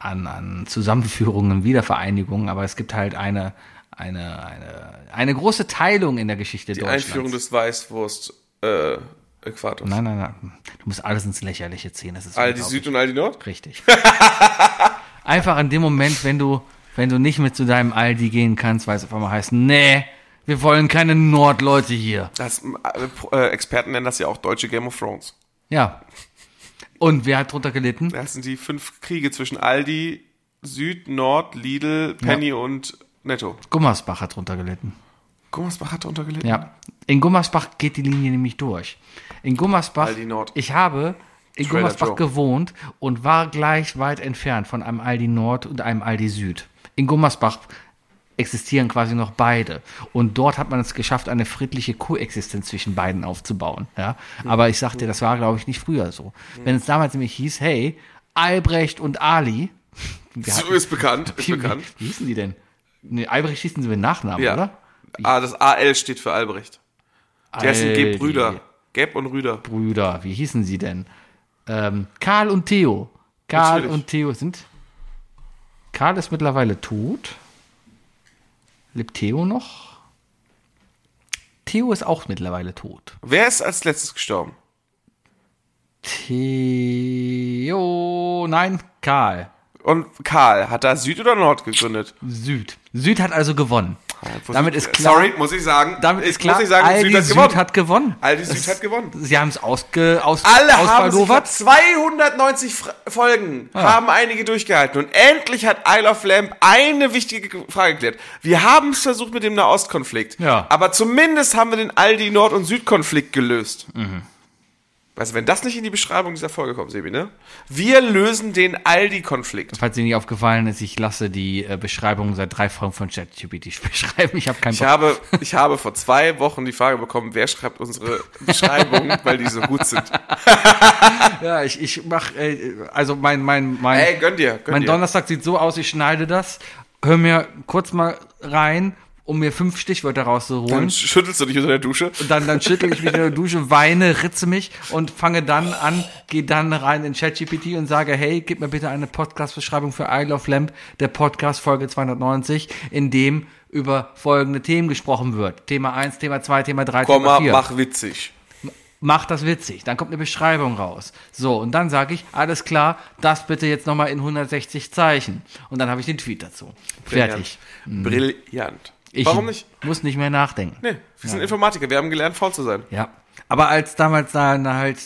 an, an Zusammenführungen, Wiedervereinigungen, aber es gibt halt eine, eine, eine, eine große Teilung in der Geschichte
Die
Deutschlands.
Einführung des äh, Weißwurst-Äquators.
nein, nein, nein. Du musst alles ins Lächerliche ziehen. Das ist
all die
unglaublich.
Süd und all die Nord?
Richtig. Einfach in dem Moment, wenn du, wenn du nicht mit zu deinem Aldi gehen kannst, weil es auf einmal heißt, nee, wir wollen keine Nordleute hier.
Das, äh, Experten nennen das ja auch deutsche Game of Thrones.
Ja. Und wer hat drunter gelitten?
Das sind die fünf Kriege zwischen Aldi, Süd, Nord, Lidl, Penny und Netto.
Gummersbach hat drunter gelitten.
Gummersbach hat darunter gelitten.
Ja. In Gummersbach geht die Linie nämlich durch. In Gummersbach,
Aldi Nord.
ich habe in
Trailer
Gummersbach
Joe.
gewohnt und war gleich weit entfernt von einem Aldi Nord und einem Aldi Süd. In Gummersbach existieren quasi noch beide. Und dort hat man es geschafft, eine friedliche Koexistenz zwischen beiden aufzubauen. Ja? Aber ich sag dir, das war, glaube ich, nicht früher so.
Hm.
Wenn es damals nämlich hieß, hey, Albrecht und Ali, wir
So
hatten-
ist bekannt, ist
wie,
bekannt.
wie hießen die denn? Nee, Albrecht hießen sie mit Nachnamen,
Ja.
oder?
Ah, das AL steht für Albrecht. Der sind
Aldi.
Geb Brüder. Geb und Rüder.
Brüder, wie hießen sie denn? Ähm, Karl und Theo. Karl
Natürlich.
und Theo sind. Karl ist mittlerweile tot. Lebt Theo noch? Theo ist auch mittlerweile tot.
Wer ist als letztes gestorben?
Theo. Nein, Karl.
Und Karl, hat da Süd oder Nord gegründet?
Süd. Süd hat also gewonnen. Damit ist klar.
Sorry, muss ich sagen.
Damit
ich
ist klar,
Muss ich sagen,
Aldi
Süd hat gewonnen.
hat gewonnen.
Aldi Süd hat gewonnen.
Sie haben es ausge, aus,
Alle haben sich vor
ausbaldowert.
290 Fra- Folgen
Ah.
haben einige durchgehalten und endlich hat Isle of Lamp eine wichtige Ge- Frage geklärt. Wir haben es versucht mit dem Nahostkonflikt,
Ja.
aber zumindest haben wir den Aldi Nord- und Südkonflikt gelöst.
Mhm.
Also wenn das nicht in die Beschreibung dieser Folge kommt, Sebi, ne? Wir lösen den Aldi-Konflikt.
Falls dir nicht aufgefallen ist, ich lasse die äh, Beschreibung seit drei Folgen von ChatGPT beschreiben. Ich habe keinen
Ich habe, ich habe vor zwei Wochen die Frage bekommen, wer schreibt unsere Beschreibungen, weil die so gut sind.
Ja, ich, ich mach, äh, also mein, mein, mein,
Ey, gönn dir, gönn
mein
dir.
Donnerstag sieht so aus, ich schneide das, hör mir kurz mal rein, um mir fünf Stichwörter rauszuholen.
Dann schüttelst du dich unter der Dusche.
Dann, dann schüttel ich mich in der Dusche, weine, ritze mich und fange dann an, gehe dann rein in ChatGPT und sage, hey, gib mir bitte eine Podcast-Beschreibung für I Love Lamp, der Podcast Folge 290, in dem über folgende Themen gesprochen wird. Thema 1, Thema 2, Thema 3,
Komma,
Thema 4
mach witzig.
mach das witzig. Dann kommt eine Beschreibung raus. So, und dann sage ich, alles klar, das bitte jetzt nochmal in 160 Zeichen. Und dann habe ich den Tweet dazu. Fertig. Mhm.
Brillant. Brillant.
Ich
Warum nicht?
muss nicht mehr nachdenken.
Nee, wir sind Informatiker, wir haben gelernt, faul zu sein.
Ja. Aber als damals da na, halt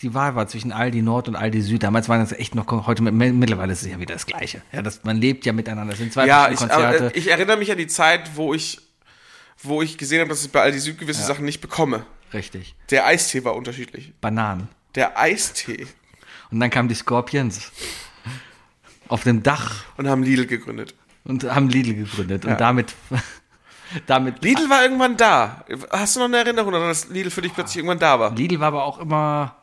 die Wahl war zwischen Aldi Nord und Aldi Süd, damals waren das echt noch, heute mit- mittlerweile ist es ja wieder das Gleiche. Ja, das, man lebt ja miteinander. Es sind zwei
Ja, ich,
verschiedene Konzerte.
aber, äh, ich erinnere mich an die Zeit, wo ich, wo ich gesehen habe, dass ich bei Aldi Süd gewisse Sachen nicht bekomme.
Richtig.
Der Eistee war unterschiedlich.
Bananen.
Der Eistee.
Und dann kamen die Scorpions auf dem Dach
Und haben Lidl gegründet.
und haben Lidl gegründet. Und damit, damit
Lidl war irgendwann da. Hast du noch eine Erinnerung daran, dass Lidl für dich plötzlich irgendwann da war?
Lidl war aber auch immer,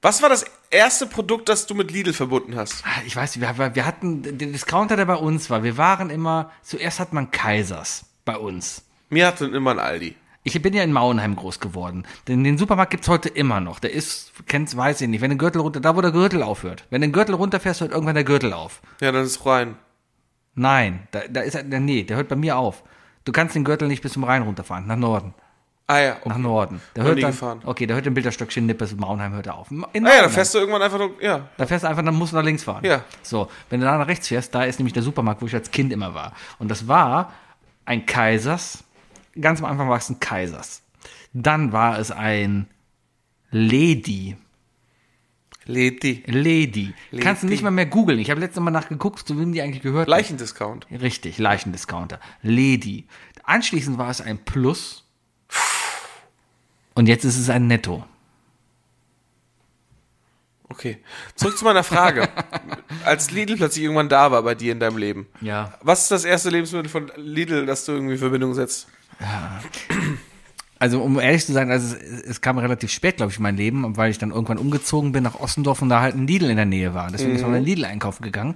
Was war das erste Produkt, das du mit Lidl verbunden hast?
Ah, ich weiß nicht, wir, wir hatten den Discounter, der bei uns war. Wir waren immer, zuerst hat man Kaisers bei uns.
Mir hatte immer ein Aldi.
Ich bin ja in Mauenheim groß geworden. Denn den Supermarkt gibt's heute immer noch. Der ist, kennst, weiß ich nicht. Wenn der Gürtel runter, da wo der Gürtel aufhört. Wenn der Gürtel runterfährst, hört irgendwann der Gürtel auf.
Ja, dann ist rein.
Nein, da, da ist er, nee, der hört bei mir auf. Du kannst den Gürtel nicht bis zum Rhein runterfahren, nach Norden.
Ah ja.
Nach
Okay.
Norden. Der
Noch
hört
nie
dann,
gefahren.
okay, der hört den Bilderstöckchen Nippes, Mauenheim hört er auf. In
Ah ja,
Mauenheim.
dann fährst du irgendwann einfach nur, ja.
Da fährst du einfach, dann musst du nach links fahren.
Ja.
So, wenn du da nach rechts fährst, da ist nämlich der Supermarkt, wo ich als Kind immer war. Und das war ein Kaisers. Ganz am Anfang war es ein Kaisers. Dann war es ein Lady.
Lady.
Lady. Kannst du nicht mal mehr googeln. Ich habe letztes Mal nachgeguckt, zu wem die eigentlich gehört.
Leichendiscount.
Richtig, Leichendiscounter. Lady. Anschließend war es ein Plus. Und jetzt ist es ein Netto.
Okay. Zurück zu meiner Frage. Als Lidl plötzlich irgendwann da war bei dir in deinem Leben.
Ja.
Was ist das erste Lebensmittel von Lidl, das du irgendwie in Verbindung setzt?
Also um ehrlich zu sein, also es, es kam relativ spät, glaube ich, in mein Leben, weil ich dann irgendwann umgezogen bin nach Ossendorf und da halt ein Lidl in der Nähe war. Deswegen
Mhm.
ist man in Lidl einkaufen gegangen.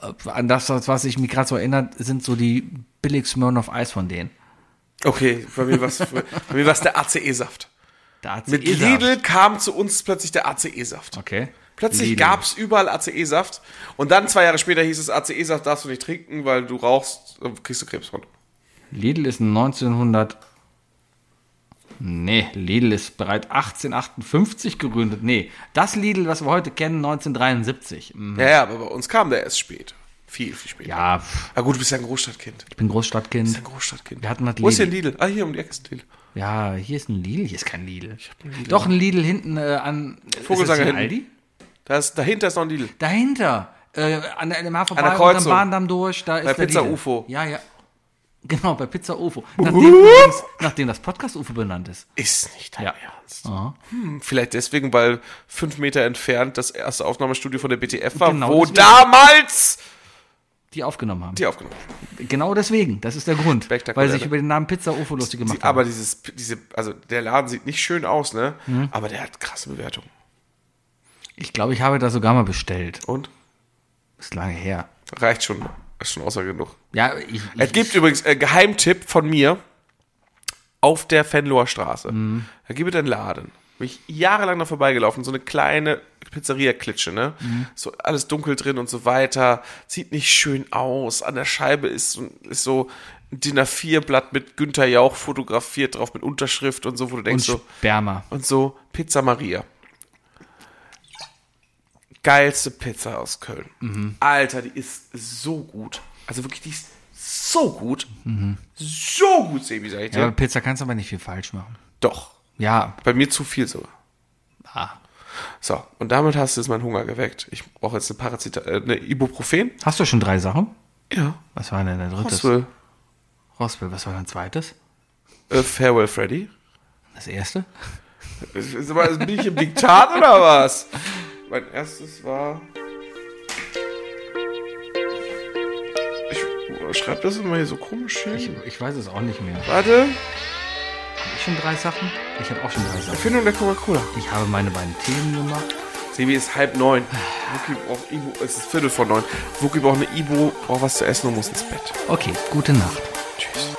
Äh, An das, was ich mich gerade so erinnert, sind so die billig Smirnoff Eis von denen.
Okay, bei mir war es bei mir war's der ACE-Saft.
Da hat's
Mit
eh Saft.
Lidl kam zu uns plötzlich der ACE-Saft.
Okay.
Plötzlich
Lidl.
gab es überall ACE-Saft und dann zwei Jahre später hieß es, ACE-Saft darfst du nicht trinken, weil du rauchst, äh, kriegst du Krebs von.
Lidl ist 1900. Nee, Lidl ist bereits 1858 gegründet. Nee, das Lidl, was wir heute kennen, 1973. Mhm.
Ja, ja, aber bei uns kam der erst spät. Viel, viel später.
Ja, pff,
Na gut, du bist ja ein Großstadtkind.
ich bin Großstadtkind.
Ein Großstadtkind.
Wir hatten halt
Wo ist denn
Lidl.
Lidl? Ah, hier um die Ecke ist ein Lidl.
Ja, hier ist ein Lidl, hier ist kein Lidl. Doch ein Lidl hinten äh, an
Vogelsanger
ist das hier
hinten.
Aldi?
Da ist, dahinter ist noch ein Lidl.
Dahinter äh, an der LMH vorbei,
An der
unterm
Kreuzung.
Bahndamm durch, da ist der
Pizza
Lidl.
Ufo.
Ja, ja. Genau, bei Pizza UFO. Nachdem, übrigens, nachdem das Podcast UFO benannt ist.
Ist nicht dein
Ja.
Ernst. Hm, vielleicht deswegen, weil fünf Meter entfernt das erste Aufnahmestudio von der BTF war,
Genau
wo
deswegen.
damals
Die aufgenommen haben.
die aufgenommen haben.
Genau deswegen, das ist der Grund.
Spektakulär.
Weil sich über den Namen Pizza UFO lustig gemacht
Die,
haben.
aber dieses, diese, also der Laden sieht nicht schön aus, ne?
Mhm.
Aber der hat krasse Bewertungen.
Ich glaube, ich habe da sogar mal bestellt.
Und?
Ist lange her.
Reicht schon. Ist schon außer genug.
Ja, ich, ich,
Es gibt übrigens äh, Geheimtipp von mir auf der Fenloher Straße. Da gibt es einen Laden. Bin ich jahrelang da vorbeigelaufen, so eine kleine Pizzeria-Klitsche, ne? So alles dunkel drin und so weiter. Sieht nicht schön aus. An der Scheibe ist, so- ist so ein DIN A4-Blatt mit Günther Jauch fotografiert drauf, mit Unterschrift und so, wo du
und
denkst so,
Sperma.
und so, Pizza Maria. geilste Pizza aus Köln. Alter, die ist so gut. Also wirklich, die ist so gut. So gut, Sebi, sag ich dir.
Ja, bei Pizza kannst du aber nicht viel falsch machen.
Doch.
Ja,
Bei mir zu viel sogar.
ah.
So, und damit hast du jetzt meinen Hunger geweckt. Ich brauche jetzt eine, Parazita äh, eine Ibuprofen.
hast du schon drei Sachen?
Ja.
Was war denn dein drittes?
Roswell.
Roswell, was war dein zweites?
Äh, Farewell, Freddy.
Das erste?
Sag mal, Bin ich also im Diktat oder was? Mein erstes war. Ich schreibe das immer hier so komisch
Ich,
hin.
ich weiß es auch nicht mehr.
Warte.
Hab ich schon drei Sachen? Ich habe auch schon drei Sachen.
Erfindung der Coca-Cola.
Ich habe meine beiden Themen gemacht.
Sebi ist halb neun. Wookie braucht Ibu. Es ist Viertel vor neun. Wookie braucht eine Ibu, braucht was zu essen und muss ins Bett.
Okay, gute Nacht.
Tschüss.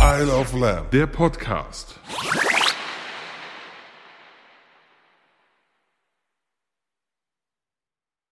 Isle of Lamb.
Der Podcast.